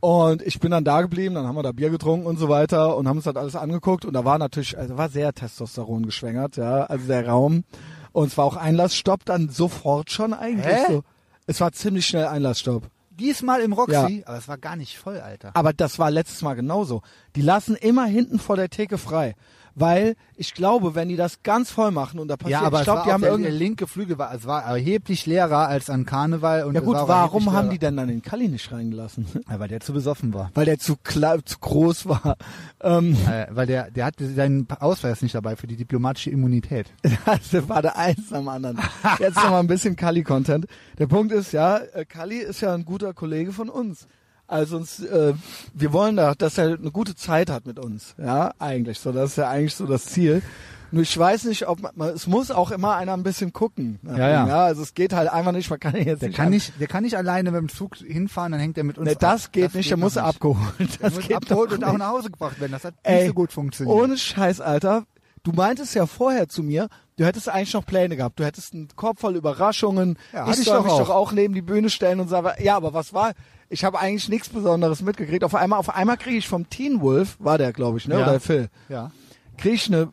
A: und ich bin dann da geblieben, dann haben wir da Bier getrunken und so weiter und haben uns das alles angeguckt und da war natürlich, also war sehr Testosteron geschwängert, ja, also der Raum. Und es war auch Einlassstopp dann sofort schon eigentlich
B: Hä?
A: so. Es war ziemlich schnell Einlassstopp.
B: Diesmal im Roxy, aber es war gar nicht voll, Alter.
A: Aber das war letztes Mal genauso. Die lassen immer hinten vor der Theke frei. Weil ich glaube, wenn die das ganz voll machen und da passiert,
B: ja, aber
A: ich glaube,
B: es war
A: die
B: auch
A: haben
B: der,
A: irgendeine
B: der linke Flügel war, es war erheblich leerer als an Karneval und
A: Ja
B: es
A: gut,
B: war auch
A: warum
B: erheblich
A: haben
B: leerer.
A: die denn dann den Kalli nicht reingelassen? [laughs]
B: Ja, weil der zu besoffen war.
A: Weil der zu, kle- zu groß war. Ähm,
B: Äh, weil der, der hatte seinen Ausweis nicht dabei für die diplomatische Immunität.
A: [laughs] Das war der eins am anderen. Jetzt noch mal ein bisschen Kali-Content. Der Punkt ist ja, äh, Kali ist ja ein guter Kollege von uns. Also uns, äh, wir wollen da, dass er eine gute Zeit hat mit uns. Ja, eigentlich. So, das ist ja eigentlich so das Ziel. Nur ich weiß nicht, ob man, man es muss auch immer einer ein bisschen gucken. nach
B: Ja, ja.
A: ihm, ja. Also es geht halt einfach nicht, man kann ihn jetzt
B: Der
A: nicht
B: kann
A: an-
B: nicht, der kann nicht alleine mit dem Zug hinfahren, dann hängt er mit uns.
A: Ne, das
B: ab.
A: geht nicht, der
B: noch
A: muss abgeholt. Das
B: muss
A: geht
B: abgeholt
A: doch
B: und auch nach Hause gebracht werden. Das hat
A: Ey,
B: nicht so gut funktioniert.
A: Ohne Scheiß, Alter. Du meintest ja vorher zu mir, du hättest eigentlich noch Pläne gehabt. Du hättest einen Korb voll Überraschungen.
B: Ja,
A: ich
B: hatte ich
A: soll
B: doch
A: mich
B: auch.
A: doch auch neben die Bühne stellen und sagen, ja, aber was war? Ich habe eigentlich nichts Besonderes mitgekriegt. Auf einmal, auf einmal kriege ich vom Teen Wolf, war der, glaube ich, ne?
B: Ja.
A: Oder der Phil
B: ja.
A: kriege ich eine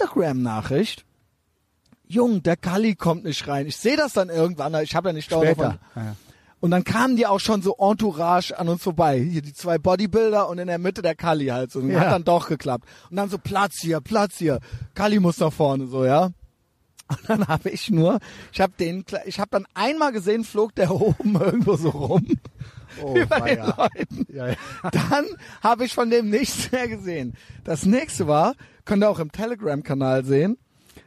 A: Instagram-Nachricht. Jung, der Kalli kommt nicht rein. Ich sehe das dann irgendwann. Ich habe ja nicht dauernd
B: Später.
A: davon. Und dann kamen die auch schon so entourage an uns vorbei. Hier die zwei Bodybuilder und in der Mitte der Kalli halt. So. Und
B: Ja.
A: hat dann doch geklappt. Und dann so Platz hier, Platz hier. Kalli muss nach vorne, so, ja. Und dann habe ich nur, ich habe den, kle- ich habe dann einmal gesehen, flog der [laughs] oben irgendwo so rum.
B: [laughs] Oh,
A: über den
B: weia.
A: Leuten.
B: Ja, ja.
A: Dann habe ich von dem nichts mehr gesehen. Das nächste war, könnt ihr auch im Telegram-Kanal sehen.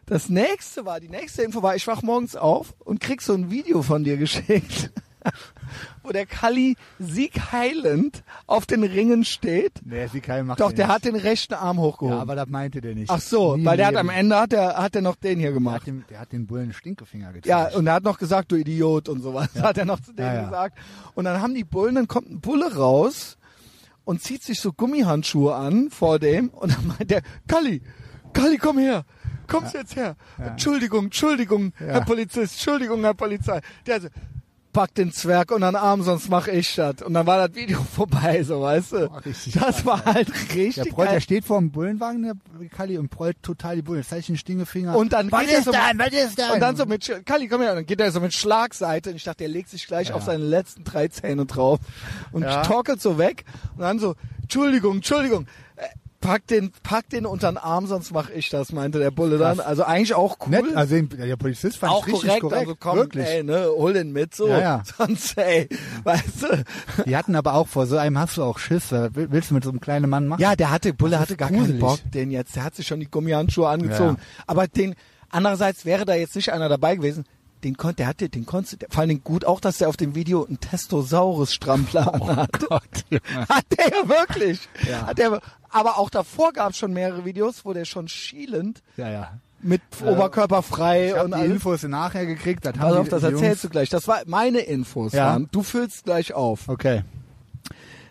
A: Das nächste war, die nächste Info war, ich wach morgens auf und krieg so ein Video von dir geschickt. [laughs] wo der Kalli siegheilend auf den Ringen steht.
B: Nee, sie keinen macht
A: Doch,
B: den
A: der
B: nicht.
A: hat den rechten Arm hochgehoben.
B: Ja, aber das meinte der nicht.
A: Ach so,
B: Nie
A: weil der hat
B: im
A: am
B: Leben.
A: Ende hat der, hat der noch den hier
B: Der
A: gemacht.
B: hat, den, der hat den Bullen Stinkefinger gezeigt.
A: Ja, und er hat noch gesagt, du Idiot und sowas, hat er noch zu denen
B: Ja, ja.
A: gesagt. Und dann haben die Bullen, dann kommt ein Bulle raus und zieht sich so Gummihandschuhe an vor dem und dann meint der, Kalli, Kalli, komm her, kommst jetzt her. Entschuldigung, Entschuldigung, Herr Polizist, Entschuldigung, Herr Polizei. Der so, pack den Zwerg unter den Arm, sonst mach ich das. Und dann war das Video [laughs] vorbei, so weißt du.
B: Boah, richtig
A: das
B: krass,
A: war halt
B: der,
A: richtig
B: prollt, der
A: geil.
B: steht vor dem Bullenwagen, der Kalli, und prollt total die Bullen. Das zeigt den Stinkefinger.
A: Und dann
B: was
A: geht er
B: ist
A: so-
B: da? Was ist da?
A: Und dann so mit, Sch- Kalli, komm her, und dann geht er so mit Schlagseite und ich dachte, der legt sich gleich
B: Ja.
A: auf seine letzten drei Zähne drauf und
B: Ja.
A: torkelt so weg und dann so, Entschuldigung, Entschuldigung, äh, pack den, pack den unter den Arm, sonst mach ich das, meinte der Bulle dann. Also eigentlich auch cool.
B: Nett, also den, der Polizist fand
A: auch
B: ich richtig
A: korrekt,
B: korrekt.
A: also komm,
B: wirklich.
A: ey, ne, hol den mit, so,
B: Ja, ja.
A: [laughs] sonst, ey, weißt du.
B: Die hatten aber auch vor so einem hast du auch Schiss. Was will- willst du mit so einem kleinen Mann machen?
A: Ja, der hatte, Bulle hatte
B: ist
A: gar keinen
B: Also gruselig.
A: Bock, den jetzt, der hat sich schon die Gummihandschuhe angezogen. Aber den, andererseits wäre da jetzt nicht einer dabei gewesen, den konnte, der hatte, den konnte, vor allen Dingen gut auch, dass der auf dem Video einen Testosaurus-Strampler hatte. [laughs] hat der ja wirklich.
B: Oh Ja.
A: Hat der, aber auch davor gab es schon mehrere Videos, wo der schon schielend
B: ja, ja.
A: mit Oberkörper
B: Ich
A: frei
B: hab
A: und
B: die
A: alles.
B: Infos nachher gekriegt. Das
A: Pass
B: haben
A: auf,
B: die,
A: das
B: die Jungs.
A: erzählst du gleich. Das war meine Infos.
B: Ja.
A: waren. Du füllst gleich auf.
B: Okay.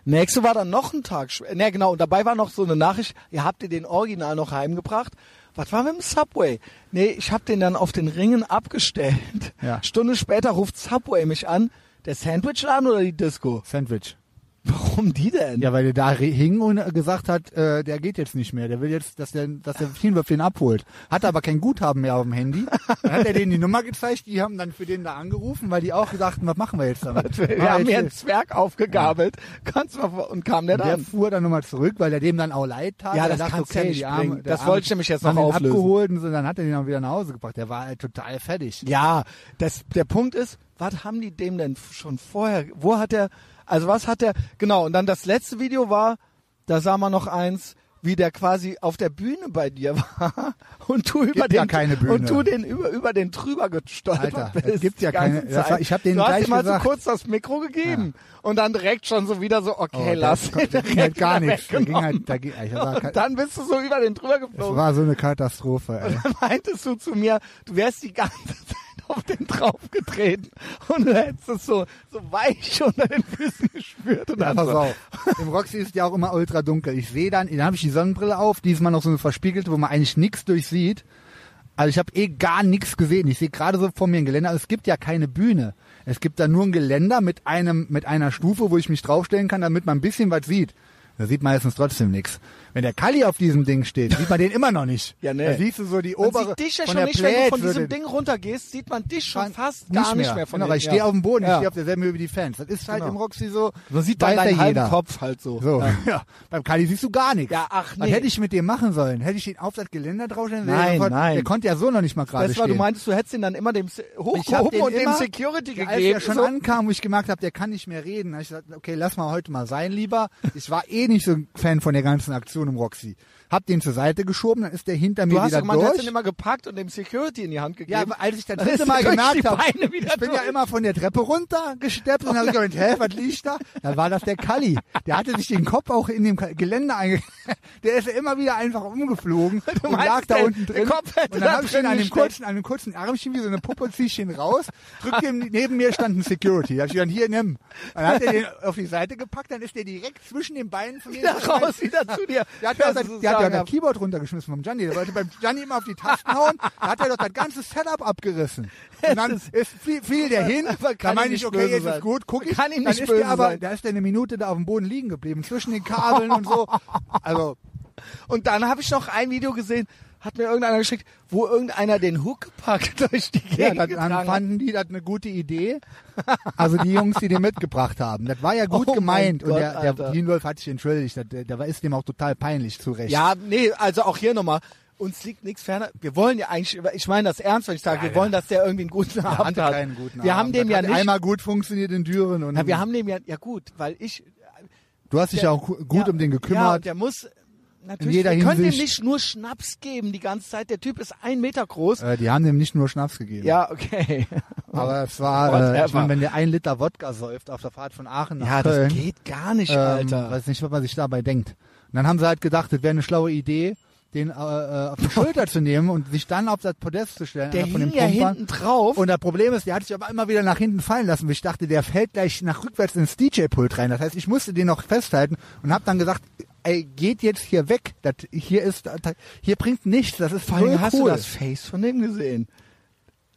A: Nächste war dann noch ein Tag später. Ne, genau, und dabei war noch so eine Nachricht, ihr habt ihr den Original noch heimgebracht. Was war mit dem Subway? Nee, ich hab den dann auf den Ringen abgestellt.
B: Ja.
A: Stunde später ruft Subway mich an. Der Sandwichladen oder die Disco?
B: Sandwich.
A: Warum die denn?
B: Ja, weil der da re- hing und gesagt hat, äh, der geht jetzt nicht mehr. Der will jetzt, dass der, dass der Teamwurf den abholt. Hat aber kein Guthaben mehr auf dem Handy. Dann hat er denen die Nummer gezeigt. Die haben dann für den da angerufen, weil die auch sagten, was machen wir jetzt damit?
A: [laughs] Wir
B: Ah,
A: haben
B: jetzt-
A: hier einen Zwerg aufgegabelt. Kannst mal vor- und kam der
B: der
A: dann.
B: fuhr dann nochmal zurück, weil er dem dann auch leid tat.
A: Ja,
B: Er
A: das
B: dachte,
A: kannst du ja
B: okay,
A: nicht
B: die Arme-
A: bringen.
B: der
A: Das
B: Arme-
A: wollte ich nämlich jetzt
B: haben
A: noch
B: ihn
A: auflösen.
B: abgeholt und so, dann hat er den auch wieder nach Hause gebracht. Der war halt total fertig.
A: Ja, das, der Punkt ist, was haben die dem denn f- schon vorher, wo hat er, also was hat er, genau, und dann das letzte Video war, da sah man noch eins, wie der quasi auf der Bühne bei dir [laughs] war und du über
B: ja
A: den
B: keine Bühne.
A: und du den über, über den drüber gestolpert
B: Alter,
A: bist.
B: es gibt ja
A: die ganze
B: keine- das
A: Zeit.
B: war- ich hab denen
A: du hast
B: gleich
A: ihm mal
B: gesagt.
A: so kurz das Mikro gegeben und dann direkt schon so wieder so okay,
B: Oh, der- [laughs]
A: lass
B: der
A: [laughs] ihn
B: ging halt gar
A: wieder
B: nichts. Der ging
A: weggenommen.
B: halt, da ging, ich
A: [laughs]
B: war,
A: und dann bist du so über den drüber
B: das
A: geflogen.
B: war so eine Katastrophe,
A: [laughs]
B: ey.
A: Dann meintest du zu mir, du wärst die ganze Zeit auf den draufgetreten und du hättest es so, so weich unter den Füßen gespürt. Und
B: Ja,
A: dann
B: pass
A: so,
B: auf. Im Roxy ist ja auch immer ultra dunkel. Ich sehe dann, dann habe ich die Sonnenbrille auf, diesmal noch so eine verspiegelte, wo man eigentlich nichts durchsieht. Also ich habe eh gar nichts gesehen. Ich sehe gerade so vor mir ein Geländer. Also Es gibt ja keine Bühne. Es gibt da nur ein Geländer mit einem mit einer Stufe, wo ich mich draufstellen kann, damit man ein bisschen was sieht. Da sieht man meistens trotzdem nichts. Wenn der Kali auf diesem Ding steht, sieht man den immer noch nicht.
A: Ja, nee.
B: Da siehst du so die
A: Man
B: obere
A: sieht dich ja
B: von
A: schon
B: der
A: nicht, wenn du von
B: Plate so
A: diesem
B: den-
A: Ding runtergehst, sieht man dich schon fast
B: nicht
A: gar nicht mehr, von
B: genau,
A: dem.
B: weil ich stehe auf dem Boden, ich
A: Ja.
B: stehe auf derselben Höhe wie die Fans. Das ist halt
A: Genau.
B: im Roxy so,
A: Man sieht
B: weiß
A: dann deinen
B: ja
A: halben
B: jeder.
A: Kopf halt so.
B: So, ja. Beim Kali siehst du gar nichts.
A: Ja, ach,
B: Was
A: nee.
B: hätte ich mit dem machen sollen? Hätte ich ihn auf das Geländer draufstellen sollen?
A: Nein,
B: Der-
A: nein.
B: Der konnte ja so noch nicht mal gerade
A: Das war,
B: stehen.
A: du meinst, du hättest ihn dann immer dem Se-
B: ich hab
A: hochgehoben
B: den
A: und dem
B: immer,
A: Security
B: Als
A: gegeben.
B: er schon
A: so.
B: ankam, wo ich gemerkt habe, der kann nicht mehr reden, hab ich gesagt, okay, lass mal heute mal sein, lieber. Ich war eh nicht so ein Fan von der ganzen Aktion im Roxy. Hab den zur Seite geschoben, dann ist der hinter
A: Du
B: mir
A: hast
B: wieder
A: doch gemeint, du hättest
B: durch.
A: ihn immer gepackt und dem Security in die Hand gegeben.
B: [laughs] Ja, aber als ich das
A: Dann
B: dritte
A: ist [laughs]
B: Mal
A: er durch
B: gemerkt
A: die
B: habe,
A: Beine wieder
B: ich bin ja
A: durch.
B: immer von der Treppe runtergesteppt und habe gedacht, hä, was liegt da? Dann war das der Kalli. Der hatte sich den Kopf auch in dem Ka- Geländer einge... [laughs] Der ist ja immer wieder einfach umgeflogen
A: Du
B: und
A: meinst,
B: lag da
A: der-
B: unten
A: der
B: drin.
A: Kopf hätte
B: und
A: da
B: dann habe ich ihn
A: drin
B: an dem,
A: gesteckt.
B: kurzen, an dem kurzen Armchen wie so eine Puppe zieh ich ihn raus, drückt ihm, neben mir stand ein Security. Da hab ich gesagt, hier, nimm. Dann hat er den auf die Seite gepackt, dann ist der direkt zwischen den Beinen von mir [laughs]
A: wieder raus, [laughs] wieder zu dir.
B: der hat, ja
A: Das
B: das,
A: ist
B: der hat ja
A: sagenhaft.
B: das Keyboard runtergeschmissen vom Gianni. Der wollte beim Gianni immer auf die Tasten hauen. Da hat er doch das ganze Setup
A: [laughs]
B: abgerissen. Und dann ist, fiel, fiel der hin.
A: Aber kann
B: Da
A: ihm
B: meine
A: nicht
B: ich, okay,
A: böse
B: jetzt
A: sein.
B: ist gut, guck ich.
A: Kann ihm
B: dann
A: nicht
B: ist
A: böse
B: der aber,
A: sein.
B: da ist der eine Minute da auf dem Boden liegen geblieben, zwischen den Kabeln und
A: [laughs]
B: so. Also,
A: Und dann habe ich noch ein Video gesehen, hat mir irgendeiner geschickt, wo irgendeiner den Huckepack [laughs] durch die
B: ja,
A: Gegend
B: dann,
A: getragen
B: dann
A: hat.
B: fanden die das eine gute Idee. Also die Jungs, die den mitgebracht haben. Das war ja gut
A: Oh mein
B: gemeint. und
A: Gott,
B: der,
A: Alter.
B: der Dienwolf hat sich entschuldigt. Das- Der, der war- ist dem auch total peinlich, zu Recht.
A: Ja, nee, also auch hier nochmal. Uns liegt nichts ferner. Wir wollen ja eigentlich, ich meine das ernst, wenn ich sage, wir wollen, dass der irgendwie einen guten
B: Er
A: Abend
B: hatte
A: hat.
B: keinen guten
A: wir
B: Abend.
A: haben dem
B: Das
A: ja
B: hat
A: nicht,
B: einmal gut funktioniert in Düren und
A: na, wir haben dem ja, ja gut, weil ich,
B: Du hast dich ja auch gu- gut
A: ja,
B: um den
A: Ja,
B: gekümmert.
A: der muss, natürlich,
B: jeder
A: wir können dem
B: Hinsicht.
A: nicht nur Schnaps geben die ganze Zeit. Der Typ ist ein Meter groß.
B: Äh, die haben dem nicht nur Schnaps gegeben.
A: Ja, okay.
B: Aber es war, äh,
A: Whatever.
B: ich meine, wenn der ein Liter Wodka säuft auf der Fahrt von Aachen [laughs] nach
A: Ja,
B: Köln,
A: das geht gar nicht,
B: ähm,
A: Alter.
B: weiß nicht, was man sich dabei denkt. Und dann haben sie halt gedacht, es wäre eine schlaue Idee, den äh, äh,
A: [laughs]
B: auf die Schulter zu nehmen und sich dann auf das Podest zu stellen.
A: Der
B: einer von
A: hing
B: den
A: ja
B: Pumpern.
A: hinten drauf.
B: Und das Problem ist, der hat sich aber immer wieder nach hinten fallen lassen. Ich dachte, der fällt gleich nach rückwärts ins DJ-Pult rein. Das heißt, ich musste den noch festhalten und habe dann gesagt, ey, geht jetzt hier weg. Das hier ist, das, hier bringt nichts. Das ist
A: Vor
B: null
A: allem hast
B: cool.
A: du das Face von dem gesehen.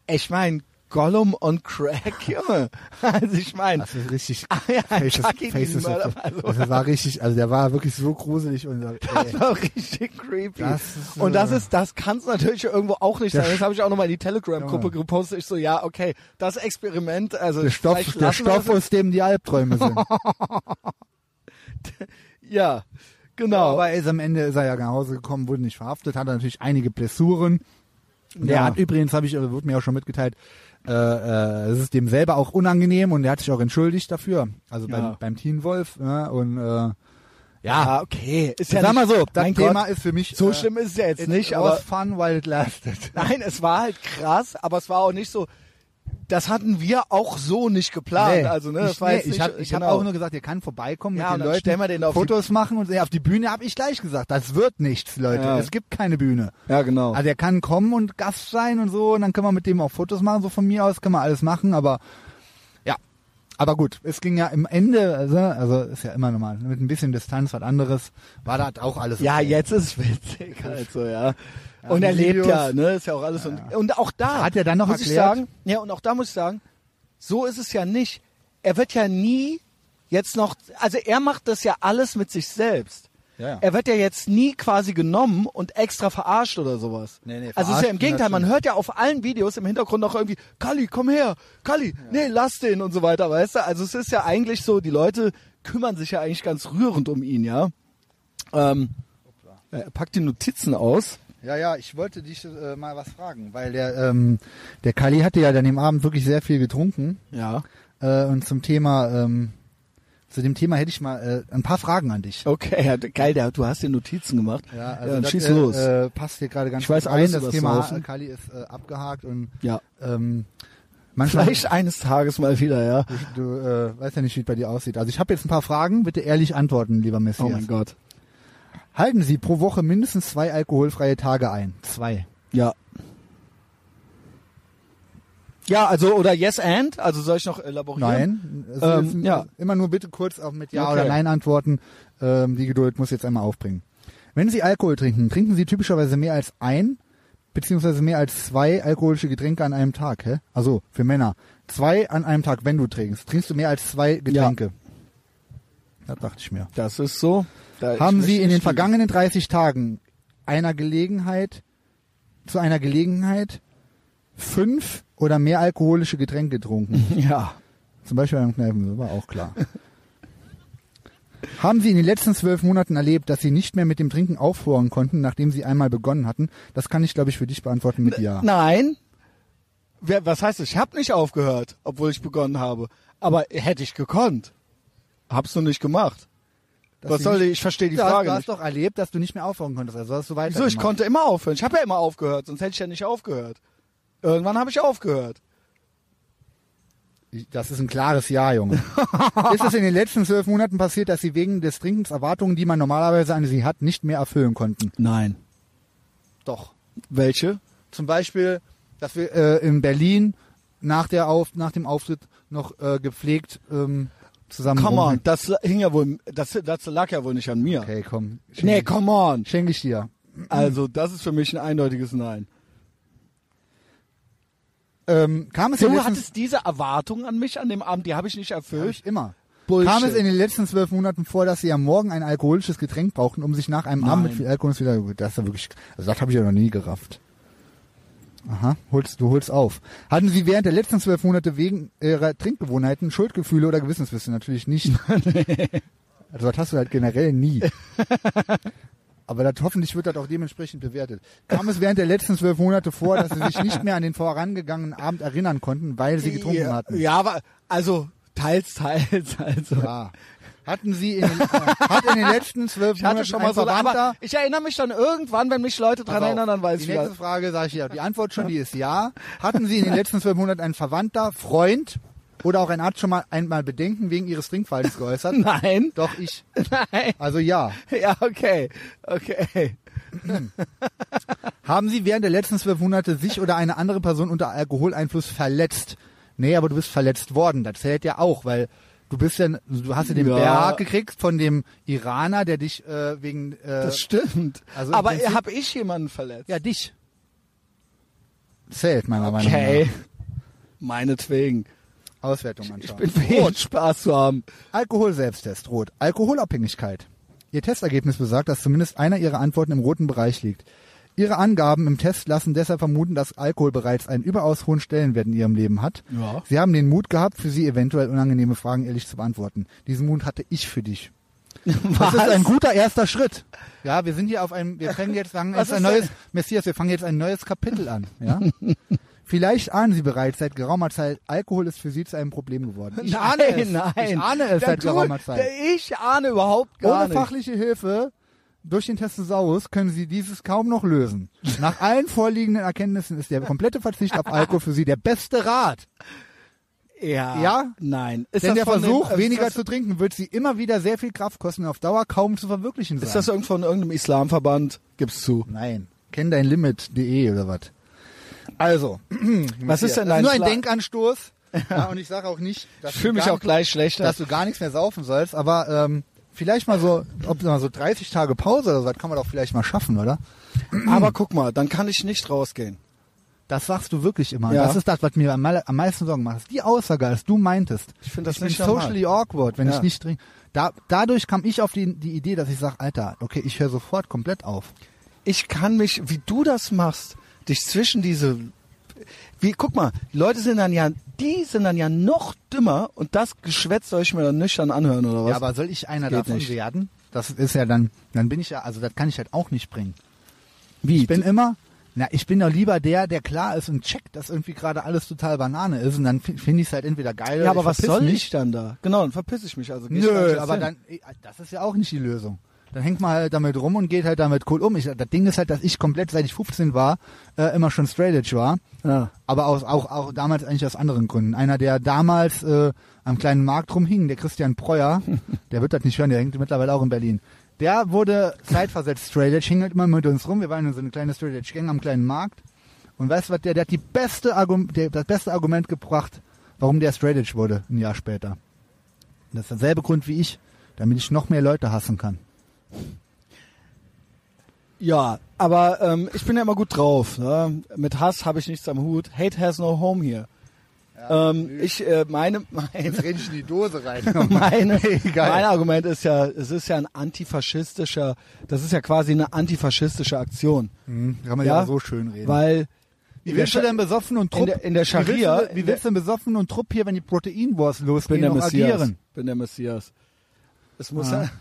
A: Ich mein, Gollum on Crack, [laughs] Junge. Also ich
B: [laughs]
A: mein,
B: Das ist richtig.
A: ah, ja,
B: Faces,
A: Chucky,
B: Faces, [laughs]
A: diesen Mörder, [laughs]
B: das war richtig, also der war wirklich so gruselig und äh, ey,
A: Das war richtig creepy.
B: Das ist,
A: und das
B: äh,
A: ist, das kann es natürlich irgendwo auch nicht
B: Der
A: sein. Das habe ich auch nochmal in die Telegram-Gruppe
B: Junge.
A: gepostet. Ich so, ja, okay, das Experiment, also
B: der Stoff,
A: vielleicht
B: der
A: lassen wir
B: Stoff,
A: das-
B: aus dem die Albträume
A: [laughs]
B: sind.
A: Ja, genau.
B: Aber er ist am Ende ist er ja nach Hause gekommen, wurde nicht verhaftet, hatte natürlich einige Blessuren. Und
A: Ja.
B: Er hat übrigens, habe ich, äh, wurde mir auch schon mitgeteilt, äh, äh, es ist dem selber auch unangenehm und er hat sich auch entschuldigt dafür. Also beim,
A: Ja.
B: beim Teen Wolf. Ja, und äh, ja,
A: ja, Ah, okay. Ist ja
B: Ah. sag
A: nicht,
B: mal so, das
A: mein
B: Thema
A: Gott,
B: ist für mich
A: so
B: äh,
A: schlimm ist es ja jetzt
B: it
A: nicht,
B: was
A: aber
B: fun while it lasted.
A: Nein, es war halt krass, aber es war auch nicht so. Das hatten wir auch so nicht geplant. also ne, das
B: ich,
A: war
B: nee,
A: jetzt
B: ich
A: nicht,
B: habe ich hab
A: genau.
B: auch nur gesagt, ihr kann vorbeikommen
A: Ja, und
B: mit den
A: dann
B: Leuten,
A: stellen wir den auf die-
B: Fotos machen und ja, auf die Bühne habe ich gleich gesagt, das wird nichts, Leute,
C: Ja.
B: es gibt keine Bühne.
C: Ja, genau.
B: Also er kann kommen und Gast sein und so, und dann können wir mit dem auch Fotos machen, so von mir aus können wir alles machen, aber ja. Aber gut, es ging ja im Ende, also, also ist ja immer normal, mit ein bisschen Distanz, was anderes, war das auch alles.
A: Ja,
B: okay.
A: jetzt
B: [laughs]
A: ist witzig halt so, ja.
B: Ja,
A: Und er
B: die
A: lebt
B: Videos.
A: ja, ne, ist ja auch alles und, und auch da
B: Hat er dann noch
A: muss ich
B: erklärt?
A: sagen, ja und auch da muss ich sagen, so ist es ja nicht. Er wird ja nie jetzt noch, also er macht das ja alles mit sich selbst.
B: Ja, ja.
A: Er wird ja jetzt nie quasi genommen und extra verarscht oder sowas.
B: Nee, nee,
A: also es ist
B: verarscht
A: ja im Gegenteil, man
B: natürlich.
A: hört ja auf allen Videos im Hintergrund noch irgendwie, Kali, komm her, Kali, nee, lass den und so weiter, weißt du? Also es ist ja eigentlich so, die Leute kümmern sich ja eigentlich ganz rührend um ihn, ja. Ähm, er packt die Notizen aus.
B: Ja, ja, ich wollte dich äh, mal was fragen, weil der, ähm, der Kali hatte ja dann im Abend wirklich sehr viel getrunken.
A: Ja.
B: Äh, und zum Thema, ähm, zu dem Thema hätte ich mal äh, ein paar Fragen an dich.
A: Okay, ja, geil, der, du hast dir Notizen gemacht. ja, dann
B: das,
A: schieß
B: äh,
A: los.
B: Äh, passt hier gerade ganz
C: Ich weiß
B: gut
C: alles
B: rein. Das
C: übers
B: Thema
C: Saufen.
B: äh, Kali ist äh, abgehakt und
C: ja.
B: ähm, manchmal
C: Vielleicht eines Tages mal wieder, ja.
B: du äh, weißt ja nicht, wie es bei dir aussieht. Also ich habe jetzt ein paar Fragen, bitte ehrlich antworten, lieber
C: Oh
B: Messias.
C: mein Gott.
B: Halten Sie pro Woche mindestens zwei alkoholfreie Tage ein. Zwei.
C: Ja.
A: ja, also, oder yes and, also soll ich noch elaborieren?
B: Nein. Es
C: Oh, Ähm,
B: ist,
C: ja.
B: Immer nur bitte kurz auch mit Ja
A: Okay.
B: oder Nein antworten. Ähm, die Geduld muss jetzt einmal aufbringen. Wenn Sie Alkohol trinken, trinken Sie typischerweise mehr als ein beziehungsweise mehr als zwei alkoholische Getränke an einem Tag. Hä? Also für Männer. Zwei an einem Tag, wenn du trinkst. Trinkst du mehr als zwei Getränke. Das dachte ich mir.
C: Das ist so. Da
B: Haben
C: Äh, ich möchte
B: Sie in den
C: nicht lügen.
B: vergangenen 30 Tagen einer Gelegenheit, zu einer Gelegenheit fünf oder mehr alkoholische Getränke getrunken?
C: Ja.
B: Zum Beispiel beim Kneipen, war auch klar. Haben Sie in den letzten zwölf Monaten erlebt, dass Sie nicht mehr mit dem Trinken aufhören konnten, nachdem Sie einmal begonnen hatten? Das kann ich, glaube ich, für dich beantworten mit Ja.
A: Nein. Wer, was heißt das? Ich habe nicht aufgehört, obwohl ich begonnen habe. Aber hätte ich gekonnt. Hab's nur nicht gemacht.
B: Dass
A: was
B: Sie
A: soll
B: nicht-
A: ich? Ich verstehe die
B: Du hast-
A: Frage
B: Du hast
A: nicht.
B: doch erlebt, dass du nicht mehr aufhören konntest. Also hast du weiter.
A: Wieso? Ich konnte immer aufhören. Ich habe ja immer aufgehört, sonst hätte ich ja nicht aufgehört. Irgendwann habe ich aufgehört.
B: Das ist ein klares Ja,
A: [laughs]
B: Junge. ist es in den letzten zwölf Monaten passiert, dass Sie wegen des Trinkens Erwartungen, die man normalerweise an Sie hat, nicht mehr erfüllen konnten?
C: Nein.
B: Doch.
C: Welche?
B: Zum Beispiel, dass wir äh, in Berlin nach, der Auf nach dem Auftritt noch äh, gepflegt ähm, zusammen
A: Come
B: rum-
A: on, das hing ja wohl, das, das lag ja wohl nicht an mir.
B: Okay, komm. Schenke,
A: Nee, come on.
B: schenke ich dir.
A: Also, das ist für mich ein eindeutiges Nein.
B: Ähm, kam es in den
A: Du
B: letzten-
A: hattest diese Erwartung an mich an dem Abend, die habe ich nicht
B: Hab
A: erfüllt.
B: ich immer.
A: Bullshit.
B: Kam es in den letzten zwölf Monaten vor, dass sie am Morgen ein alkoholisches Getränk brauchten, um sich nach einem Abend mit
C: Nein.
B: viel Alkohol wieder. Das ist ja wirklich. Also das habe ich ja noch nie gerafft. Aha, holst, du holst auf. Hatten Sie während der letzten zwölf Monate wegen äh, Ihrer Trinkgewohnheiten Schuldgefühle oder Gewissenswisse? Natürlich
A: [laughs]
B: nicht. Also das hast du halt generell nie. Aber das, hoffentlich wird das auch dementsprechend bewertet. Kam es während der letzten zwölf Monate vor, dass Sie sich nicht mehr an den vorangegangenen Abend erinnern konnten, weil Sie getrunken
A: ja,
B: hatten?
A: Ja, aber, also, teils, teils, also.
B: Ja. Ah. Hatten Sie in, den- äh, hat in den letzten zwölf
A: Ich hatte
B: Monaten
A: schon
B: ein
A: mal so,
B: Verwandter?
A: aber ich erinnere mich dann irgendwann, wenn mich Leute dran
B: Pass auf,
A: erinnern, dann weiß
B: Die
A: ich
B: nächste
A: wieder.
B: Frage sage ich ja. Die Antwort schon, die ist ja. Hatten Sie in den letzten zwölf Monaten einen Verwandter, Freund oder auch einen Arzt schon mal einmal Bedenken wegen Ihres Trinkverhaltens geäußert?
A: Nein, [laughs]
B: Doch ich.
A: nein.
B: Also ja.
A: Ja, okay, okay.
B: Haben Sie während der letzten zwölf Monate sich oder eine andere Person unter Alkoholeinfluss verletzt? Nee, aber du bist verletzt worden. Das zählt ja auch, weil du bist ja, du hast ja den
D: Ja.
B: BH gekriegt von dem Iraner, der dich äh, wegen äh,
A: Das stimmt.
B: also im
A: aber
B: Prinzip-
A: habe ich jemanden verletzt?
B: ja dich zählt meiner Meinung
A: okay.
B: nach.
A: Meinetwegen.
B: Auswertung anschauen.
A: Ich bin für jeden Spaß zu haben.
B: Alkoholselbsttest rot. Alkoholabhängigkeit. Ihr Testergebnis besagt, dass zumindest einer Ihrer Antworten im roten Bereich liegt. Ihre Angaben im Test lassen deshalb vermuten, dass Alkohol bereits einen überaus hohen Stellenwert in Ihrem Leben hat.
D: Ja.
B: Sie haben den Mut gehabt, für Sie eventuell unangenehme Fragen ehrlich zu beantworten. Diesen Mut hatte ich für dich.
A: [laughs] Was?
B: Das ist ein guter erster Schritt. Ja, wir sind hier auf einem, wir fangen jetzt sagen,
A: [laughs] Was
B: jetzt ein
A: ist denn-
B: neues, Messias, wir fangen jetzt ein neues Kapitel an.
A: [laughs]
B: Ja? Vielleicht ahnen Sie bereits seit geraumer Zeit, Alkohol ist für Sie zu einem Problem geworden. Ich
A: nein,
B: ahne es.
A: nein.
B: Ich ahne es
A: Ja,
B: seit
A: gut,
B: geraumer Zeit.
A: Ich ahne überhaupt gar
B: Ohne
A: nicht.
B: fachliche Hilfe durch den Testosaurus können Sie dieses kaum noch lösen. Nach allen vorliegenden Erkenntnissen ist der komplette Verzicht auf Alkohol für Sie der beste Rat.
A: Ja.
B: Ja?
A: Nein. [laughs] Ist
B: Denn
A: das
B: der
A: von dem-
B: Versuch,
A: ist
B: weniger
A: das,
B: zu trinken, wird Sie immer wieder sehr viel Kraft kosten und auf Dauer kaum zu verwirklichen sein.
A: Ist das irgend- von irgendeinem Islamverband? Gib's zu.
B: Nein. Kenn dein Limit.de oder was? Also,
A: Was ist denn
B: das
A: dein
B: ist nur ein
A: Schlag-
B: Denkanstoß. Ja, und ich sage auch nicht, dass
A: Ich fühle
B: du
A: mich
B: gar-
A: auch gleich schlechter.
B: dass du gar nichts mehr saufen sollst, aber ähm, vielleicht mal so, ob mal so 30 Tage Pause oder so, das kann man doch vielleicht mal schaffen, oder?
A: Aber guck mal, dann kann ich nicht rausgehen.
B: Das sagst du wirklich immer.
A: Ja.
B: Das ist das, was mir am, mal- am meisten Sorgen macht. Das ist Die Aussage, als du meintest.
A: Ich find das
B: ich bin
A: nicht normal.
B: socially awkward, wenn
A: Ja.
B: ich nicht trinke. Da, dadurch kam ich auf die, die Idee, dass ich sage, Alter, okay, ich höre sofort komplett auf.
A: Ich kann mich, wie du das machst, dich zwischen diese, wie, guck mal, die Leute sind dann ja, die sind dann ja noch dümmer und das Geschwätz soll ich mir dann nüchtern anhören oder was?
B: Ja, aber soll ich einer
A: geht
B: davon
A: nicht.
B: werden? Das ist ja dann, dann bin ich ja, also das kann ich halt auch nicht bringen.
A: wie?
B: Ich bin immer, na, ich bin doch lieber der, der klar ist und checkt, dass irgendwie gerade alles total Banane ist und dann finde ich es halt entweder geil
A: ja,
B: oder
A: aber
B: ich
A: was
B: verpiss
A: soll
B: mich.
A: ich dann da? Genau, dann verpiss ich mich. Also geh ich gar
B: Nö,
A: nicht
B: aber
A: hin.
B: dann, äh, das ist ja auch nicht die Lösung. Dann hängt man halt damit rum und geht halt damit cool um. Ich, das Ding ist halt, dass ich komplett, seit ich 15 war, äh, immer schon straight edge war.
D: Ja.
B: Aber aus, auch, auch damals eigentlich aus anderen Gründen. Einer, der damals äh, am kleinen Markt rumhing, der Christian
A: [laughs]
B: Preuer, der wird das nicht hören, der hängt mittlerweile auch in Berlin. Der wurde zeitversetzt straight edge, hing halt immer mit uns rum. Wir waren in so eine kleine straight edge Gang am kleinen Markt. Und weißt du was, der, der hat die beste Argum der, das beste Argument gebracht, warum der straight edge wurde, ein Jahr später. Das ist derselbe Grund wie ich, damit ich noch mehr Leute hassen kann.
A: Ja, aber ähm, ich bin ja immer gut drauf. Ne? Mit Hass habe ich nichts am Hut. Hate has no home hier. ähm, ich äh, meine [laughs]
B: [laughs]
A: meine
B: rede ich in die Dose [laughs] rein.
A: meine,
B: Egal.
A: mein Argument ist ja, es ist ja ein antifaschistischer, das ist ja quasi eine antifaschistische Aktion,
B: Hm, Kann man ja,
A: Ja?
B: so schön reden.
A: weil
B: Wie willst du denn besoffen und
A: in
B: Trupp?
A: der, in der
B: wie,
A: Scharia,
B: willst du, wie
A: in der,
B: willst du denn besoffen und Trupp hier, wenn die Proteinwurst
A: ich bin
B: losgehen
A: der
B: und
A: Messias,
B: agieren?
A: bin der Messias. Es muss
B: Ah.
A: ja, [laughs]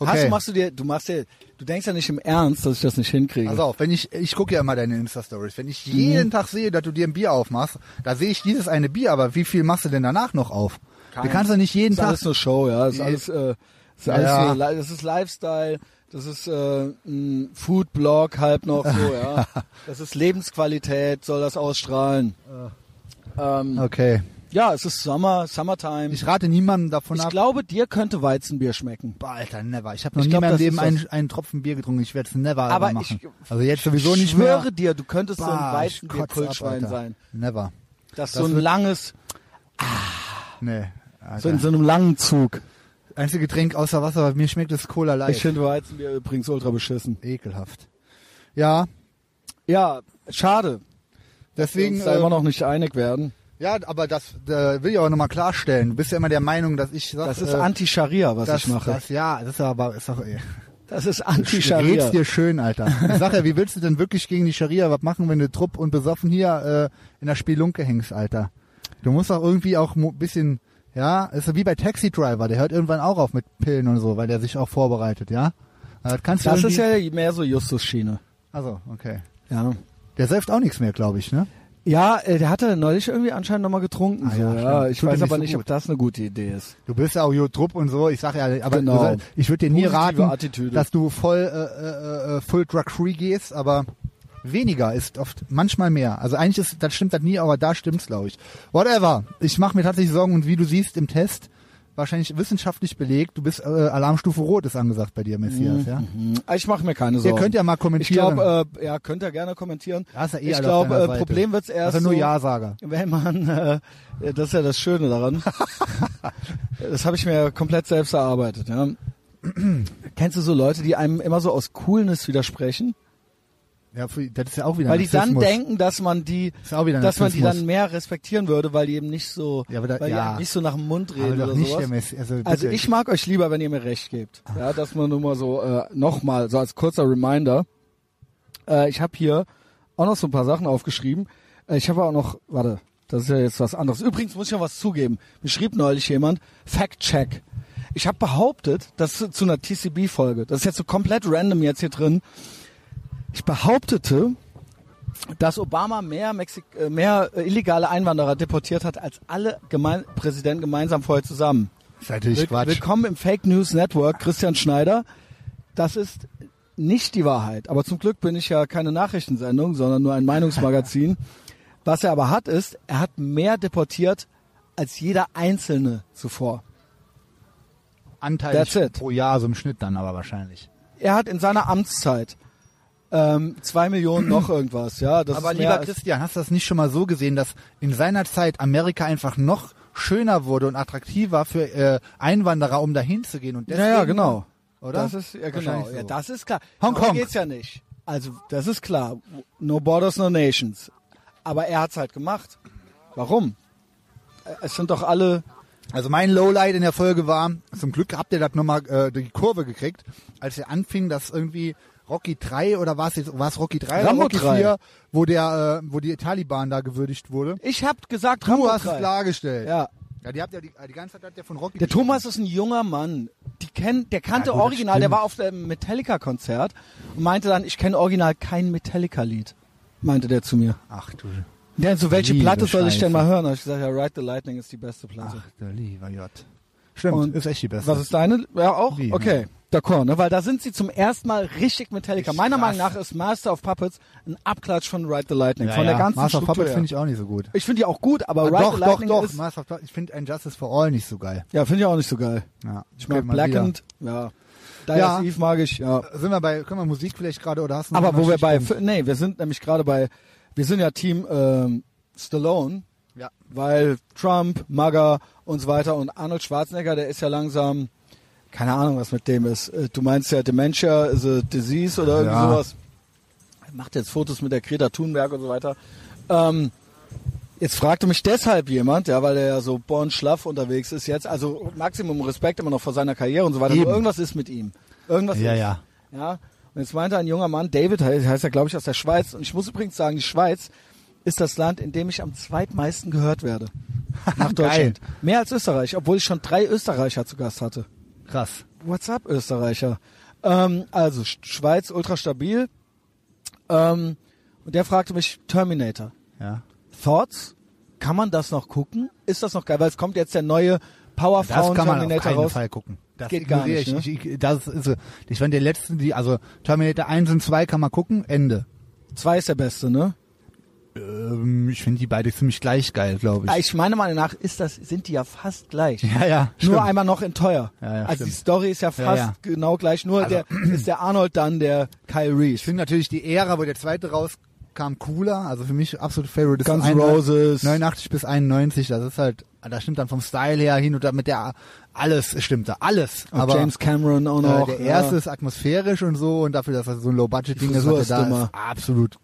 B: Okay.
A: Hast du machst du dir, du machst dir, du denkst ja nicht im Ernst, dass ich das nicht hinkriege.
B: Pass auf, wenn ich, ich gucke ja immer deine Insta-Stories. Wenn ich jeden Tag sehe, dass du dir ein Bier aufmachst, da sehe ich dieses eine Bier, aber wie viel machst du denn danach noch auf? Du kannst doch nicht jeden
A: ist
B: Tag
A: alles nur Show, ja. Ist alles, äh, ist alles
B: Ja.
A: nur, li- das ist Lifestyle, das ist äh, ein Foodblog halb noch so,
B: [laughs]
A: ja. Das ist Lebensqualität, soll das ausstrahlen. Ähm,
B: Okay.
A: ja, es ist Sommer, Summertime. Ich,
B: Äh. Ich rate niemandem davon ab.
A: glaube, dir könnte Weizenbier schmecken.
B: Boah, Alter, never. Ich habe noch
A: Ich
B: nie in
A: glaub,
B: meinem
A: das
B: Leben
A: ist
B: einen, einen Tropfen Bier getrunken. Ich werde es never
A: Aber
B: ever machen.
A: ich-
B: also jetzt sowieso nicht
A: ich schwöre
B: mehr.
A: dir, du könntest so ein
B: Bah, ich kotz ab,
A: Weizenbier-Kultschwein
B: Alter.
A: sein.
B: Never.
A: Das,
B: Das
A: so ein
B: wird-
A: langes,
B: Nee. Alter.
A: so in so einem langen Zug.
B: Einzige Getränk außer Wasser, aber mir schmeckt das Cola
A: Ich
B: Light.
A: finde Weizenbier übrigens ultra beschissen.
B: Ekelhaft. Ja,
A: Ja, schade,
B: deswegen.
A: dass wir uns da
B: Äh,
A: immer noch nicht einig werden.
B: ja, aber das äh, will ich auch nochmal klarstellen. Du bist ja immer der Meinung, dass ich sag,
A: Das ist
B: äh,
A: Anti-Scharia, was
B: das,
A: ich mache.
B: Das, ja, das ist aber ist doch. Ey.
A: Das ist
B: Red's
A: Anti-Scharia.
B: dir schön, Alter. Ich sag ja, wie willst du denn wirklich gegen die Scharia was machen, wenn du Trupp und besoffen hier äh, in der Spielunke hängst, Alter? Du musst doch irgendwie auch ein bisschen, ja, ist so wie bei Taxi Driver, der hört irgendwann auch auf mit Pillen und so, weil der sich auch vorbereitet, ja? Aber Das kannst du
A: Das ist
B: irgendwie,
A: ja mehr so Justus-Schiene.
B: Also, okay.
A: Ja.
B: Der säuft auch nichts mehr, glaube ich, ne?
A: Ja, äh, der hatte neulich irgendwie anscheinend nochmal getrunken.
B: Ah,
A: so,
B: ja,
A: ja,
B: stimmt. Oh,
A: ich
B: Tut
A: weiß
B: ihm nicht
A: aber
B: so
A: nicht,
B: gut.
A: ob das eine gute Idee ist.
B: Du bist ja auch Jutrupp und so, ich sag ja, aber
A: Genau.
B: du soll- ich würde dir nie
A: Positive
B: raten,
A: Attitüde.
B: dass du voll äh, äh, äh, full drug free gehst, aber weniger ist oft manchmal mehr. Also eigentlich ist das stimmt das nie, aber da stimmt's glaube ich. Whatever. Ich mache mir tatsächlich Sorgen und wie du siehst im Test wahrscheinlich wissenschaftlich belegt, du bist äh, Alarmstufe rot ist angesagt bei dir Messias, ja?
A: Hm, Ich mache mir keine
B: Ihr
A: Sorgen.
B: könnt ja mal
A: ich
B: kommentieren.
A: glaube, äh, ja, könnt ihr gerne kommentieren.
B: Da ist ja eh
A: ich
B: alle auf
A: glaube,
B: deiner
A: äh,
B: Seite.
A: Problem wird's erst
B: also nur
A: so,
B: Ja-Sager.
A: wenn man, äh, das ist ja das
B: [laughs]
A: Schöne daran. das habe ich mir komplett selbst erarbeitet. Ja. [clears throat] Kennst du so Leute, die einem immer so aus Coolness widersprechen,
B: Ja, für- das ist ja auch wieder
A: weil die dann
B: Narzissmus.
A: denken, dass man die,
B: Ist auch wieder
A: dass man die dann
B: Narzissmus.
A: mehr respektieren würde, weil die eben nicht so,
B: Ja, aber da-
A: weil die
B: ja.
A: eben nicht so nach dem Mund
B: aber
A: reden
B: doch
A: oder
B: nicht der
A: sowas.
B: Messi. Also,
A: Also
B: bitte.
A: ich mag euch lieber, wenn ihr mir recht gebt. Ja, dass man nur mal so äh, nochmal, so als kurzer Reminder. Äh, ich habe hier auch noch so ein paar Sachen aufgeschrieben. Äh, ich habe auch noch, warte, das ist ja jetzt was anderes. Übrigens muss ich noch was zugeben. Mir schrieb neulich jemand, Fact-Check. Ich habe behauptet, das zu, zu einer TCB-Folge, das ist jetzt so komplett random jetzt hier drin. Ich behauptete, dass Obama mehr, Mexik äh, mehr äh, illegale Einwanderer deportiert hat, als alle gemein Präsidenten gemeinsam vorher zusammen.
B: ist natürlich
A: Will-
B: Quatsch.
A: Willkommen im Fake News Network, Christian Schneider. Das ist nicht die Wahrheit. Aber zum Glück bin ich ja keine Nachrichtensendung, sondern nur
B: [laughs]
A: ein Meinungsmagazin. Was er aber hat, ist, er hat mehr deportiert als jeder Einzelne zuvor. That's
B: Anteil
A: it.
B: pro Jahr so im Schnitt dann aber wahrscheinlich.
A: Er hat in seiner Amtszeit ähm, zwei
B: [clears throat]
A: Millionen noch irgendwas. Ja, das
B: aber
A: ist
B: lieber
A: mehr als-
B: Christian, hast du das nicht schon mal so gesehen, dass in seiner Zeit Amerika einfach noch schöner wurde und attraktiver für äh, Einwanderer, um dahin zu gehen und deswegen,
A: Ja, ja, genau.
B: oder?
A: Das ist ja genau.
B: Wahrscheinlich
A: Ja,
B: so.
A: das ist klar.
B: Hongkong.
A: Darum geht's ja nicht. Also das ist klar. No borders, no nations. Aber er hat's halt gemacht. Warum? Äh, Es sind doch alle.
B: Also mein Lowlight in der Folge war, zum Glück habt ihr das nochmal äh, die Kurve gekriegt, als ihr anfing, dass irgendwie Rocky 3 oder war es jetzt war es Rocky 3
A: Rambo
B: oder Rocky
A: 3?
B: 4, wo der äh, wo die Taliban da gewürdigt wurde.
A: Ich hab gesagt,
B: Du
A: Rambo
B: hast es
A: 3.
B: klargestellt.
A: Ja.
B: ja, die habt ja die, die ganze Zeit habt ihr von Rocky
A: Der
B: gesprochen.
A: Thomas ist ein junger Mann. Die kennt, der kannte
B: Ja, gut, das
A: Original. Der
B: stimmt.
A: war auf dem Metallica-Konzert und meinte dann, ich kenne Original kein Metallica-Lied. Meinte der zu mir.
B: Ach du
A: Der so, welche
B: Liebe
A: Platte soll ich
B: Scheiße.
A: denn mal hören? Da hab ich gesagt, ja, Ride the Lightning ist die beste Platte.
B: Ach, der lieber J. Stimmt,
A: Und
B: ist hm. echt die beste.
A: Was ist deine? Ja, auch?
B: Die,
A: okay. D'accord, ne? Weil da sind sie zum ersten Mal richtig Metallica.
B: Ist
A: Meiner
B: krass.
A: Meinung nach ist Master of Puppets ein Abklatsch von Ride the Lightning.
B: ja,
A: von
B: ja.
A: der ganzen
B: Master of
A: Struktur
B: Puppets
A: her.
B: finde ich auch nicht so gut.
A: Ich finde die auch gut, aber
B: Ah,
A: Ride
B: doch,
A: the
B: doch,
A: Lightning
B: doch.
A: ist...
B: Master of Puppets. Ich finde ein Justice for All nicht so geil.
A: Ja, finde ich auch nicht so geil.
B: Ja,
A: Ich mag
B: Können wir
A: Blackened. Ja. Dire
B: Ja.
A: Eve mag ich, ja.
B: wieder- Sind wir bei, können wir Musik vielleicht gerade oder hast du noch
A: Aber wo
B: einen
A: wir bei...
B: Stichpunkt?
A: Nee, wir sind nämlich gerade bei... Wir sind ja Team ähm, Stallone,
B: Ja.
A: weil Trump, MAGA und so weiter und Arnold Schwarzenegger, der ist ja langsam... Keine Ahnung, was mit dem ist. Äh, Du meinst ja Dementia is a disease oder irgendwie
B: Ja.
A: sowas. macht jetzt Fotos mit der Greta Thunberg und so weiter. Ähm, jetzt fragte mich deshalb jemand, ja, weil er ja so born schlaff unterwegs ist jetzt, also Maximum Respekt immer noch vor seiner Karriere und so weiter.
B: Eben.
A: Nur irgendwas ist mit ihm. Irgendwas
B: Ja,
A: ist.
B: ja.
A: ja. Und jetzt meinte ein junger Mann, David heißt, heißt er, glaube ich, aus der Schweiz. Und ich muss übrigens sagen, die Schweiz ist das Land, in dem ich am zweitmeisten
B: [laughs]
A: gehört werde. Nach Deutschland. Mehr als Österreich, obwohl ich schon drei Österreicher zu Gast hatte.
B: Krass.
A: What's up, Österreicher? Ähm, also Sch- Schweiz ultra stabil. Ähm, und der fragte mich Terminator.
B: Ja.
A: Thoughts? Kann man das noch gucken? Ist das noch geil? Weil es kommt jetzt der neue Powerfrauen
B: das kann man auf
A: Terminator
B: keinen
A: raus.
B: Fall gucken. Das
A: Geht gar
B: ignoriere
A: nicht, ne?
B: Ich, ich, das ist, so- ich fand der letzten, die, also Terminator 1 und 2 kann man gucken, Ende.
A: Zwei ist der beste, ne?
B: Ähm, ich finde die beide ziemlich gleich geil, glaube ich.
A: Ah, Ich meine Meinung nach ist das, sind die ja fast gleich.
B: ja, ja. stimmt.
A: Nur einmal noch in teuer.
B: Ja, ja,
A: also
B: stimmt.
A: die Story ist ja fast
B: ja.
A: genau gleich,
B: [clears throat]
A: nur
B: Also-
A: der ist der Arnold dann der Kyle
B: Ich
A: Reese.
B: finde natürlich die Ära, wo der zweite rauskam, cooler. Also für mich absolut Favorite ist
A: Guns N'
B: ein-
A: Roses.
B: 89 bis 91. Das ist halt, das stimmt dann vom Style her hin und da mit der alles stimmt da alles.
A: Und
B: Aber
A: James Cameron auch
B: äh,
A: noch.
B: der
A: ja.
B: erste ist atmosphärisch und so und dafür, dass das so ein Low Budget Ding ist,
A: Frisur
B: was
A: ist
B: er da
A: immer.
B: ist, absolut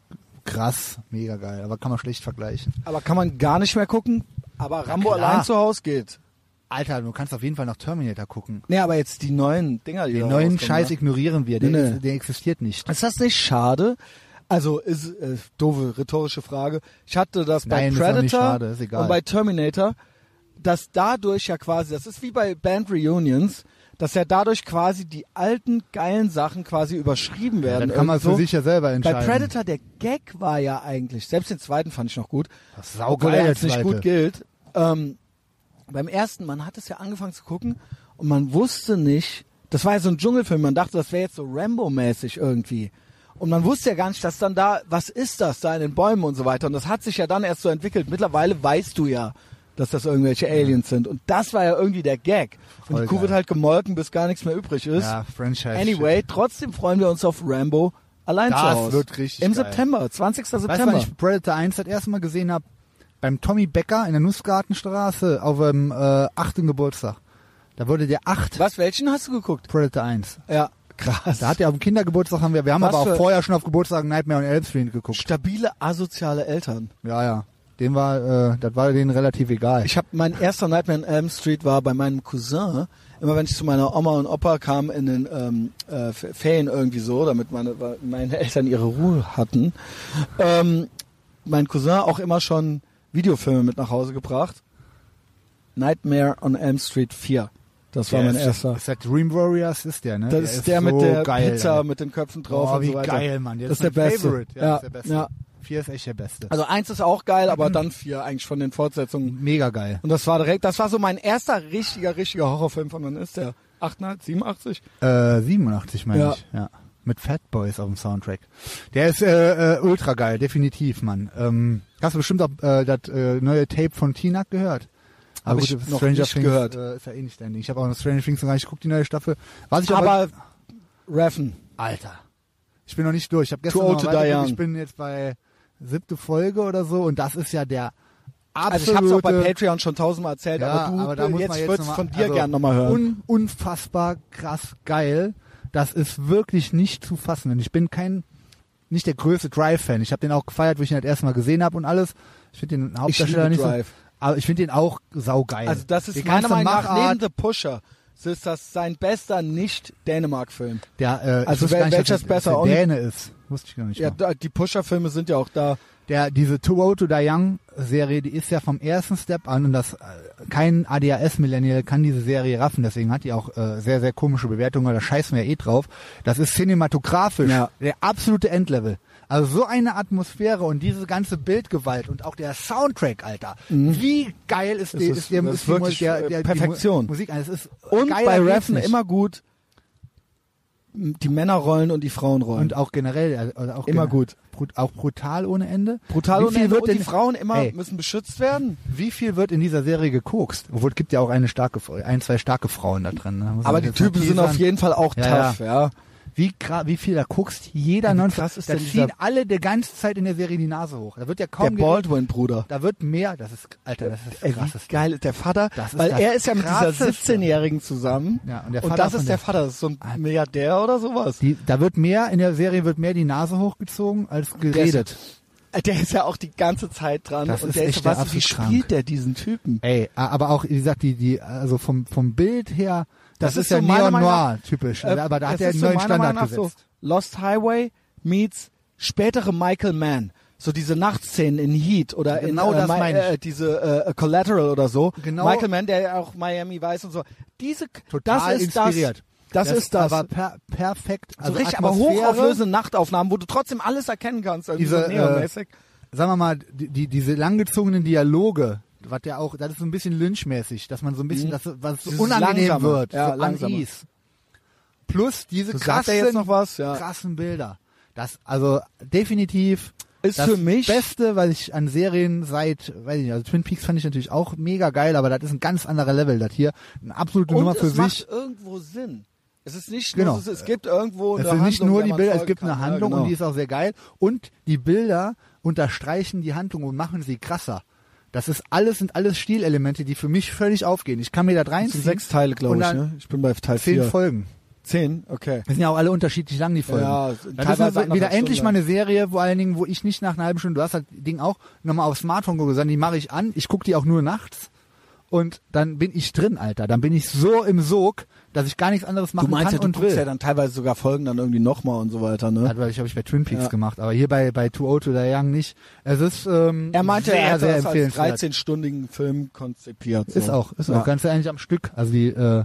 B: krass, mega geil. Aber kann man schlecht vergleichen.
A: Aber kann man gar nicht mehr gucken. Aber Rambo
B: klar.
A: allein zu Hause geht.
B: Alter, du kannst auf jeden Fall noch Terminator gucken.
A: Nee, aber jetzt die neuen Dinger, die
B: Den
A: da
B: neuen
A: rauskommen,
B: Scheiß
A: ne?
B: ignorieren wir. Der,
A: Nee, nee.
B: ist- der existiert nicht.
A: Ist das nicht schade? Also, ist, äh, doofe rhetorische Frage. Ich hatte das
B: Nein,
A: bei
B: ist doch
A: Predator
B: nicht schade, ist egal.
A: und bei Terminator. dass dadurch ja quasi, das ist wie bei Band Reunions, dass ja dadurch quasi die alten geilen Sachen quasi überschrieben werden.
B: Dann kann man es für
A: irgendwo.
B: sich ja selber
A: bei
B: entscheiden.
A: Predator der Gag war ja eigentlich, selbst den zweiten fand ich noch gut,
B: das ist
A: obwohl er
B: saugeil,
A: jetzt nicht gut gilt. Ähm, beim ersten, man hat es ja angefangen zu gucken und man wusste nicht, das war ja so ein Dschungelfilm, man dachte, das wäre jetzt so Rambo-mäßig irgendwie. Und man wusste ja gar nicht, dass dann da, was ist das da in den Bäumen und so weiter. Und das hat sich ja dann erst so entwickelt. Mittlerweile weißt du ja, dass das irgendwelche Aliens sind. Und das war ja irgendwie der Gag. Und
B: Voll
A: die Kuh
B: geil.
A: wird halt gemolken, bis gar nichts mehr übrig ist.
B: Ja, Franchise.
A: Anyway, trotzdem freuen wir uns auf Rambo allein
B: Das
A: zu Hause.
B: wird richtig
A: Im
B: geil.
A: September, 20.
B: Weißt du, wann
A: September.
B: ich Predator 1 das erste Mal gesehen habe? Beim Tommy Becker in der Nussgartenstraße auf dem äh, 8. Geburtstag. Da wurde der 8
A: Was, welchen hast du geguckt?
B: Predator 1.
A: Ja, krass.
B: Da hat er auf dem Kindergeburtstag haben wir, wir haben
A: Was
B: aber auch
A: für-
B: vorher schon auf Geburtstagen Nightmare on Elm Street geguckt.
A: Stabile asoziale Eltern.
B: Ja, ja. Dem war, äh, das war denen relativ egal.
A: Ich habe mein erster Nightmare on Elm Street war bei meinem Cousin. Immer wenn ich zu meiner Oma und Opa kam in den ähm, äh, F- Ferien irgendwie so, damit meine, meine Eltern ihre Ruhe hatten, ähm, mein Cousin auch immer schon Videofilme mit nach Hause gebracht. Nightmare on Elm Street 4. Das war
B: Der
A: mein
B: ist-
A: erster.
B: Ist der Dream Warriors ist der, ne?
A: Das ist der mit
B: so
A: der
B: geil,
A: Pizza
B: ey.
A: mit den Köpfen drauf
B: oh,
A: und
B: wie
A: so weiter.
B: geil, Mann. Der
A: Das
B: ist
A: ist der
B: mein
A: Beste.
B: Favorite. Ja,
A: Ja,
B: das ist der Beste.
A: ja.
B: Vier ist echt der Beste.
A: Also eins ist auch geil, aber dann vier eigentlich von den Fortsetzungen.
B: Mega geil.
A: Und das war direkt, das war so mein erster richtiger, richtiger Horrorfilm von wann ist der? 88, 87?
B: Äh, 87 meine
A: Ja.
B: ich, ja. Mit Fat Boys auf dem Soundtrack. Der ist äh, äh, ultra geil, definitiv, Mann. Ähm, hast du bestimmt auch äh, das äh, neue Tape von Tinak gehört?
A: Hab
B: Aber
A: ich
B: gut,
A: noch
B: Stranger
A: nicht
B: Things,
A: gehört.
B: Äh, ist ja eh nicht dein Ding. Ich habe auch noch Stranger Things noch gar nicht geguckt, die neue Staffel. Was ich aber,
A: aber Reffen.
B: Alter, ich bin noch nicht durch. Ich habe gestern
A: Too old
B: noch
A: to
B: mal
A: die
B: weitergeguckt.
A: young.
B: Ich bin jetzt bei siebte Folge oder so und das ist ja der absolute.
A: Also ich hab's auch bei Patreon schon tausendmal erzählt,
B: Ja,
A: aber du, äh,
B: da muss
A: jetzt,
B: man
A: ich
B: jetzt
A: würde
B: noch mal-
A: von dir
B: also,
A: gern nochmal hören.
B: Un unfassbar krass geil. Das ist wirklich nicht zu fassen. Und ich bin kein, nicht der größte Drive-Fan. Ich habe den auch gefeiert, wo ich ihn das erste Mal gesehen habe und alles. Ich finde den Hauptdarsteller nicht
A: liebe Drive.
B: so. Aber ich finde den auch saugeil.
A: also das ist
B: Die
A: meiner
B: ganze
A: Meinung nach
B: Machart,
A: neben The Pusher. Das ist das sein bester Nicht-Dänemark-Film.
B: der, äh, ich
A: also
B: wusste
A: wel-
B: gar nicht,
A: welcher
B: dass
A: ist
B: der-
A: besser?
B: dass
A: Auch nicht-
B: Der Däne ist. Wusste ich gar nicht.
A: Ja,
B: mal.
A: da- die Pusher-Filme sind ja auch da.
B: der, diese Too Old to Die Young Serie, die ist ja vom ersten Step an und das äh, kein ADHS-Millennial kann diese Serie raffen, deswegen hat die auch äh, sehr, sehr komische Bewertungen, da scheißen wir ja eh drauf. Das ist cinematografisch
A: Ja.
B: der absolute Endlevel. Also so eine Atmosphäre und diese ganze Bildgewalt und auch der Soundtrack, Alter. Wie geil ist, die,
A: Mhm. ist-
B: ist, der,
A: das ist
B: die, Mu-
A: wirklich,
B: der,
A: äh,
B: der,
A: Perfektion.
B: Die Mu- Musik, also es ist
A: Und
B: geiler
A: bei
B: geht's
A: Reffen
B: nicht.
A: immer gut m, die Männerrollen und die Genau. Frauenrollen.
B: und auch generell, äh, also auch
A: Immer
B: gener-
A: gut.
B: brut- auch brutal ohne Ende.
A: Brutal
B: Wie viel
A: und,
B: wird
A: und
B: denn,
A: die Frauen immer
B: Ey.
A: müssen beschützt werden.
B: Wie viel wird in dieser Serie gekokst? Obwohl es gibt ja auch eine starke, ein, zwei starke Frauen da drin. Ne? Muss
A: Aber
B: man
A: die
B: jetzt mal
A: Typen sind auf
B: teasern.
A: jeden Fall auch
B: Ja,
A: tough, ja.
B: Wie, gra- wie viel da guckst? Jeder
A: wie
B: Nonstop.
A: krass ist
B: Da
A: denn
B: ziehen
A: dieser-
B: alle die ganze Zeit in der Serie die Nase hoch. Da wird ja
A: Der Äh,
B: kaum geredet.
A: Baldwin-Bruder.
B: Da wird mehr. Das ist Alter, das ist das
A: Ey, wie
B: krasseste.
A: geil ist der Vater?
B: Das ist
A: weil
B: das
A: er ist ja mit dieser
B: Krasseste.
A: 17-Jährigen zusammen.
B: Ja, und der
A: und
B: Vater
A: das
B: von
A: ist der
B: der-
A: Vater, das ist so ein Milliardär oder sowas.
B: Die, da wird mehr in der Serie wird mehr die Nase hochgezogen als geredet.
A: Der ist ja auch die ganze Zeit dran.
B: Das
A: und
B: ist
A: der
B: echt
A: ist so,
B: der
A: was, wie
B: absolut
A: spielt
B: krank.
A: der diesen Typen?
B: Ey, a- aber auch wie gesagt die die also vom vom Bild her. Das,
A: Das
B: ist,
A: ist
B: ja
A: so meiner
B: Neon
A: Meinung
B: Noir typisch. ne?
A: Äh,
B: aber da
A: das
B: hat er
A: ist
B: einen
A: so
B: neuen
A: meiner
B: Standard
A: Meinung nach
B: gesetzt.
A: So Lost Highway meets spätere Michael Mann. So diese Nachtszenen in Heat oder
B: Genau
A: in äh,
B: das
A: Mi-
B: meine ich.
A: äh, diese äh, Collateral oder so.
B: Genau.
A: Michael Mann, der ja auch Miami weiß und so. Diese
B: Total
A: das ist
B: inspiriert.
A: Das, das ist das.
B: Aber per perfekt.
A: so
B: Also
A: richtig, aber
B: Atmosphäre-
A: hochauflöse Nachtaufnahmen, wo du trotzdem alles erkennen kannst. Irgendwie
B: Diese, äh,
A: so neonmäßig.
B: sagen wir mal, die, die, diese langgezogenen Dialoge, was ja auch, das ist so ein bisschen lynchmäßig, dass man so ein bisschen,
A: Mhm.
B: dass, was so
A: Dieses
B: unangenehm
A: Langsame.
B: wird,
A: Ja,
B: so
A: langsamer.
B: unease. Plus diese
A: So, sagt er
B: krassen,
A: jetzt noch was? Ja.
B: krassen Bilder. Das, also definitiv
A: Ist
B: das
A: für mich.
B: Beste, weil ich an Serien seit, weiß ich nicht, also Twin Peaks fand ich natürlich auch mega geil, aber das ist ein ganz anderer Level, das hier. Eine absolute
A: und
B: Nummer
A: es
B: für
A: macht
B: sich.
A: irgendwo Sinn. Es ist nicht
B: Genau.
A: nur, so, es gibt irgendwo
B: Es
A: eine
B: sind nicht
A: Handlung,
B: nur
A: der
B: die
A: man
B: Bilder, es
A: folgen
B: gibt eine
A: kann.
B: Handlung
A: ja, genau.
B: und die ist auch sehr geil. Und die Bilder unterstreichen die Handlung und machen sie krasser. Das ist alles, sind alles Stilelemente, die für mich völlig aufgehen. Ich kann mir da
A: Das sind
B: reinziehen.
A: sechs Teile, glaube
B: Und
A: ich.
B: dann
E: ne? Ich bin bei Teil
B: Zehn
E: 4.
B: Folgen.
A: Zehn? Okay.
B: Das sind ja auch alle unterschiedlich lang, die Folgen.
A: Ja,
B: das ist
A: teilweise
B: also wieder
A: anderthalb
B: endlich
A: Stunden
B: mal eine Serie, vor allen Dingen, wo ich nicht nach einer halben Stunde, du hast das Ding auch nochmal aufs Smartphone gucke, sondern die mache ich an. Ich gucke die auch nur nachts. Und dann bin ich drin, Alter. Dann bin ich so im Sog, dass ich gar nichts anderes machen
A: Du meinst
B: kann
A: ja, du
B: und
A: guckst
B: will. Also,
A: ja dann teilweise sogar Folgen dann irgendwie nochmal und so weiter, ne?
B: Hat, ich habe ich bei Twin Peaks
A: Ja.
B: gemacht, aber hier bei bei Too Old to the Young nicht. Es ist ähm,
A: Er meinte,
B: sehr,
A: er hätte
B: sehr
A: das als
B: empfehlenswert.
A: 13-stündigen Film konzipiert. So.
B: Ist auch, ist
A: Ja.
B: auch. Kannst du eigentlich am Stück. Also die, äh,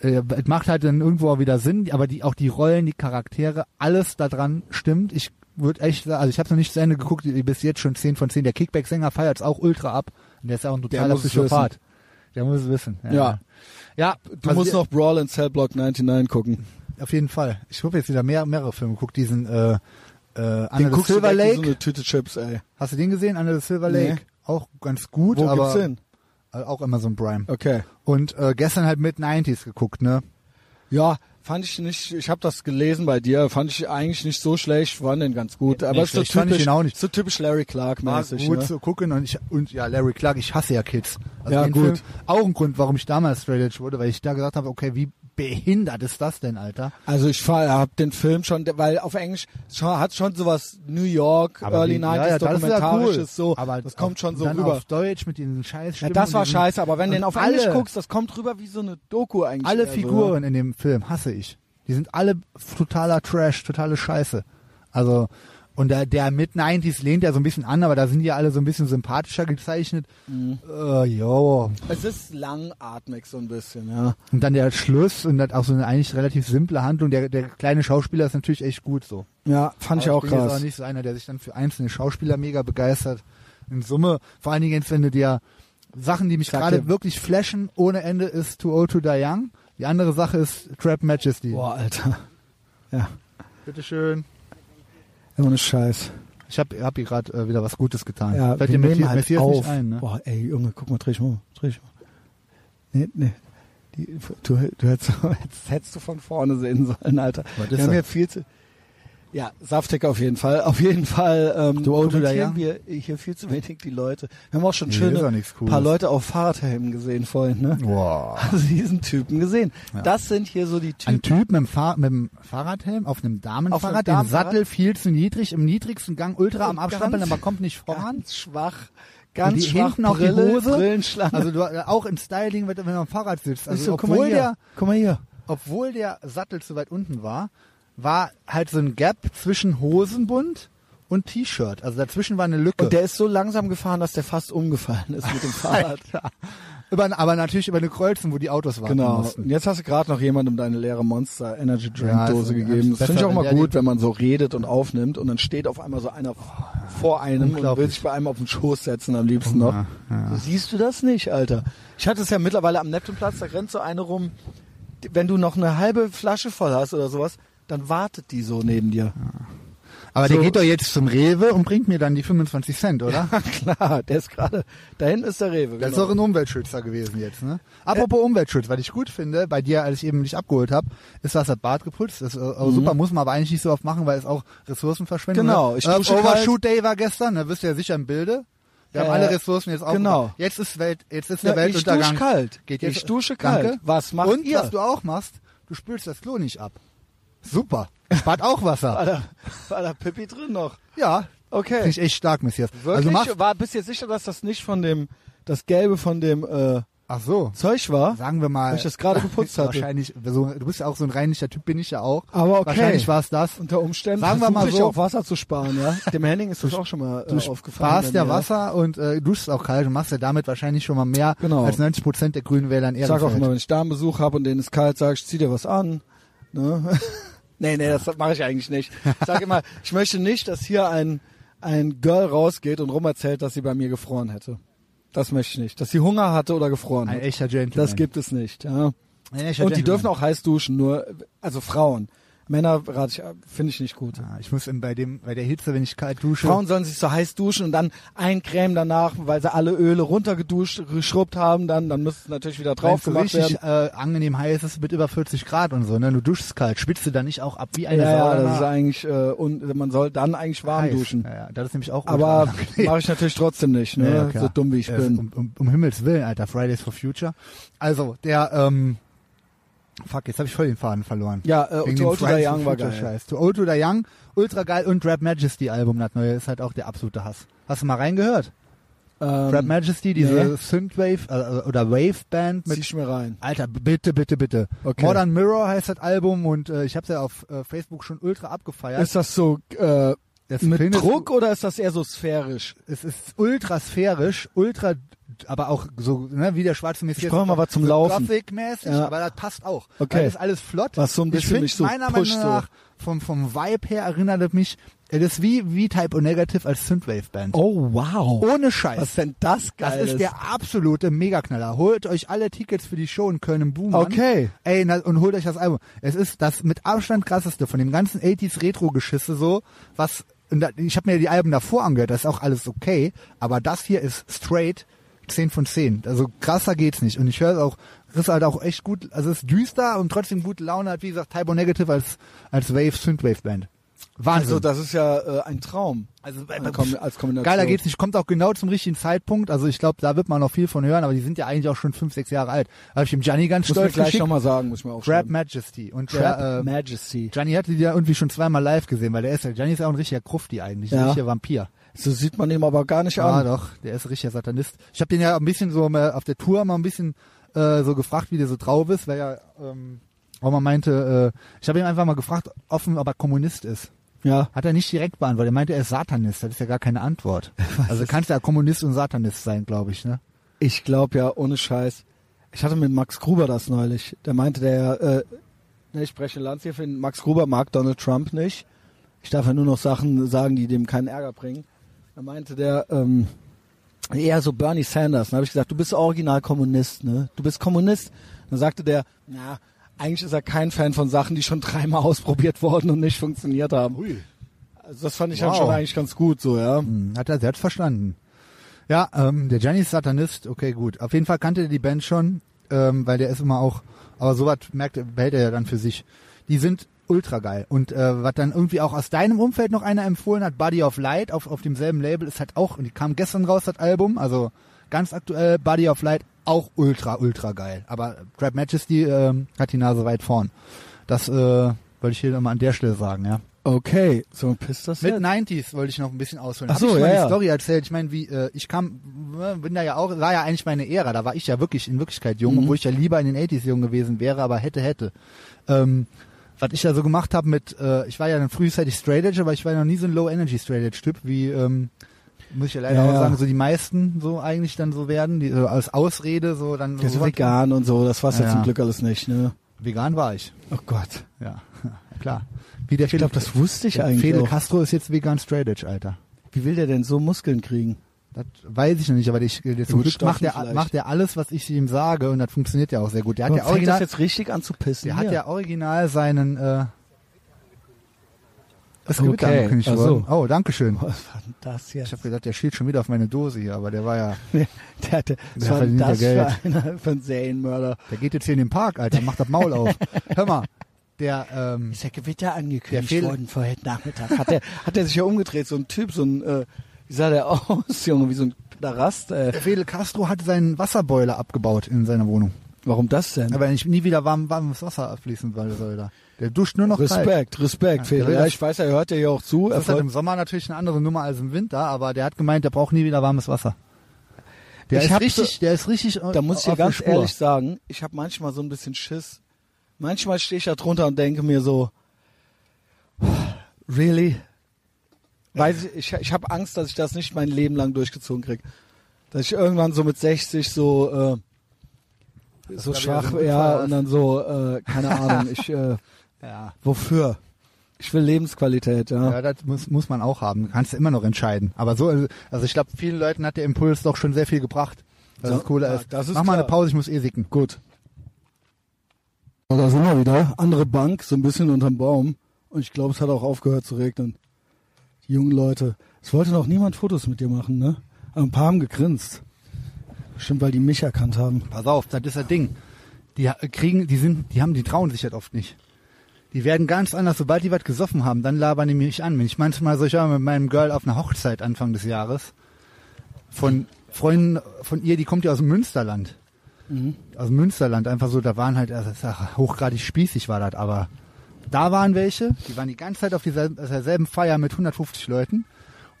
B: äh, es macht halt dann irgendwo auch wieder Sinn, aber die, auch die Rollen, die Charaktere, alles daran stimmt. Ich würde echt sagen, also ich habe noch nicht zu Ende geguckt, bis jetzt schon 10 von 10. Der Kickback-Sänger feiert es auch ultra ab. Und der ist ja auch ein totaler
A: muss es
B: Psychopath. Der muss es wissen. Ja.
A: Ja.
B: Ja,
A: Du
B: also
A: musst noch Brawl in Cellblock 99 gucken.
B: Auf jeden Fall. Ich habe jetzt wieder mehr, mehrere Filme geguckt. Diesen äh, äh, Anna
A: Den
B: the
A: guckst
B: Silver
A: du weg wie
B: Lake.
A: so eine Tüte Chips, ey.
B: Hast du den gesehen? Anna the Silver
A: Nee.
B: Lake. Auch ganz gut,
A: Wo
B: aber
A: gibt's den?
B: Äh, auch Amazon Prime.
A: Okay.
B: Und äh, gestern halt mit 90s geguckt, ne?
A: Ja, fand ich nicht, ich habe das gelesen bei dir, fand ich eigentlich nicht so schlecht, fand den ganz gut, aber
B: nee,
A: ist so
B: schlecht fand ich
A: typisch,
B: ihn auch nicht.
A: ist so typisch Larry Clark
B: war
A: mäßig,
B: gut
A: ne?
B: zu gucken und ich und ja Larry Clark, ich hasse ja Kids. Also
A: Ja,
B: den
A: gut.
B: Film, auch ein Grund, warum ich damals Straight Edge wurde, weil ich da gesagt habe, okay, wie behindert ist das denn, Alter?
A: Also ich habe den Film schon, weil auf Englisch schon- hat schon sowas New York,
B: Aber
A: Early
B: die-
A: 90s
B: ja, ja, das ist ja
A: dokumentarisches
B: cool.
A: so,
B: aber
A: das kommt
B: auf,
A: schon so
B: dann
A: rüber.
B: auf Deutsch mit diesen scheiß
A: Ja,
B: Stimmen
A: das
B: und
A: war
B: diesen-
A: scheiße, aber wenn du
B: und
A: den auf Englisch
B: alle,
A: guckst, das kommt rüber wie so eine Doku eigentlich.
B: alle
A: eher so, ne?
B: Figuren in dem Film hasse ich. Die sind alle totaler Trash, totale Scheiße. Also und der, der mit 90s lehnt ja so ein bisschen an, aber da sind die ja alle so ein bisschen sympathischer gezeichnet. Äh, jo,
A: Es ist langatmig so ein bisschen, ja.
B: Und dann der Schluss und dann auch so eine eigentlich relativ simple Handlung. Der, der kleine Schauspieler ist natürlich echt gut so.
A: Ja, fand
B: Aber bin jetzt auch nicht so einer, der sich dann für einzelne Schauspieler mega begeistert. In Summe, vor allen Dingen jetzt, wenn du dir Sachen, die mich
A: Sag
B: gerade
A: dir-
B: wirklich flashen, ohne Ende ist Too Old to Die Young. Die andere Sache ist Trap Majesty.
A: Boah, Alter. Ja,
B: Bitteschön.
A: ohne Scheiß.
B: Ich hab, hab hier gerade äh, wieder was Gutes getan.
A: Ja,
B: Fällt
A: wir
B: dir
A: nehmen
B: Matthias,
A: halt
B: Matthias
A: auf.
B: nicht ein, ne?
A: Boah, ey, Junge, guck mal, dreh ich mal um, dreh ich mal. Nee, nee. Die, du du hättest, [laughs] jetzt hättest du von vorne sehen sollen, Alter.
B: Was ist
A: wir haben
B: das?
A: ja viel zu... Ja, saftig auf jeden Fall. Auf jeden Fall ähm,
B: Du Auto da, ja?
A: kommentieren wir hier viel zu wenig die Leute. Wir haben auch schon
B: Nee,
A: schöne
B: ist doch nichts Cooles.
A: paar Leute auf Fahrradhelmen gesehen vorhin, ne? [laughs]
B: Boah.
A: Also diesen Typen gesehen. Das sind hier so die Typen.
B: Ein Typ mit dem, Fahr mit dem Fahrradhelm auf einem
A: Auf
B: Damenfahrrad,
A: einem
B: den
A: Damenfahrrad.
B: Sattel viel zu niedrig, im niedrigsten Gang ultra am
A: Und ganz-
B: Abstrampeln, aber kommt nicht voran.
A: Ganz schwach,
B: Und
A: ganz
B: die
A: schwach.
B: hinten auf die
A: Brille,
B: Hose.
A: Brillenschlange.
B: Also du, äh, auch im Styling, wenn, wenn du am Fahrrad sitzt. Also
A: Siehst du,
B: obwohl, der,
A: guck mal hier.
B: obwohl der Sattel zu weit unten war, war halt so ein Gap zwischen Hosenbund und T-Shirt. Also dazwischen war eine Lücke.
A: Und der ist so langsam gefahren, dass der fast umgefallen
B: [laughs]
A: ist mit dem Fahrrad.
B: über, aber natürlich über eine Kreuzung, wo die Autos warten
A: genau. Und
B: mussten.
A: jetzt hast du gerade noch jemandem deine leere Monster Energy Drink
B: Ja,
A: Dose
B: ist-
A: gegeben.
B: ist
A: Das finde ich
B: besser,
A: auch mal
B: wenn der
A: gut,
B: die-
A: wenn man so redet und aufnimmt und dann steht auf einmal so einer vor einem und will
B: Oh, Unglaublich.
A: sich bei einem auf den Schoß setzen am liebsten noch.
B: Ja,
A: Siehst du das nicht, Alter? Ich hatte es ja mittlerweile am Neptunplatz, da rennt so eine rum. Die- Wenn du noch eine halbe Flasche voll hast oder sowas, dann wartet die so neben dir.
B: Aber
A: So-
B: der geht doch jetzt zum Rewe und bringt mir dann die 25 Cent, oder?
A: [laughs] Klar, der ist gerade, da hinten ist der Rewe.
B: Das ist
A: genau.
B: auch ein Umweltschützer gewesen jetzt, ne? Apropos Umweltschutz, was ich gut finde, bei dir, als ich eben dich abgeholt habe, ist das das Bad geputzt. Das ist äh, auch super, muss man aber eigentlich nicht so oft machen, weil es auch Ressourcenverschwendung
A: Mhm. Genau,
B: Ne?
A: ich
B: äh,
A: dusche kalt.
B: Overshoot Day war gestern, da bist du ja sicher im Bilde. Wir haben
A: Äh,
B: alle Ressourcen jetzt auch.
A: genau.
B: Jetzt ist Welt, jetzt ist
A: Ja,
B: der Weltuntergang.
A: Ich dusche kalt.
B: Geht jetzt,
A: ich dusche kalt.
B: danke.
A: Was macht
B: Und
A: ihr?
B: was du auch machst, du spülst das Klo nicht ab. Super. Spart auch
A: [laughs] war,
B: Wasser.
A: da, war da Pippi drin noch?
B: ja. Finde
A: Okay.
B: ich echt stark, Messias. Also
A: Wirklich?
B: du machst,
A: war, bist du jetzt sicher, dass das nicht von dem, das Gelbe von dem äh,
B: ach so.
A: Zeug war?
B: sagen wir mal,
A: Weil ich das gerade
B: [laughs]
A: geputzt hatte.
B: Wahrscheinlich, so, du bist ja auch so ein reinlicher Typ, bin ich ja auch.
A: Aber okay.
B: Wahrscheinlich war es das.
A: Unter Umständen
B: Sagen wir mal
A: versuche ich
B: so.
A: auch Wasser zu sparen, ja? [laughs] Dem Henning ist das auch schon mal
B: Du
A: äh, aufgefallen.
B: sparst
A: bei
B: ja
A: mir.
B: Wasser und äh, duschst auch kalt und machst ja damit wahrscheinlich schon mal mehr
A: Genau.
B: als 90 Prozent der grünen Wähler in
A: Ich sag auch
B: Ehrenfeld.
A: immer, wenn ich Damenbesuch habe und denen ist kalt, sage ich, zieh dir was an. Ne? [laughs] nee, nee, das mache ich eigentlich nicht. Ich sage [laughs] immer, ich möchte nicht, dass hier ein, ein Girl rausgeht und rumerzählt, dass sie bei mir gefroren hätte. Das möchte ich nicht. Dass sie Hunger hatte oder gefroren
B: Ein
A: hat.
B: echter Gentleman.
A: Das gibt es nicht. Ja.
B: Ein echter
A: Und die
B: Gentleman.
A: dürfen auch heiß duschen, nur, also Frauen. Männer rate ich, ab, finde ich nicht gut.
B: Ah, Ich muss in, bei, dem, bei der Hitze, wenn ich kalt dusche,
A: Frauen sollen sich so heiß duschen und dann eincremen danach, weil sie alle Öle runtergeduscht, geschrubbt haben, dann, dann müsste es natürlich wieder
B: wenn
A: drauf
B: es so
A: gemacht werden.
B: richtig äh, angenehm heiß ist, mit über 40 Grad und so, ne? du duschst kalt, schwitzt du dann nicht auch ab wie eine
A: Ja,
B: Sau
A: ja, das
B: danach?
A: ist eigentlich, äh, und man soll dann eigentlich warm
B: Heiß.
A: duschen.
B: Ja, ja, das ist nämlich auch
A: Aber
B: ultra angenehm.
A: mache ich natürlich trotzdem nicht, ne?
B: Ja, ja, klar.
A: so dumm wie ich
B: Äh,
A: bin.
B: Um, um, um Himmels Willen, Alter, Fridays for Future. Also, der, ähm, fuck, jetzt habe ich voll den Faden verloren.
A: Ja, äh,
B: Wegen
A: To
B: dem
A: Old to the
B: Fridays
A: Young
B: for
A: war
B: Future
A: geil.
B: Scheiß. To Old to the Young, ultra geil und Rap Majesty Album, das neue, ist halt auch der absolute Hass. Hast du mal reingehört?
A: Ähm,
B: Brad Majesty, diese
A: nee.
B: Synthwave äh, oder Wave Band mit
A: zieh ich mir rein.
B: Alter, bitte, bitte, bitte.
A: Okay.
B: Modern Mirror heißt das Album und äh, ich habe ja auf äh, Facebook schon ultra abgefeiert.
A: Ist das so äh,
B: das
A: mit
B: Film ist-
A: Druck oder ist das eher so sphärisch?
B: Es ist ultra sphärisch, ultra, aber auch so ne, wie der schwarze Messias.
A: Ich brauch mal was zum
B: so
A: Laufen.
B: Gothic-mäßig,
A: Ja.
B: aber das passt auch.
A: Okay.
B: Das ist alles flott.
A: Was so ein
B: ich
A: bisschen
B: find,
A: mich so
B: meiner
A: pusht,
B: Meinung
A: so.
B: nach vom vom Vibe her erinnert es mich. Es ist wie wie Type O Negative als Synthwave Band.
A: Oh wow.
B: Ohne Scheiß.
A: Was ist denn das
B: Das
A: Geiles?
B: ist der absolute Megaknaller. Holt euch alle Tickets für die Show in Köln im Boom.
A: Okay.
B: Ey, na, und holt euch das Album. Es ist das mit Abstand krasseste von dem ganzen 80s Retro-Geschisse so, was, und da, ich habe mir die Alben davor angehört, das ist auch alles okay, aber das hier ist straight 10 von 10. Also krasser geht's nicht. Und ich höre auch, es ist halt auch echt gut, also es ist düster und trotzdem gute Laune, hat wie gesagt Typo Negative als, als Wave, Synthwave Band. Wahnsinn.
A: also das ist ja äh, ein Traum. Also
B: äh,
A: als Kombination.
B: Geiler geht's nicht. Kommt auch genau zum richtigen Zeitpunkt. Also ich glaube, da wird man noch viel von hören, aber die sind ja eigentlich auch schon fünf, sechs Jahre alt. Habe ich dem Gianni ganz
A: Muss mir
B: stolz
A: gleich
B: geschickt.
A: nochmal sagen, muss ich mir
B: Trap
A: aufschreiben.
B: Majesty. Und der, äh,
A: Majesty.
B: Gianni hatte die ja irgendwie schon zweimal live gesehen, weil der ist ja, Gianni ist ja auch ein richtiger Krufti eigentlich, ein
A: Ja.
B: richtiger Vampir.
A: So sieht man ihm aber gar nicht
B: Ja,
A: an.
B: doch, der ist ein richtiger Satanist. Ich habe den ja ein bisschen so mal auf der Tour mal ein bisschen äh, so gefragt, wie der so drauf ist, weil er ähm, auch mal meinte, äh, ich habe ihn einfach mal gefragt, offen, ob er Kommunist ist.
A: Ja.
B: Hat er nicht direkt beantwortet. Er meinte, er ist Satanist. Das ist ja gar keine Antwort. Also kannst du ja Kommunist und Satanist sein, glaube ich, ne?
A: Ich glaube ja, ohne Scheiß. Ich hatte mit Max Gruber das neulich. Der meinte, der, äh, ne, ich spreche Lanz hier für ihn. Max Gruber mag Donald Trump nicht. Ich darf ja nur noch Sachen sagen, die dem keinen Ärger bringen. Da meinte der, ähm, eher so Bernie Sanders. Dann habe ich gesagt, du bist original Kommunist, ne? Du bist Kommunist. Dann sagte der, na, eigentlich ist er kein Fan von Sachen, die schon dreimal ausprobiert wurden und nicht funktioniert haben. Also das fand ich dann
B: Wow.
A: schon eigentlich ganz gut, so, ja.
B: Hm, Hat er selbst verstanden. Ja, ähm, der Gianni ist Satanist. Okay, gut. Auf jeden Fall kannte er die Band schon, ähm, weil der ist immer auch, aber sowas merkt, er- behält er ja dann für sich. Die sind ultra geil. Und äh, was dann irgendwie auch aus deinem Umfeld noch einer empfohlen hat, Body of Light, auf, auf demselben Label, ist halt auch, und die kam gestern raus, das Album, also ganz aktuell, Body of Light, auch ultra, ultra geil. Aber Trap Majesty ähm, hat die Nase weit vorn. Das äh, wollte ich hier nochmal an der Stelle sagen, ja.
A: Okay, so pisst das
B: Mit
A: jetzt?
B: 90s wollte ich noch ein bisschen ausholen.
A: Ach
B: Hab
A: so,
B: ich mal
A: ja,
B: die
A: ja.
B: Story erzählt. Ich meine, wie äh, ich kam, äh, bin da ja auch, war ja eigentlich meine Ära. Da war ich ja wirklich in Wirklichkeit
A: Mhm.
B: jung, obwohl ich ja lieber in den 80s jung gewesen wäre, aber hätte, hätte. Ähm, was ich da so gemacht habe mit, äh, ich war ja dann frühzeitig Straight Edge, aber ich war ja noch nie so ein Low Energy Straight Edge Typ, wie ähm, muss ich ja leider
A: Ja,
B: auch
A: ja.
B: sagen, so die meisten so eigentlich dann so werden, die so als Ausrede so dann
A: Der ist
B: so
A: vegan und so, das war's ja,
B: Ja.
A: zum Glück alles nicht, ne?
B: vegan war ich.
A: Oh Gott.
B: Ja, [laughs] klar. Wie der
A: Ich glaube, das wusste ich eigentlich
B: Fidel
A: auch.
B: Castro ist jetzt vegan Straight Edge, Alter.
A: Wie will der denn so Muskeln kriegen?
B: Das weiß ich noch nicht, aber ich, äh, zum
A: gut,
B: Glück
A: Stoffen
B: macht er,
A: vielleicht.
B: macht er alles, was ich ihm sage und das funktioniert ja auch sehr gut. Der hat
A: Aber
B: ja
A: fängt das
B: original,
A: jetzt richtig an zu pissen.
B: der hat
A: hier.
B: ja original seinen, äh, das Gewitter
A: Okay,
B: angekündigt
A: ach so.
B: worden. Oh, dankeschön.
A: Was war denn das
B: Ich
A: jetzt?
B: habe gedacht, der schielt schon wieder auf meine Dose hier, aber der war ja,
A: Der, hatte, was
B: Der
A: war denn
B: verdient ja
A: das für
B: Geld.
A: einer für einen Serienmörder?
B: der geht jetzt hier in den Park, Alter, macht das Maul
A: [laughs]
B: auf. Hör mal, der, ähm,
A: Ist der Gewitter angekündigt
B: Der Fehler-
A: worden vorhin Nachmittag? [laughs] Hat der, hat der sich ja umgedreht, so ein Typ, so ein, äh, wie sah der [laughs] aus, Junge, wie so ein Pedagast, äh,
B: der Fidel Castro hat seinen Wasserboiler abgebaut in seiner Wohnung.
A: Warum das denn?
B: Aber nicht nie wieder warm, warmes Wasser abfließen weil- soll da. Der duscht nur noch kalt.
A: Respekt, Respekt,
B: Ja,
A: Fehler.
B: der will
A: Ja,
B: das-
A: ich weiß, er hört ja hier auch
B: Das
A: zu.
B: ist halt
A: Erfolg-
B: im Sommer natürlich eine andere Nummer als im Winter, aber der hat gemeint, der braucht nie wieder warmes Wasser. Der
A: Ich
B: ist
A: hab
B: richtig, der ist richtig.
A: Da muss ich dir
B: auf der
A: ganz
B: Spur.
A: ehrlich sagen, ich habe manchmal so ein bisschen Schiss. Manchmal stehe ich da drunter und denke mir so, really? Weiß ich, ich, ich habe Angst, dass ich das nicht mein Leben lang durchgezogen kriege. Dass ich irgendwann so mit 60 so, äh, so
B: glaub ich,
A: schwach,
B: also ein Unfall
A: ja,
B: ist.
A: und dann so, äh, keine Ahnung, ich, äh,
B: Ja,
A: wofür? Ich will Lebensqualität, ja.
B: ja das muss, muss man auch haben. Kannst du immer noch entscheiden. Aber so, also, also ich glaube, vielen Leuten hat der Impuls doch schon sehr viel gebracht. Dass
A: So,
B: es cooler
A: ja,
B: ist.
A: das ist
B: Mach mal
A: klar.
B: eine Pause, ich muss eh sicken.
A: Gut. da sind wir wieder. Andere Bank, so ein bisschen unterm Baum. Und ich glaube, es hat auch aufgehört zu regnen. Die jungen Leute. Es wollte noch niemand Fotos mit dir machen, ne? Aber ein paar haben gegrinst. Bestimmt, weil die mich erkannt haben.
B: Pass auf, das ist das Ding. Die ha- kriegen, die sind, die haben, die trauen sich halt oft nicht. Die werden ganz anders, sobald die was gesoffen haben, dann labern die mich an. Wenn ich manchmal so, ich war mit meinem Girl auf einer Hochzeit Anfang des Jahres von Freunden von ihr, die kommt ja aus dem Münsterland. Aus dem Münsterland, einfach so, da waren halt, also, ich sag, hochgradig spießig war das, aber da waren welche, die waren die ganze Zeit auf dieser, auf derselben Feier mit 150 Leuten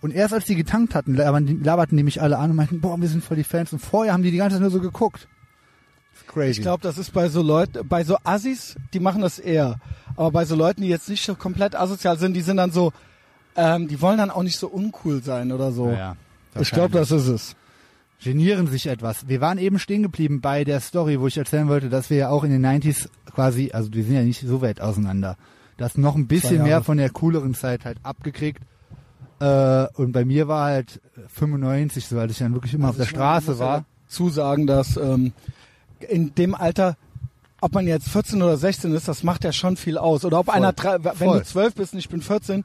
B: Und erst als die getankt hatten, laberten die, laberten die mich alle an und meinten, boah, wir sind voll die Fans. Und vorher haben die die ganze Zeit nur so geguckt. Crazy.
A: Ich glaube, das ist bei so Leuten, bei so Assis, die machen das eher. Aber bei so Leuten, die jetzt nicht so komplett asozial sind, die sind dann so, ähm, die wollen dann auch nicht so uncool sein oder so.
B: Ja,
A: ich glaube, das ist es.
B: genieren sich etwas. Wir waren eben stehen geblieben bei der Story, wo ich erzählen wollte, dass wir ja auch in den 90s quasi, also wir sind ja nicht so weit auseinander, dass noch ein bisschen
A: Jahre.
B: mehr von der cooleren Zeit halt abgekriegt. Äh, und bei mir war halt 95, so weil ich dann wirklich immer auf der
A: ich
B: Straße
A: muss ja
B: war.
A: Zusagen, dass ähm, in dem Alter, ob man jetzt 14 oder 16 ist, das macht ja schon viel aus. Oder ob einer, drei, wenn
B: Voll.
A: du 12 bist und ich bin 14,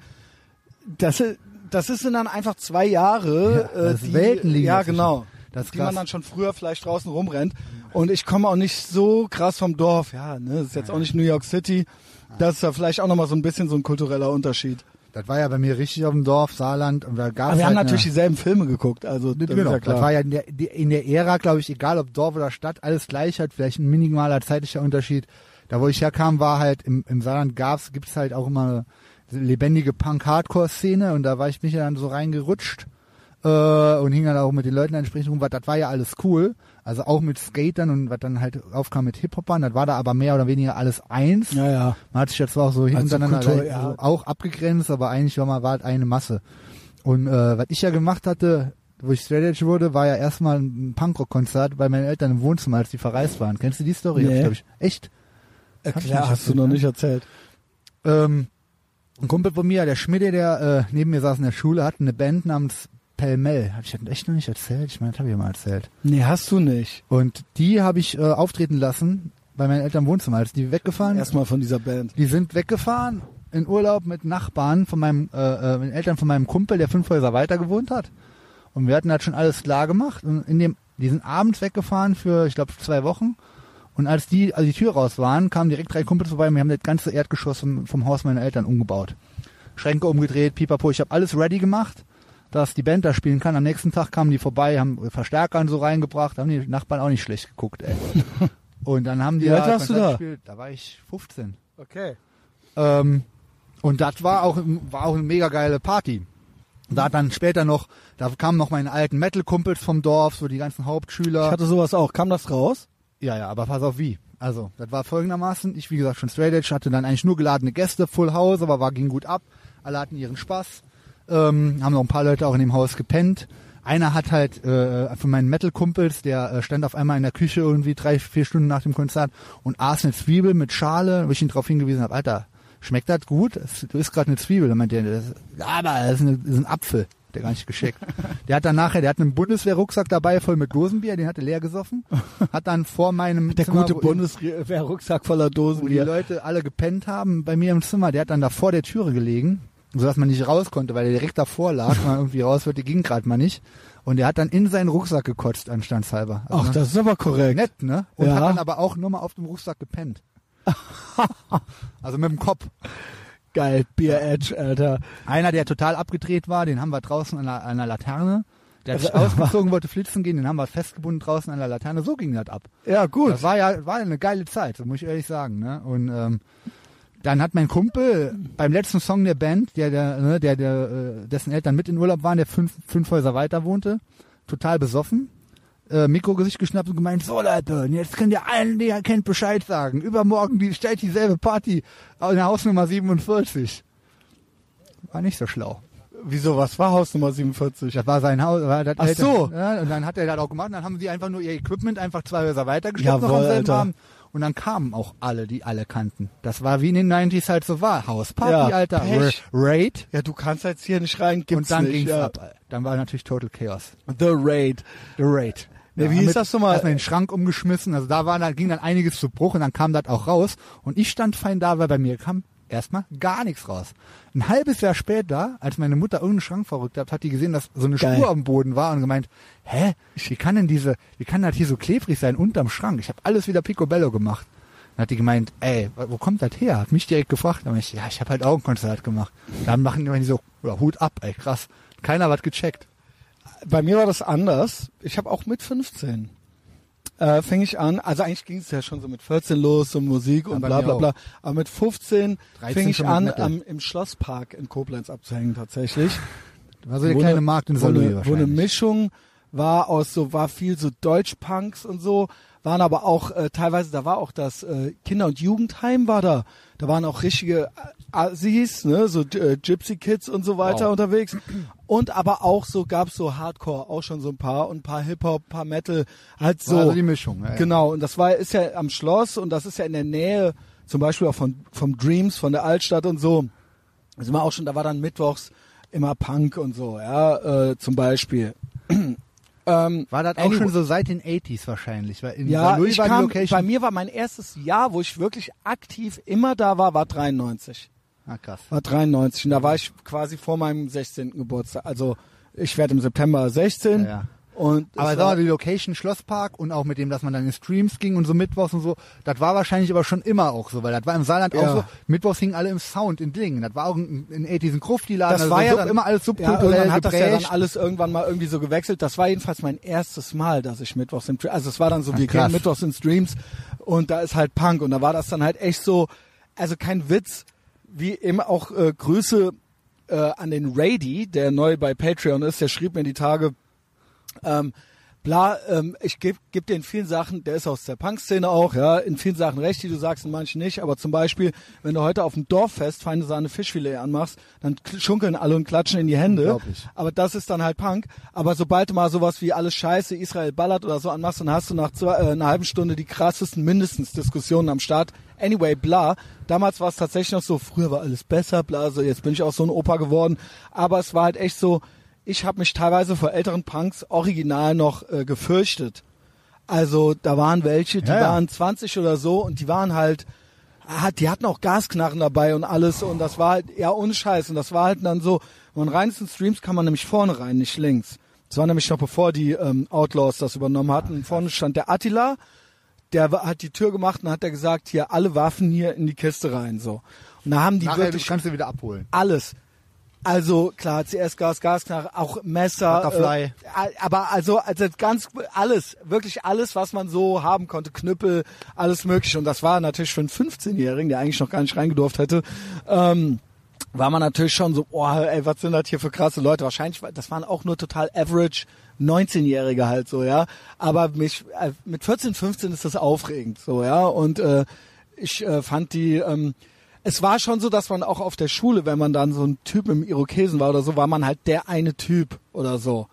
A: das, i- das sind dann einfach zwei Jahre,
B: Ja,
A: äh,
B: das
A: die,
B: Welten liegen
A: ja
B: dazwischen.
A: genau,
B: Das ist
A: die
B: krass.
A: man dann schon früher vielleicht draußen rumrennt. Und ich komme auch nicht so krass vom Dorf, ja, ne, das ist jetzt auch nicht New York City.
B: Ah.
A: Das ist ja vielleicht auch nochmal so ein bisschen so ein kultureller Unterschied.
B: Das war ja bei mir richtig auf dem Dorf, Saarland. Und da gab's
A: Aber wir haben
B: halt eine-
A: natürlich dieselben Filme geguckt, also das ist
B: genau,
A: ja klar.
B: das war ja in der, die- in der Ära, glaube ich, egal ob Dorf oder Stadt, alles gleich halt, vielleicht ein minimaler zeitlicher Unterschied. Da, wo ich herkam, war halt, im, im Saarland gab's, gibt's halt auch immer eine lebendige Punk-Hardcore-Szene und da war ich mich ja dann so reingerutscht äh, und hing dann auch mit den Leuten entsprechend rum, weil das war ja alles cool. Also auch mit Skatern und was dann halt aufkam mit Hip-Hopern, das war da aber mehr oder weniger alles eins.
A: ja, ja.
B: Man hat sich ja zwar auch so hintereinander
A: Kultur,
B: gleich-
A: ja.
B: also auch abgegrenzt, aber eigentlich war man war halt eine Masse. Und äh, was ich ja gemacht hatte, wo ich Straight Edge wurde, war ja erstmal ein Punkrock-Konzert bei meinen Eltern im Wohnzimmer, als die verreist waren. Kennst du die Story?
A: Nee.
B: Hab ich, glaub ich, echt?
A: Äh,
B: Hab ich
A: Klar,
B: nicht ne?
A: hast du noch nicht erzählt.
B: Ähm, ein Kumpel von mir, der Schmiede, der äh, neben mir saß in der Schule, hatte eine Band namens Pelmel. Hab ich das echt noch nicht erzählt? Ich meine, das habe ich ja mal erzählt.
A: Nee, hast du nicht.
B: Und die habe ich äh, auftreten lassen bei meinen Eltern im Wohnzimmer, als die weggefahren
A: Erstmal von dieser Band.
B: Die sind weggefahren in Urlaub mit Nachbarn von meinem, äh, äh, mit Eltern von meinem Kumpel, der fünf Häuser weiter gewohnt hat. Und wir hatten halt schon alles klar gemacht. Und in dem, die sind abends weggefahren für, ich glaube, zwei Wochen. Und als die, also die Tür raus waren, kamen direkt drei Kumpels vorbei und wir haben das ganze Erdgeschoss vom, vom Haus meiner Eltern umgebaut. Schränke umgedreht, pipapo. Ich habe alles ready gemacht, dass die Band da spielen kann. Am nächsten Tag kamen die vorbei, haben Verstärker und so reingebracht, haben die Nachbarn auch nicht schlecht geguckt,
A: [laughs]
B: ey. Und dann haben die
A: Wie alt warst du
B: Konzert
A: da?
B: gespielt. Da war ich 15.
A: Okay.
B: Ähm, und das war auch, war auch eine mega geile Party. Und Da hat dann später noch, da kamen noch meine alten Metal-Kumpels vom Dorf, so die ganzen
A: Ich
B: Hauptschüler.
A: hatte sowas auch. Kam das raus?
B: Ja, ja, aber pass auf wie. Also, das war folgendermaßen, ich wie gesagt schon straight edge, hatte dann eigentlich nur geladene Gäste, Full House, aber war, ging gut ab. Alle hatten ihren Spaß. Ähm, haben noch ein paar Leute auch in dem Haus gepennt. Einer hat halt äh, von meinen Metal-Kumpels, der äh, stand auf einmal in der Küche irgendwie drei, vier Stunden nach dem Konzert und aß eine Zwiebel mit Schale, wo ich ihn darauf hingewiesen habe, Alter, schmeckt das gut? Es- Du isst gerade eine Zwiebel. Dann meint der, das, aber das ist, eine, das ist ein Apfel. Der gar nicht
A: [laughs]
B: geschickt. Der hat dann nachher, der hat einen Bundeswehrrucksack dabei, voll mit Dosenbier, den hat er leer gesoffen. Hat dann vor meinem
A: Der
B: Zimmer,
A: gute
B: wo- äh,
A: Bundeswehr-Rucksack voller Dosen
B: wo die
A: hier.
B: Leute alle gepennt haben bei mir im Zimmer, der hat dann da vor der Türe gelegen, sodass man nicht raus konnte, weil der direkt davor
A: [laughs]
B: lag, man irgendwie raus wollte, ging gerade mal nicht. Und der hat dann in seinen Rucksack gekotzt, anstandshalber. Also,
A: Ach, das ist aber korrekt.
B: nett, ne? Und
A: Ja.
B: hat dann aber auch nur mal auf dem Rucksack
A: [laughs]
B: gepennt. also mit dem Kopf.
A: Geil, Beer Edge, Alter.
B: Einer, der total abgedreht war, den haben wir draußen an einer, an einer Laterne. Der hat sich
A: [laughs] Also-
B: ausgezogen, wollte flitzen gehen, den haben wir festgebunden draußen an der Laterne. So ging das ab.
A: Ja, gut.
B: Das war ja war eine geile Zeit, so muss ich ehrlich sagen. Ne? Und ähm, dann hat mein Kumpel beim letzten Song der Band, der, der, ne, der, der äh, dessen Eltern mit in Urlaub waren, der fünf, fünf Häuser weiter wohnte, total besoffen, äh, Mikrogesicht geschnappt und gemeint, so Leute, und jetzt könnt ihr allen, die ihr kennt, Bescheid sagen. Übermorgen die, stellt dieselbe Party in der Hausnummer 47. War nicht so schlau.
A: Wieso, was war Hausnummer 47?
B: Das war sein Haus. War das
A: Ach
B: Eltern-
A: so.
B: Ja, und dann hat er das auch gemacht. Und dann haben sie einfach nur ihr Equipment einfach zwei Häuser weitergeschickt noch am
A: Jawohl,
B: selben
A: Alter.
B: Abend. Und dann kamen auch alle, die alle kannten. Das war wie in den 90s halt so war. Hausparty,
A: Ja,
B: Alter.
A: Pech.
B: Ra- Raid.
A: Ja, du kannst jetzt hier nicht rein, gibt's
B: Und dann
A: nicht.
B: ging's
A: ja.
B: ab. Alter. Dann war natürlich Total Chaos.
A: The Raid.
B: The Raid.
A: Ne, wie hieß
B: damit
A: das nochmal?
B: Erstmal den Schrank umgeschmissen. Also da war, dann, ging dann einiges zu Bruch und dann kam das auch raus. Und ich stand fein da, weil bei mir kam erstmal gar nichts raus. Ein halbes Jahr später, als meine Mutter irgendeinen Schrank verrückt hat, hat die gesehen, dass so eine
A: Geil.
B: Spur am Boden war und gemeint, hä, wie kann denn diese, wie kann das hier so klebrig sein unterm Schrank? Ich habe alles wieder picobello gemacht. Dann hat die gemeint, ey, wo kommt das her? Hat mich direkt gefragt. Dann hab ich, ja, ich habe halt auch ein Konzert gemacht. Dann machen die immer so, ja, Hut ab, ey, krass. Keiner hat gecheckt.
A: Bei mir war das anders. Ich habe auch mit 15 äh, fing ich an. Also eigentlich ging es ja schon so mit 14 los, so Musik und
B: bei
A: bla
B: mir
A: bla
B: auch.
A: bla. Aber mit 15
B: 13
A: fing ich
B: schon mit
A: an,
B: Metal.
A: am, im Schlosspark in Koblenz abzuhängen tatsächlich.
B: War so Also der kleine Markt in
A: wo
B: Saloy
A: eine, wo eine
B: wahrscheinlich.
A: Mischung war aus so, war viel so Deutschpunks und so, waren aber auch äh, teilweise, da war auch das äh, Kinder- und Jugendheim war da. Da waren auch richtige äh, Assis, ne, so äh, Gypsy Kids und so weiter
F: Wow.
A: unterwegs. Und aber auch so gab's so Hardcore, auch schon so ein paar und ein paar Hip-Hop, paar Metal, halt so.
B: War also die Mischung. Ja,
A: Genau, und das war, ist ja am Schloss und das ist ja in der Nähe, zum Beispiel auch von, vom Dreams, von der Altstadt und so. Da sind wir auch schon, da war dann mittwochs immer Punk und so, ja, äh, zum Beispiel. [clears throat] ähm,
B: Ja. War das auch
A: Anyway.
B: schon so seit den 80s wahrscheinlich? Weil in
A: ja,
B: Saloy
A: ich
B: war die
A: kam, bei
B: Location.
A: mir war mein erstes Jahr, wo ich wirklich aktiv immer da war, war 93.
B: Ah, krass.
A: War 93 und da war ich quasi vor meinem 16. Geburtstag. Also ich werde im September 16
B: Ja, ja.
A: und es
B: Aber sag
A: war,
B: mal, die Location Schlosspark und auch mit dem, dass man dann in Streams ging und so mittwochs und so, das war wahrscheinlich aber schon immer auch so, weil das war im Saarland
A: Ja.
B: auch so, mittwochs hingen alle im Sound, in Dingen, das war auch in, in 80s ein Krufti-Laden,
A: das
B: also
A: war ja
B: sub-
A: dann
B: immer alles
A: Ja,
B: subkulturell
A: irgendwann hat das ja dann
B: geprägt.
A: alles irgendwann mal irgendwie so gewechselt. Das war jedenfalls mein erstes Mal, dass ich mittwochs in also es war dann so, wir
B: krass.
A: gehen mittwochs in Streams und da ist halt Punk und da war das dann halt echt so, also kein Witz, wie eben auch äh, Grüße äh, an den Rady, der neu bei Patreon ist, der schrieb mir die Tage, ähm, bla, ähm, ich geb, geb dir in vielen Sachen, der ist aus der Punk-Szene auch, ja, in vielen Sachen recht, die du sagst, in manchen nicht, aber zum Beispiel, wenn du heute auf dem Dorffest feine Sahne Fischfilet anmachst, dann kl- schunkeln alle und klatschen in die Hände,
B: Unglaublich.
A: aber das ist dann halt Punk, aber sobald du mal sowas wie alles scheiße, Israel ballert oder so anmachst, dann hast du nach zwei, äh, einer halben Stunde die krassesten mindestens Diskussionen am Start, anyway, bla, damals war es tatsächlich noch so, früher war alles besser, bla, so, jetzt bin ich auch so ein Opa geworden, aber es war halt echt so, ich habe mich teilweise vor älteren Punks original noch äh, gefürchtet. Also da waren welche, die
B: Ja, ja.
A: waren 20 oder so und die waren halt, ah, die hatten auch Gasknarren dabei und alles und das war halt eher unscheiß und das war halt dann so, und rein in Streams kann man nämlich vorne rein, nicht links. Das war nämlich noch bevor die ähm, Outlaws das übernommen hatten. Und vorne stand der Attila, der wa- hat die Tür gemacht und hat er gesagt, hier alle Waffen hier in die Kiste rein so. Und da haben die
B: Nachher
A: wirklich
B: kannst du wieder abholen.
A: alles. Also klar, CS-Gas, Gasknarre, auch Messer,
B: Butterfly.
A: Äh, a- aber also, also ganz alles, wirklich alles, was man so haben konnte, Knüppel, alles mögliche. Und das war natürlich für einen 15-Jährigen, der eigentlich noch gar nicht reingedurft hätte, ähm, war man natürlich schon so, oh, ey, was sind das hier für krasse Leute? Wahrscheinlich, war- das waren auch nur total average 19-Jährige halt so, ja. Aber mich, äh, mit 14, 15 ist das aufregend, so, ja. Und äh, ich äh, fand die, ähm, es war schon so, dass man auch auf der Schule, wenn man dann so ein Typ im Irokesen war oder so, war man halt der eine Typ oder so.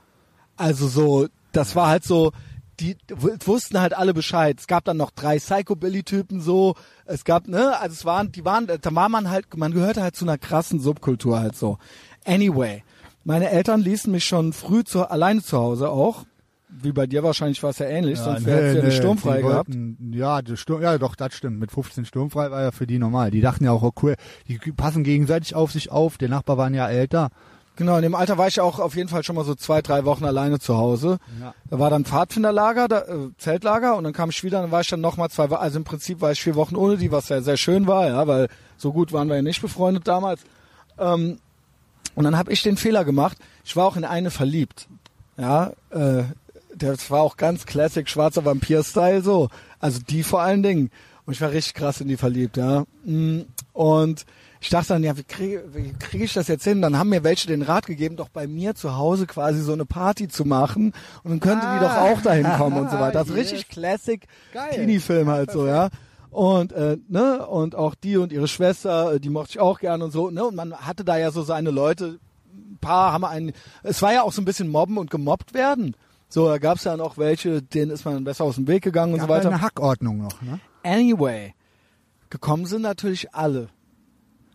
A: Also so, das war halt so, die w- wussten halt alle Bescheid. Es gab dann noch drei Psychobilly-Typen so. Es gab, ne, also es waren, die waren, da war man halt, man gehörte halt zu einer krassen Subkultur halt so. Anyway, meine Eltern ließen mich schon früh zu, alleine zu Hause auch. Wie bei dir wahrscheinlich war es ja ähnlich, sonst
B: nee,
A: hättest du ja
B: nee,
A: nicht sturmfrei
B: ne, die
A: gehabt.
B: wollten- Ja, die Sturm, ja, doch, das stimmt. Mit 15 sturmfrei war ja für die normal. Die dachten ja auch, oh cool, die passen gegenseitig auf sich auf. Der Nachbar war ein Jahr älter.
A: Genau, in dem Alter war ich auch auf jeden Fall schon mal so zwei, drei Wochen alleine zu Hause.
B: Ja.
A: Da war dann Pfadfinderlager, da, äh, Zeltlager und dann kam ich wieder und dann war ich dann nochmal zwei, Wo- also im Prinzip war ich vier Wochen ohne die, was ja sehr schön war, ja, weil so gut waren wir ja nicht befreundet damals. Ähm, und dann habe ich den Fehler gemacht, ich war auch in eine verliebt. Ja, äh, das war auch ganz classic schwarzer Vampir-Style so. Also die vor allen Dingen. Und ich war richtig krass in die verliebt, ja. Mm, Und ich dachte dann, ja, wie kriege wie krieg ich das jetzt hin? Dann haben mir welche den Rat gegeben, doch bei mir zu Hause quasi so eine Party zu machen. Und dann könnte die doch auch dahin kommen und so weiter. Das ist richtig classic
B: Geil.
A: Teenie-Film halt so, ja. Und, äh, ne, und auch die und ihre Schwester, äh, die mochte ich auch gern und so, ne, und man hatte da ja so seine Leute, ein paar haben einen, es war ja auch so ein bisschen mobben und gemobbt werden. So, da gab es dann auch welche, denen ist man besser aus dem Weg gegangen und so
B: Gab
A: weiter.
B: Eine Hackordnung noch, ne?
A: Anyway, gekommen sind natürlich alle.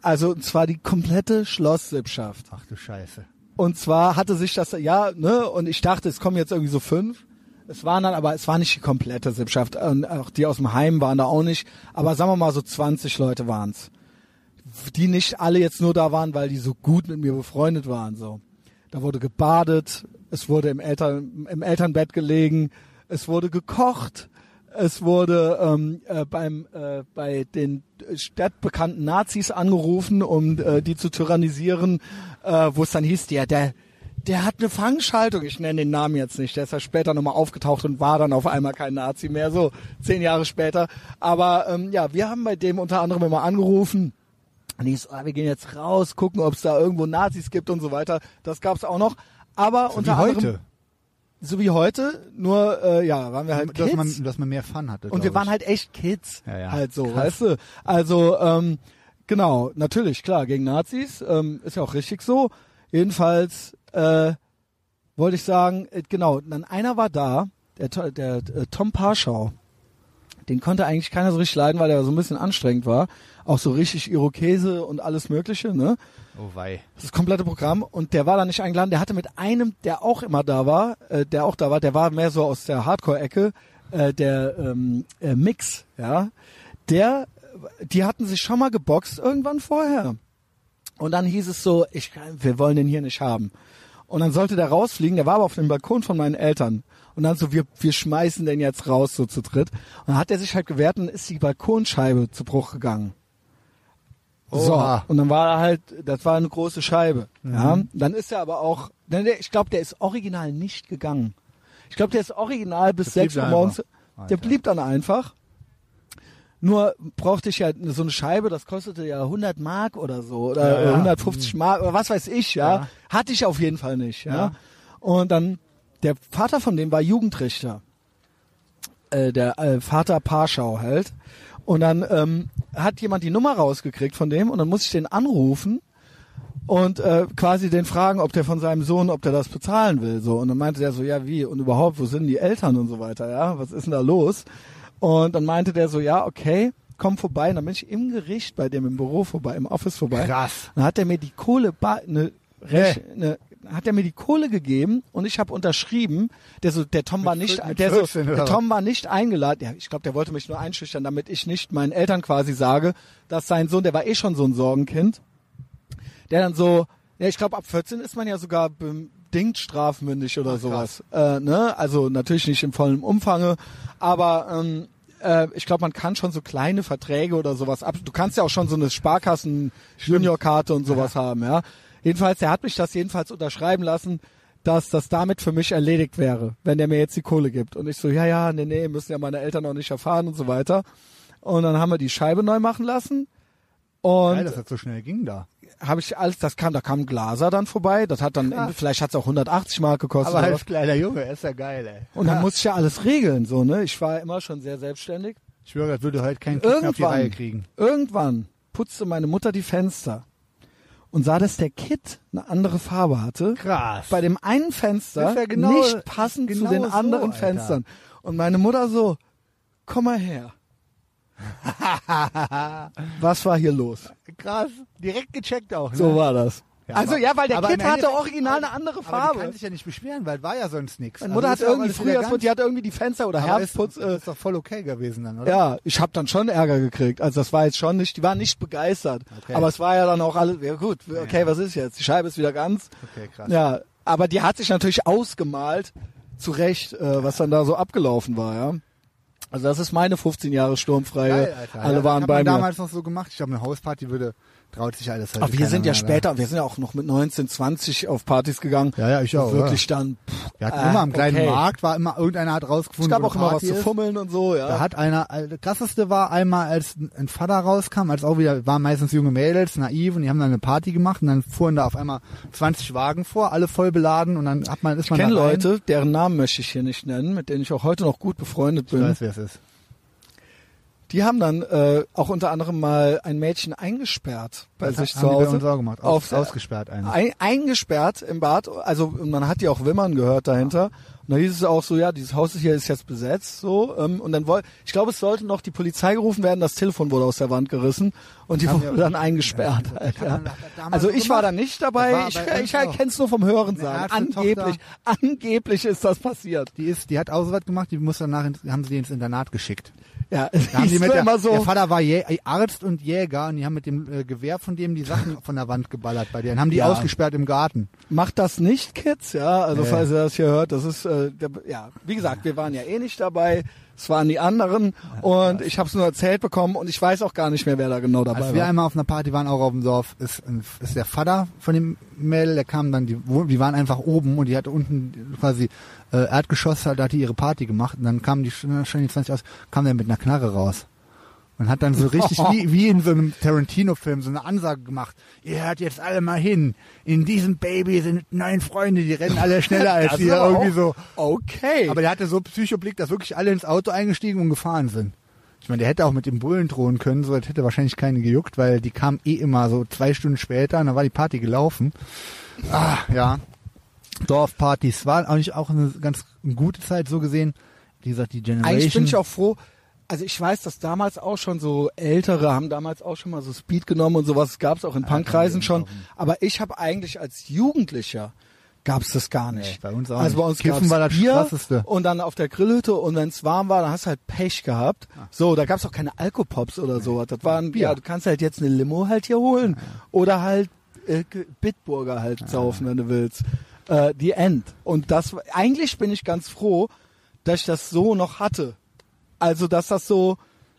A: Also, und zwar die komplette Schlosssippschaft.
B: Ach du Scheiße.
A: Und zwar hatte sich das, ja, ne, und ich dachte, es kommen jetzt irgendwie so fünf. Es waren dann aber, es war nicht die komplette Sippschaft. Und auch die aus dem Heim waren da auch nicht. Aber sagen wir mal, so 20 Leute waren's. Die nicht alle jetzt nur da waren, weil die so gut mit mir befreundet waren, so. Da wurde gebadet, es wurde im, Eltern, im Elternbett gelegen, es wurde gekocht, es wurde ähm, äh, beim, äh, bei den stadtbekannten Nazis angerufen, um äh, die zu tyrannisieren, äh, wo es dann hieß, der, der, der hat eine Fangschaltung, ich nenne den Namen jetzt nicht, der ist ja später nochmal aufgetaucht und war dann auf einmal kein Nazi mehr, so zehn Jahre später. Aber ähm, ja, wir haben bei dem unter anderem immer angerufen Und ich so, ah, wir gehen jetzt raus, gucken, ob es da irgendwo Nazis gibt und so weiter. Das gab es auch noch. Aber
B: So
A: unter
B: wie
A: anderem,
B: heute,
A: so wie heute, nur äh, ja, waren wir halt
B: dass
A: Kids.
B: man, dass man mehr Fun hatte.
A: Und wir waren halt echt Kids.
B: Ja, ja.
A: Halt so,
B: Krass.
A: weißt du? Also, ähm, genau, natürlich, klar, gegen Nazis, ähm, ist ja auch richtig so. Jedenfalls äh, wollte ich sagen, äh, genau, dann einer war da, der, To- der äh, Tom Parschau. Den konnte eigentlich keiner so richtig leiden, weil der so ein bisschen anstrengend war. Auch so richtig Irokese und alles Mögliche, ne?
B: Oh wei.
A: Das komplette Programm. Und der war da nicht eingeladen. Der hatte mit einem, der auch immer da war, äh, der auch da war, der war mehr so aus der Hardcore-Ecke, äh, der ähm, äh, Mix, ja. Der, äh, die hatten sich schon mal geboxt irgendwann vorher. Und dann hieß es so, ich, kann- wir wollen den hier nicht haben. Und dann sollte der rausfliegen, der war aber auf dem Balkon von meinen Eltern. Und dann so, wir, wir schmeißen den jetzt raus, so zu dritt. Und dann hat er sich halt gewehrt und ist die Balkonscheibe zu Bruch gegangen. So,
B: Oha. Mhm.
A: und dann war er halt, das war eine große Scheibe. Ja, dann ist er aber auch, denn der, ich glaube, der ist original nicht gegangen. Ich glaube, der ist original bis
B: Der blieb
A: 6 Uhr
B: da
A: morgens.
B: einfach. Alter.
A: Der blieb dann einfach. Nur brauchte ich ja so eine Scheibe, das kostete ja 100 Mark oder so, oder
B: Ja, ja.
A: 150 Mark oder was weiß ich, ja.
B: Ja.
A: Hatte ich auf jeden Fall nicht, ja.
B: Ja.
A: Und dann, der Vater von dem war Jugendrichter äh, der äh, Vater Parschau halt. Und dann ähm, hat jemand die Nummer rausgekriegt von dem und dann muss ich den anrufen und äh, quasi den fragen, ob der von seinem Sohn, ob der das bezahlen will. So. Und dann meinte der so, ja, wie? Und überhaupt, wo sind die Eltern und so weiter, ja? Was ist denn da los? Und dann meinte der so, ja, okay, komm vorbei. Und dann bin ich im Gericht bei dem im Büro vorbei, im Office vorbei.
B: Krass.
A: Dann hat er mir die Kohle, ba- ne, Rech, ne, hat er mir die Kohle gegeben und ich habe unterschrieben. Der so, der Tom war nicht,
B: vier- mit
A: der, so,
B: 14 oder
A: der
B: was?
A: Tom war nicht eingeladen. Ja, ich glaube, der wollte mich nur einschüchtern, damit ich nicht meinen Eltern quasi sage, dass sein Sohn, der war eh schon so ein Sorgenkind, der dann so, ja, ich glaube, ab 14 ist man ja sogar bedingt strafmündig oder sowas. Äh, ne? Also natürlich nicht im vollen Umfange, aber ähm, äh, ich glaube, man kann schon so kleine Verträge oder sowas ab. Du kannst ja auch schon so eine Sparkassen-Junior-Karte und sowas haben, ja. Jedenfalls, der hat mich das jedenfalls unterschreiben lassen, dass das damit für mich erledigt wäre, wenn der mir jetzt die Kohle gibt. Und ich so, ja, ja, nee, nee, müssen ja meine Eltern noch nicht erfahren und so weiter. Und dann haben wir die Scheibe neu machen lassen. Und
B: Geil, dass das so schnell ging da.
A: habe ich alles, das kam, da kam ein Glaser dann vorbei, das hat dann, vielleicht hat's auch 180 Mark gekostet.
B: Aber
A: oder
B: als kleiner Junge, ist ja geil, ey.
A: was. und dann musste ich ja alles regeln, so, ne? Ich war immer schon sehr selbstständig.
B: Ich schwöre, das würde heute keinen Kick mehr auf die
A: Irgendwann.
B: Reihe kriegen.
A: Irgendwann putzte meine Mutter die Fenster und sah, dass der Kit eine andere Farbe hatte.
B: Krass.
A: Bei dem einen Fenster
B: Das ist ja genau-
A: nicht passend
B: genau
A: zu den
B: so,
A: anderen
B: Alter.
A: Fenstern. Und meine Mutter so, komm
B: [laughs]
A: mal her. Was war hier los?
B: Krass. Direkt gecheckt auch, ne?
A: So war das.
B: Ja,
A: also
B: aber-
A: ja, weil der
B: aber
A: Kit
B: im
A: hatte
B: Endeffekt-
A: original eine andere
B: Aber die
A: Farbe.
B: kann sich ja nicht beschweren, weil war Also ja sonst nichts.
A: Meine Mutter hat irgendwie Frühjahrsputz, die hat irgendwie die Fenster oder Herbstputz.
B: Herbstputz.
A: Äh,
B: Ist doch voll okay gewesen dann, oder?
A: ja, ich habe dann schon Ärger gekriegt. Also das war jetzt schon nicht, die waren nicht begeistert.
B: Okay.
A: Aber es war ja dann auch alles, ja gut, okay, was ist jetzt? Die Scheibe ist wieder ganz.
B: Okay, krass.
A: Ja, aber die hat sich natürlich ausgemalt, zu Recht, äh, was dann da so abgelaufen war, ja. Also das ist meine 15 Jahre sturmfreie.
B: Geil, Alter.
A: Alle
B: ja,
A: waren
B: das
A: bei
B: hat
A: mir.
B: man damals noch so gemacht. Ich glaube, eine Hausparty würde, traut sich alles heute
A: aber wir
B: keiner
A: sind ja
B: mehr, ne?
A: später, wir sind ja auch noch mit 19, 20 auf Partys gegangen.
B: Ja, ja, ich auch,
A: Wirklich dann. Pff,
B: Wir hatten
A: Ah,
B: immer am kleinen
A: okay.
B: Markt, war immer, irgendeiner hat
A: es
B: rausgefunden,
A: gab
B: wo
A: auch
B: eine
A: immer was
B: Party
A: zu
B: ist.
A: fummeln und so, ja.
B: Da hat einer, äh, das krasseste war einmal, als ein Vater rauskam, als auch wieder, waren meistens junge Mädels, naiv, und die haben dann eine Party gemacht, und dann fuhren da auf einmal 20 Wagen vor, alle voll beladen, und dann hat man, ist
A: Ich
B: man
A: kenne
B: da rein.
A: Leute, deren Namen möchte ich hier nicht nennen, mit denen ich auch heute noch gut befreundet
B: Ich
A: bin.
B: weiß, wer es ist.
A: Die haben dann äh, auch unter anderem mal ein Mädchen eingesperrt bei
B: Das
A: sich
B: haben
A: zu
B: die
A: Hause. Ah.
B: Bei uns auch gemacht. Aus, ausgesperrt einen.
A: Ein, eingesperrt im Bad, also man hat die auch wimmern gehört dahinter. Und da hieß es auch so, ja, dieses Haus hier ist jetzt besetzt, so. Ähm, und dann wollte, ich glaube, es sollte noch die Polizei gerufen werden, das Telefon wurde aus der Wand gerissen und die
B: Haben
A: wurde
B: wir-
A: dann eingesperrt. Alter.
B: man doch damals
A: Also
B: so
A: ich war
B: gemacht.
A: da nicht
B: Das
A: dabei,
B: war
A: ich,
B: bei uns
A: ich
B: auch.
A: kenne es nur vom Hören
B: Eine
A: sagen.
B: Ärztin-Tochter.
A: Angeblich, angeblich ist das passiert.
B: Die ist, die hat auch so was gemacht, die muss danach, ins- haben sie die ins Internat geschickt.
A: Ja,
B: Da haben die
A: siehst
B: mit
A: du
B: der,
A: immer so.
B: der Vater war Jä äh, Arzt und Jäger und die haben mit dem äh, Gewehr von dem die Sachen von der Wand geballert bei denen, haben die
A: Ja.
B: ausgesperrt im Garten.
A: Macht das nicht, Kids, ja. Also
B: Nee.
A: falls ihr das hier hört, das ist äh, der, ja, wie gesagt, wir waren ja eh nicht dabei, es waren die anderen und ich habe es nur erzählt bekommen und ich weiß auch gar nicht mehr, wer da genau dabei
B: Als Also wir
A: war.
B: einmal auf einer Party waren, auch auf dem Dorf, ist, ein- ist der Vater von dem Mädel, der kam dann, die, wo- die waren einfach oben und die hatte unten quasi äh, Erdgeschoss, da hat die ihre Party gemacht und dann kamen die schon schon die 20 aus, kam der mit einer Knarre raus. Und hat dann so
A: [laughs]
B: richtig wie, wie in so einem Tarantino-Film so eine Ansage gemacht. Ihr hört jetzt alle mal hin. In diesem Baby sind neun Freunde, die rennen alle schneller als
A: Das
B: ihr.
A: ist aber
B: Irgendwie so.
A: Okay.
B: Aber der hatte so Psychoblick, dass wirklich alle ins Auto eingestiegen und gefahren sind. Ich meine, der hätte auch mit dem Bullen drohen können, so das hätte wahrscheinlich keine gejuckt, weil die kamen eh immer so zwei Stunden später und dann war die Party gelaufen. Ah, ja. Dorfpartys waren eigentlich auch eine ganz gute Zeit so gesehen. Wie gesagt, die Generation.
A: Eigentlich bin ich auch froh. Also ich weiß, dass damals auch schon so Ältere haben damals auch schon mal so Speed genommen und sowas. Gab es auch in Punkkreisen schon.
B: genau.
A: Aber ich habe eigentlich als Jugendlicher gab es das gar nicht.
B: Nee, bei uns auch
A: also bei
B: nicht.
A: uns
B: Kiffen
A: gab's
B: war das
A: Bier
B: Krasseste.
A: und dann auf der Grillhütte und wenn es warm war, dann hast du halt Pech gehabt.
B: Ah.
A: So, da gab es auch keine Alkopops oder sowas. Das waren Bier. Ja, du kannst halt jetzt eine Limo halt hier holen oder halt äh, G- Bitburger halt saufen, wenn du willst. Äh, die End. Und das eigentlich bin ich ganz froh, dass ich das so noch hatte. Also, dass das so,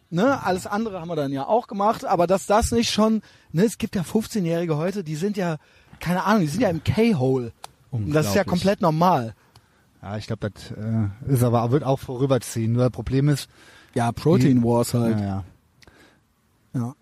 A: ne, alles andere haben wir dann ja auch gemacht, aber dass das nicht schon, ne, es gibt ja 15-Jährige heute, die sind ja, keine Ahnung, die sind ja im K-Hole. Und Das ist ja
B: Unglaublich.
A: komplett normal.
B: ja, ich glaube, das äh, ist aber wird auch vorüberziehen. Nur das Problem ist,
A: Ja, Protein Wars halt.
B: naja,
A: Ja.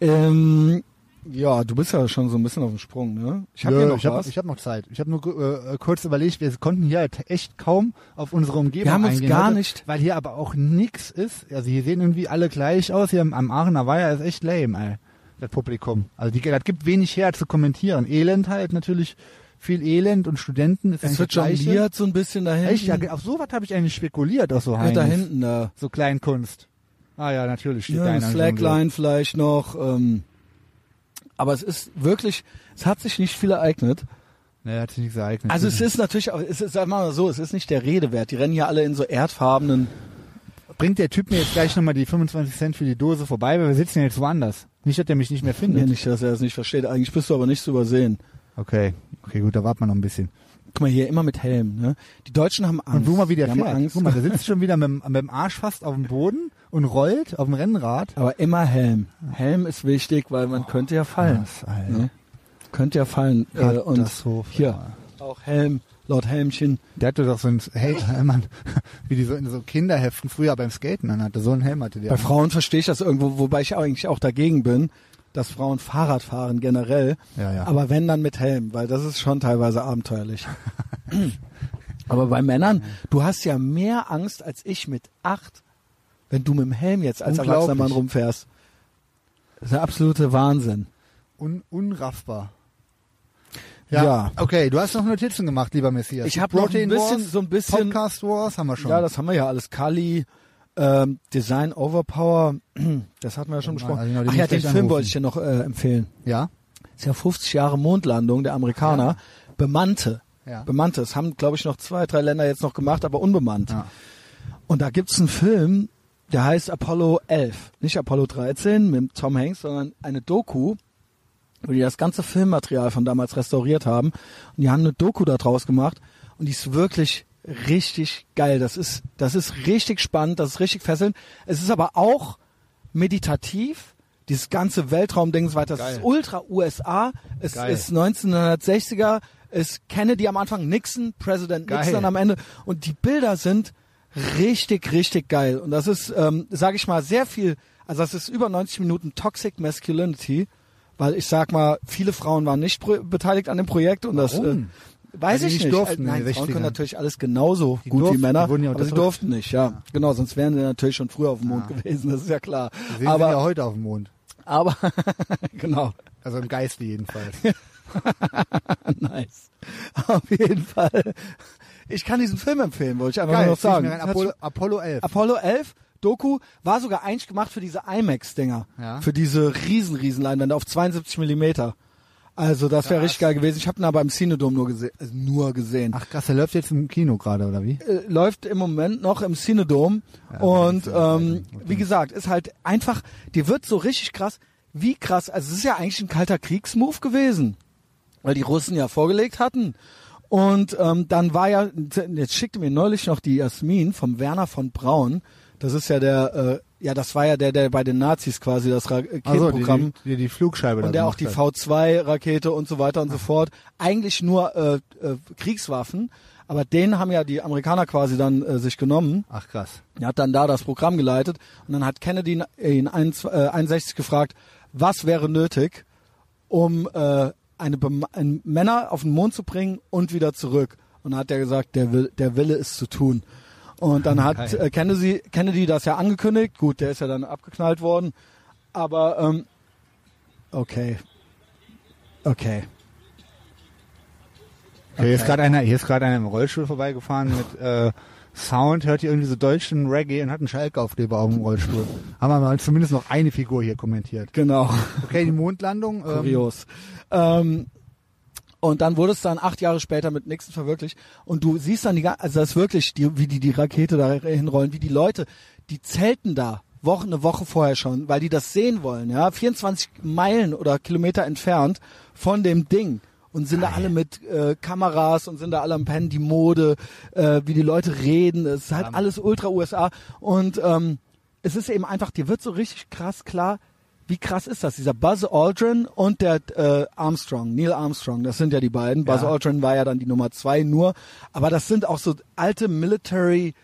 A: Ähm, ja, du bist ja schon so ein bisschen auf dem Sprung, ne? Ich habe
B: Nö,
A: hier noch
B: ich hab,
A: was.
B: Ich habe noch Zeit. Ich habe nur äh, kurz überlegt, wir konnten hier halt echt kaum auf unsere Umgebung
A: Wir haben uns
B: eingehen
A: gar
B: heute,
A: nicht-
B: Weil hier aber auch nix ist. Also hier sehen irgendwie alle gleich aus. Hier am, am Aachener Weiher ist echt lame, ey, das Publikum. Also die, das gibt wenig her zu kommentieren. Elend halt natürlich, viel Elend und Studenten. Ist
A: es
B: eigentlich
A: wird
B: das Gleiche.
A: jongliert so ein bisschen da hinten.
B: Echt? Ja, auf sowas habe ich eigentlich spekuliert, auch so
A: ja, da
B: Heinis.
A: hinten da.
B: So Kleinkunst. Ah ja, natürlich steht
A: Ja,
B: da
A: eine
B: einer und jongliert.
A: Slackline vielleicht noch. Ähm, aber es ist wirklich, es hat sich nicht viel ereignet.
B: Nee, hat sich nichts ereignet.
A: Also es ist natürlich, auch- es ist, sag mal so, es ist nicht der Rede wert. Die rennen hier alle in so erdfarbenen.
B: bringt der Typ mir jetzt gleich nochmal die 25 Cent für die Dose vorbei, weil wir sitzen ja jetzt woanders. Nicht, dass der mich nicht mehr
A: Ja,
B: findet.
A: nicht, dass er es nicht versteht. Eigentlich bist du aber nicht zu übersehen.
B: Okay, okay, gut, da warten wir noch ein bisschen.
A: Guck mal hier, immer mit Helm. Ne? Die Deutschen haben Angst.
B: Und guck mal, wie der
A: die haben
B: fährt.
A: Angst.
B: Guck mal, der sitzt schon wieder mit, dem- mit dem Arsch fast auf dem Boden und rollt auf dem Rennrad.
A: Aber immer Helm. Helm ist wichtig, weil man
B: Oh.
A: könnte ja fallen.
B: Was, Alter.
A: Ne? Könnte ja fallen. Äh, und
B: Katastrophe.
A: hier, auch Helm, Lord Helmchen.
B: Der hatte doch so ein, hey, [laughs] Mann, wie die so in so Kinderheften früher beim Skaten anhatte. So einen Helm hatte der.
A: Bei Frauen verstehe ich das irgendwo, wobei ich eigentlich auch dagegen bin, dass Frauen Fahrrad fahren generell.
B: Ja, ja.
A: Aber wenn dann mit Helm, weil das ist schon teilweise
B: [laughs]
A: abenteuerlich. aber bei Männern, du hast ja mehr Angst als ich mit acht, wenn du mit dem Helm jetzt als
B: Unglaublich.
A: erwachsener Mann rumfährst. Das ist der absolute Wahnsinn.
B: Un, unraffbar.
A: Ja.
B: Okay, du hast noch Notizen gemacht, lieber Messias.
A: Ich hab noch ein
B: Protein
A: bisschen-
B: Wars,
A: so ein bisschen-
B: Podcast Wars haben wir schon.
A: Ja, das haben wir ja alles. Kali, ähm, Design Overpower, [clears throat] das hatten wir ja schon
B: Warte
A: besprochen.
B: mal, also genau, den
A: Ach ja,
B: muss
A: den
B: ich
A: Film
B: gleich
A: wollte ich dir noch äh, empfehlen.
B: ja?
A: Ist ja 50 Jahre Mondlandung der Amerikaner. Bemannte.
B: Ja.
A: Bemannte. Das haben, glaube ich, noch zwei, drei Länder jetzt noch gemacht, aber unbemannt.
B: Ja.
A: Und da gibt's einen Film, der heißt Apollo 11. Nicht Apollo 13 mit Tom Hanks, sondern eine Doku, wo die das ganze Filmmaterial von damals restauriert haben. Und die haben eine Doku da draus gemacht. Und die ist wirklich richtig geil. Das ist, das ist richtig spannend, das ist richtig fesselnd. Es ist aber auch meditativ. Dieses ganze Weltraumding und so weiter.
B: Geil.
A: Es ist ultra USA. Es
B: Geil.
A: ist 1960er. Es Kennedy am Anfang, Nixon, Präsident
B: Geil.
A: Nixon am Ende. Und die Bilder sind richtig, richtig geil. Und das ist, ähm, sage ich mal, sehr viel, also das ist über 90 Minuten Toxic Masculinity, weil ich sag mal, viele Frauen waren nicht pro- beteiligt an dem Projekt und das äh,
B: Warum?
A: weiß
B: Weil die
A: ich
B: nicht
A: nicht. Äh,
B: durften in
A: Nein,
B: den
A: Frauen
B: 60ern.
A: können natürlich alles genauso
B: Die
A: gut
B: durften,
A: wie Männer,
B: die wurden ja
A: aber sie
B: unterdrückt.
A: durften nicht, ja. Genau, sonst wären sie natürlich schon früher auf dem Mond gewesen, das ist ja klar.
B: Wir sind ja
A: Aber,
B: heute auf dem Mond.
A: aber, [laughs] genau. [laughs]
B: Also im Geiste jedenfalls.
A: Nice. Auf jeden Fall. Ich kann diesen Film empfehlen, wollte ich einfach nur noch
B: zieh ich mir
A: sagen.
B: rein.
A: Hat
B: Apollo, Apollo 11.
A: Apollo 11 Doku war sogar eigentlich gemacht für diese IMAX-Dinger.
B: Ja.
A: Für diese riesen, riesen Leinwände auf 72 Millimeter. Also das wäre richtig geil gewesen. Ich habe ihn aber im Cinedom nur, gese äh, nur gesehen.
B: Ach krass, der läuft jetzt im Kino gerade, oder wie?
A: Äh, läuft im Moment noch im Cinedom. und
B: äh,
A: ähm, wie gesagt, ist halt einfach, dir wird so richtig krass, wie krass, also es ist ja eigentlich ein kalter Kriegsmove gewesen, weil die Russen ja vorgelegt hatten. Und ähm, dann war ja, jetzt schickte mir neulich noch die Jasmin vom Werner von Braun, das ist ja der, äh, ja das war ja der, der bei den Nazis quasi das
B: Also
A: Raketenprogramm...
B: die, die, die Flugscheibe. da
A: Und der auch
B: gemacht
A: die
B: hat. Ah.
A: V2-Rakete und so weiter und so fort. Eigentlich nur äh, äh, Kriegswaffen. Aber den haben ja die Amerikaner quasi dann äh, sich genommen.
B: Ach krass.
A: Er hat dann da das Programm geleitet und dann hat Kennedy ihn, äh, ihn ein, äh, 61 gefragt, was wäre nötig, um äh, eine Bem ein Männer auf den Mond zu bringen und wieder zurück. Und dann hat er gesagt, der, Will der Wille ist zu tun. Und dann hat
B: Geil.
A: äh, Kennedy, Kennedy das ja angekündigt. Gut, der ist ja dann abgeknallt worden. Aber ähm, okay. Okay.
B: Hier ist gerade einer, hier ist gerade einer im Rollstuhl vorbeigefahren mit äh, Sound, hört hier irgendwie so deutschen Reggae und hat einen Schalkaufkleber auf dem Rollstuhl. Haben wir mal zumindest noch eine Figur hier kommentiert.
A: Genau.
B: Okay, die Mondlandung. Ähm,
A: Kurios. Ähm, und dann wurde es dann acht Jahre später mit Nixon verwirklicht. Und du siehst dann, die, ga- also das ist wirklich, die, wie die die Rakete da hinrollen, wie die Leute, die zelten da Wochen, eine Woche vorher schon, weil die das sehen wollen, ja, 24 Meilen oder Kilometer entfernt von dem Ding. Und sind da alle mit äh, Kameras und sind da alle am Pennen, die Mode, äh, wie die Leute reden. Es ist halt alles Ultra-USA. Und ähm, es ist eben einfach, dir wird so richtig krass klar, wie krass ist das? Dieser Buzz Aldrin und der äh, Armstrong, Neil Armstrong, das sind ja die beiden. Buzz
B: Ja.
A: Aldrin war ja dann die Nummer zwei nur, aber das sind auch so alte Military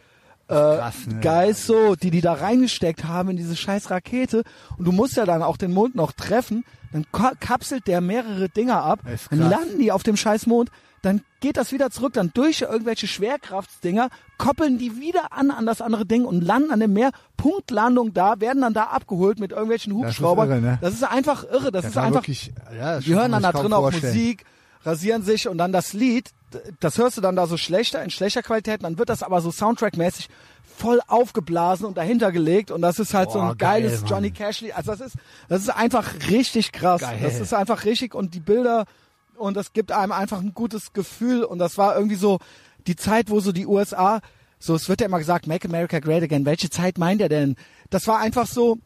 A: äh,
B: krass, ne?
A: Guys so, die die da reingesteckt haben in diese scheiß Rakete und du musst ja dann auch den Mond noch treffen, dann ka- kapselt der mehrere Dinger ab,
B: Ist
A: dann
B: krass.
A: landen die auf dem scheiß Mond, dann geht das wieder zurück, dann durch irgendwelche Schwerkraftdinger, koppeln die wieder an an das andere Ding und landen an dem Meer, Punktlandung da, werden dann da abgeholt mit irgendwelchen
B: ist
A: Hubschraubern.
B: irre, ne?
A: das ist einfach irre, das,
B: das
A: ist
B: war
A: einfach
B: wirklich, ja, das
A: die hören
B: muss
A: dann
B: ich
A: da
B: kaum
A: drin auch
B: vorstellen.
A: Musik, rasieren sich und dann das Lied, d- das hörst du dann da so schlechter, in schlechter Qualität, dann wird das aber so Soundtrack-mäßig voll aufgeblasen und dahinter gelegt und das ist halt so
B: Boah,
A: ein geiles
B: geil, Mann.
A: Johnny Cashley. Also das ist, das ist einfach richtig krass.
B: Geil.
A: Das ist einfach richtig und die Bilder und das gibt einem einfach ein gutes Gefühl und das war irgendwie so die Zeit, wo so die USA, so es wird ja immer gesagt, Make America Great Again. Welche Zeit meint er denn? Das war einfach so,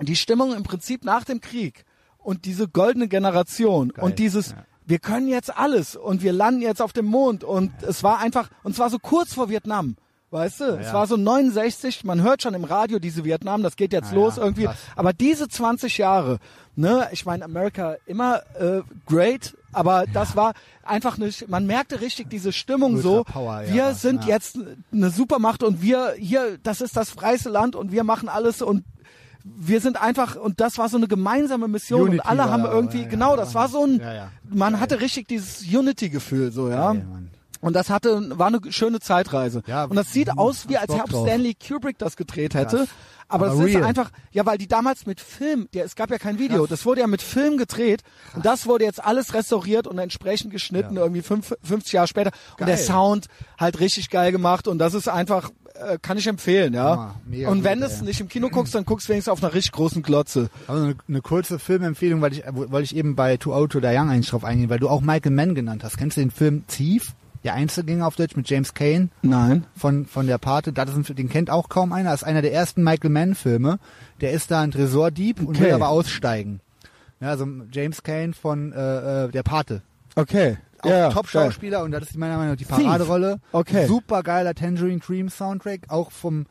A: die Stimmung im Prinzip nach dem Krieg und diese goldene Generation und dieses wir können jetzt alles und wir landen jetzt auf dem Mond und es war einfach und es war so kurz vor Vietnam, weißt du? Es
B: ja.
A: war so 69, man hört schon im Radio diese Vietnam, das geht jetzt
B: Ah,
A: los
B: ja,
A: irgendwie,
B: krass.
A: aber diese 20 Jahre, ne, ich meine America immer äh, great, aber das war einfach nicht man merkte richtig diese Stimmung
B: Ultra
A: so.
B: Power, ja,
A: wir
B: ja.
A: sind
B: Ja.
A: jetzt eine Supermacht und wir hier, das ist das freiste Land und wir machen alles und wir sind einfach und das war so eine gemeinsame Mission
B: Unity
A: und alle
B: war
A: haben
B: da,
A: irgendwie
B: ja, ja,
A: genau
B: ja,
A: das war so ein
B: ja, ja.
A: man hatte richtig dieses Unity Gefühl so ja
B: Geil, Mann.
A: und das hatte war eine schöne Zeitreise
B: Ja,
A: und mhm, das sieht aus wie
B: hab
A: als
B: Bock
A: ob
B: drauf.
A: Stanley Kubrick das gedreht hätte
B: Krass.
A: aber,
B: Aber
A: das ist
B: real.
A: einfach ja weil die damals mit Film der es gab ja kein Video das wurde ja mit Film gedreht und das wurde jetzt alles restauriert und entsprechend geschnitten irgendwie fünf, 50 Jahre später und der
B: Geil.
A: Sound halt richtig geil gemacht und das ist einfach äh, kann ich empfehlen ja
B: Hammer. Mega
A: und
B: gut,
A: wenn
B: ey.
A: es nicht im Kino guckst dann guckst wenigstens auf einer richtig großen Glotze
B: Aber Also eine, eine kurze Filmempfehlung, weil ich, wo- wollte ich eben bei To Out to Die Young eigentlich drauf eingehen, weil du auch Michael Mann genannt hast. Kennst du den Film Thief? Der Einzelgänger auf Deutsch mit James Cain
A: nein
B: von, von der Pate. Das ist ein, den kennt auch kaum einer. Das ist einer der ersten Michael Mann Filme. Der ist da ein Tresordieb und
A: Okay.
B: will aber aussteigen. Ja, also James Cain von äh, äh, der Pate.
A: okay
B: Auch
A: ja, geil.
B: Top-Schauspieler und das ist meiner Meinung nach die
A: Thief.
B: Paraderolle.
A: Okay.
B: Super geiler Tangerine Dream Soundtrack, auch vom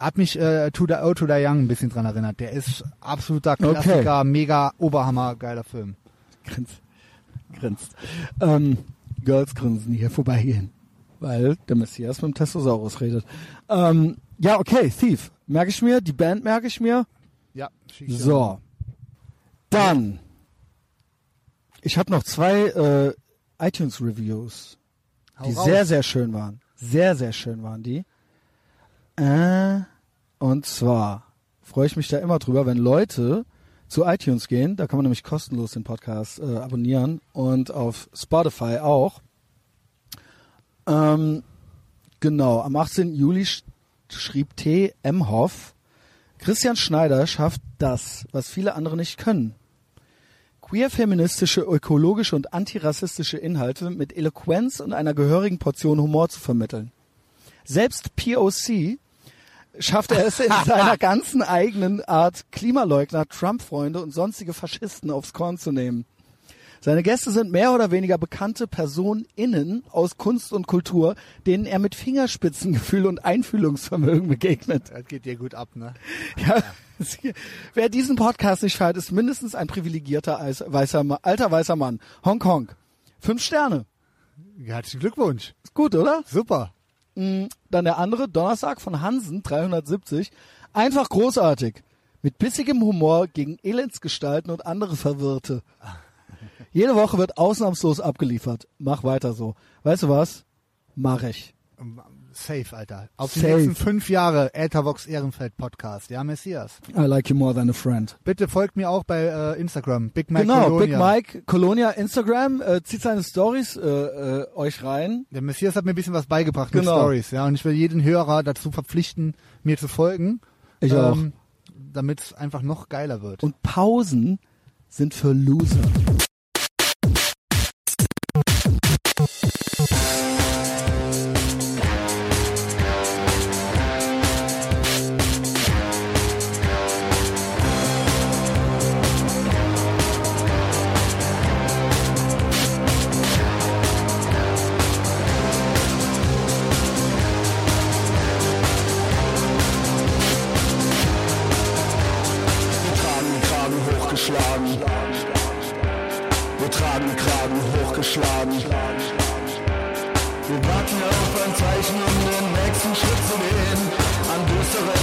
B: hat mich äh, To the Oh to the Young ein bisschen dran erinnert. Der ist absoluter Klassiker, mega Oberhammer, geiler Film.
A: grinst, grinst. Ähm, Girls grinsen hier vorbeigehen, weil der Messias mit dem Testosaurus redet. Ähm, ja, okay, Thief. Merke ich mir, die Band merke ich mir.
B: Ja, schick ich dir.
A: So. Dann. Ich habe noch zwei äh, iTunes-Reviews,
B: Hau
A: die
B: raus.
A: sehr, sehr schön waren. Sehr, sehr schön waren die. Äh, und zwar freue ich mich da immer drüber, wenn Leute zu iTunes gehen, da kann man nämlich kostenlos den Podcast äh, abonnieren und auf Spotify auch. Ähm, genau, am 18. Juli sch schrieb T. M. Hoff, Christian Schneider schafft das, was viele andere nicht können. Queer-feministische, ökologische und antirassistische Inhalte mit Eloquenz und einer gehörigen Portion Humor zu vermitteln. Selbst POC schafft er es in seiner ganzen eigenen Art, Klimaleugner, Trump-Freunde und sonstige Faschisten aufs Korn zu nehmen. Seine Gäste sind mehr oder weniger bekannte PersonInnen aus Kunst und Kultur, denen er mit Fingerspitzengefühl und Einfühlungsvermögen begegnet.
B: Das geht dir gut ab, ne?
A: Ja. Sie- [laughs] Wer diesen Podcast nicht feiert, ist mindestens ein privilegierter als weißer Ma alter weißer Mann. Hongkong. Fünf Sterne.
B: Herzlichen Glückwunsch.
A: Ist gut, oder?
B: Super.
A: Mm, Dann der andere, Donnerstag von Hansen, 370. Einfach großartig. Mit bissigem Humor gegen Elendsgestalten und andere [laughs] Verwirrte. Jede Woche wird ausnahmslos abgeliefert. Mach weiter so. Weißt du was? Mach ich.
B: Safe, Alter. Auf die
A: Safe.
B: nächsten fünf Jahre Äthervox Ehrenfeld Podcast. Ja, Messias.
A: I like you more than a friend.
B: Bitte folgt mir auch bei äh, Instagram. Big Mike
A: genau,
B: Colonia.
A: Big Mike, Colonia, Instagram, äh, zieht seine Stories äh, äh, euch rein.
B: Der Messias hat mir ein bisschen was beigebracht mit
A: Genau.
B: Stories, ja. Und ich will jeden Hörer dazu verpflichten, mir zu folgen.
A: Ich auch.
B: Damit es einfach noch geiler wird.
A: Und Pausen sind für Loser.
G: tragen Kragen hochgeschlagen. Wir tragen Kragen hochgeschlagen. Wir warten auf ein Zeichen, um den nächsten Schritt zu gehen. An düstere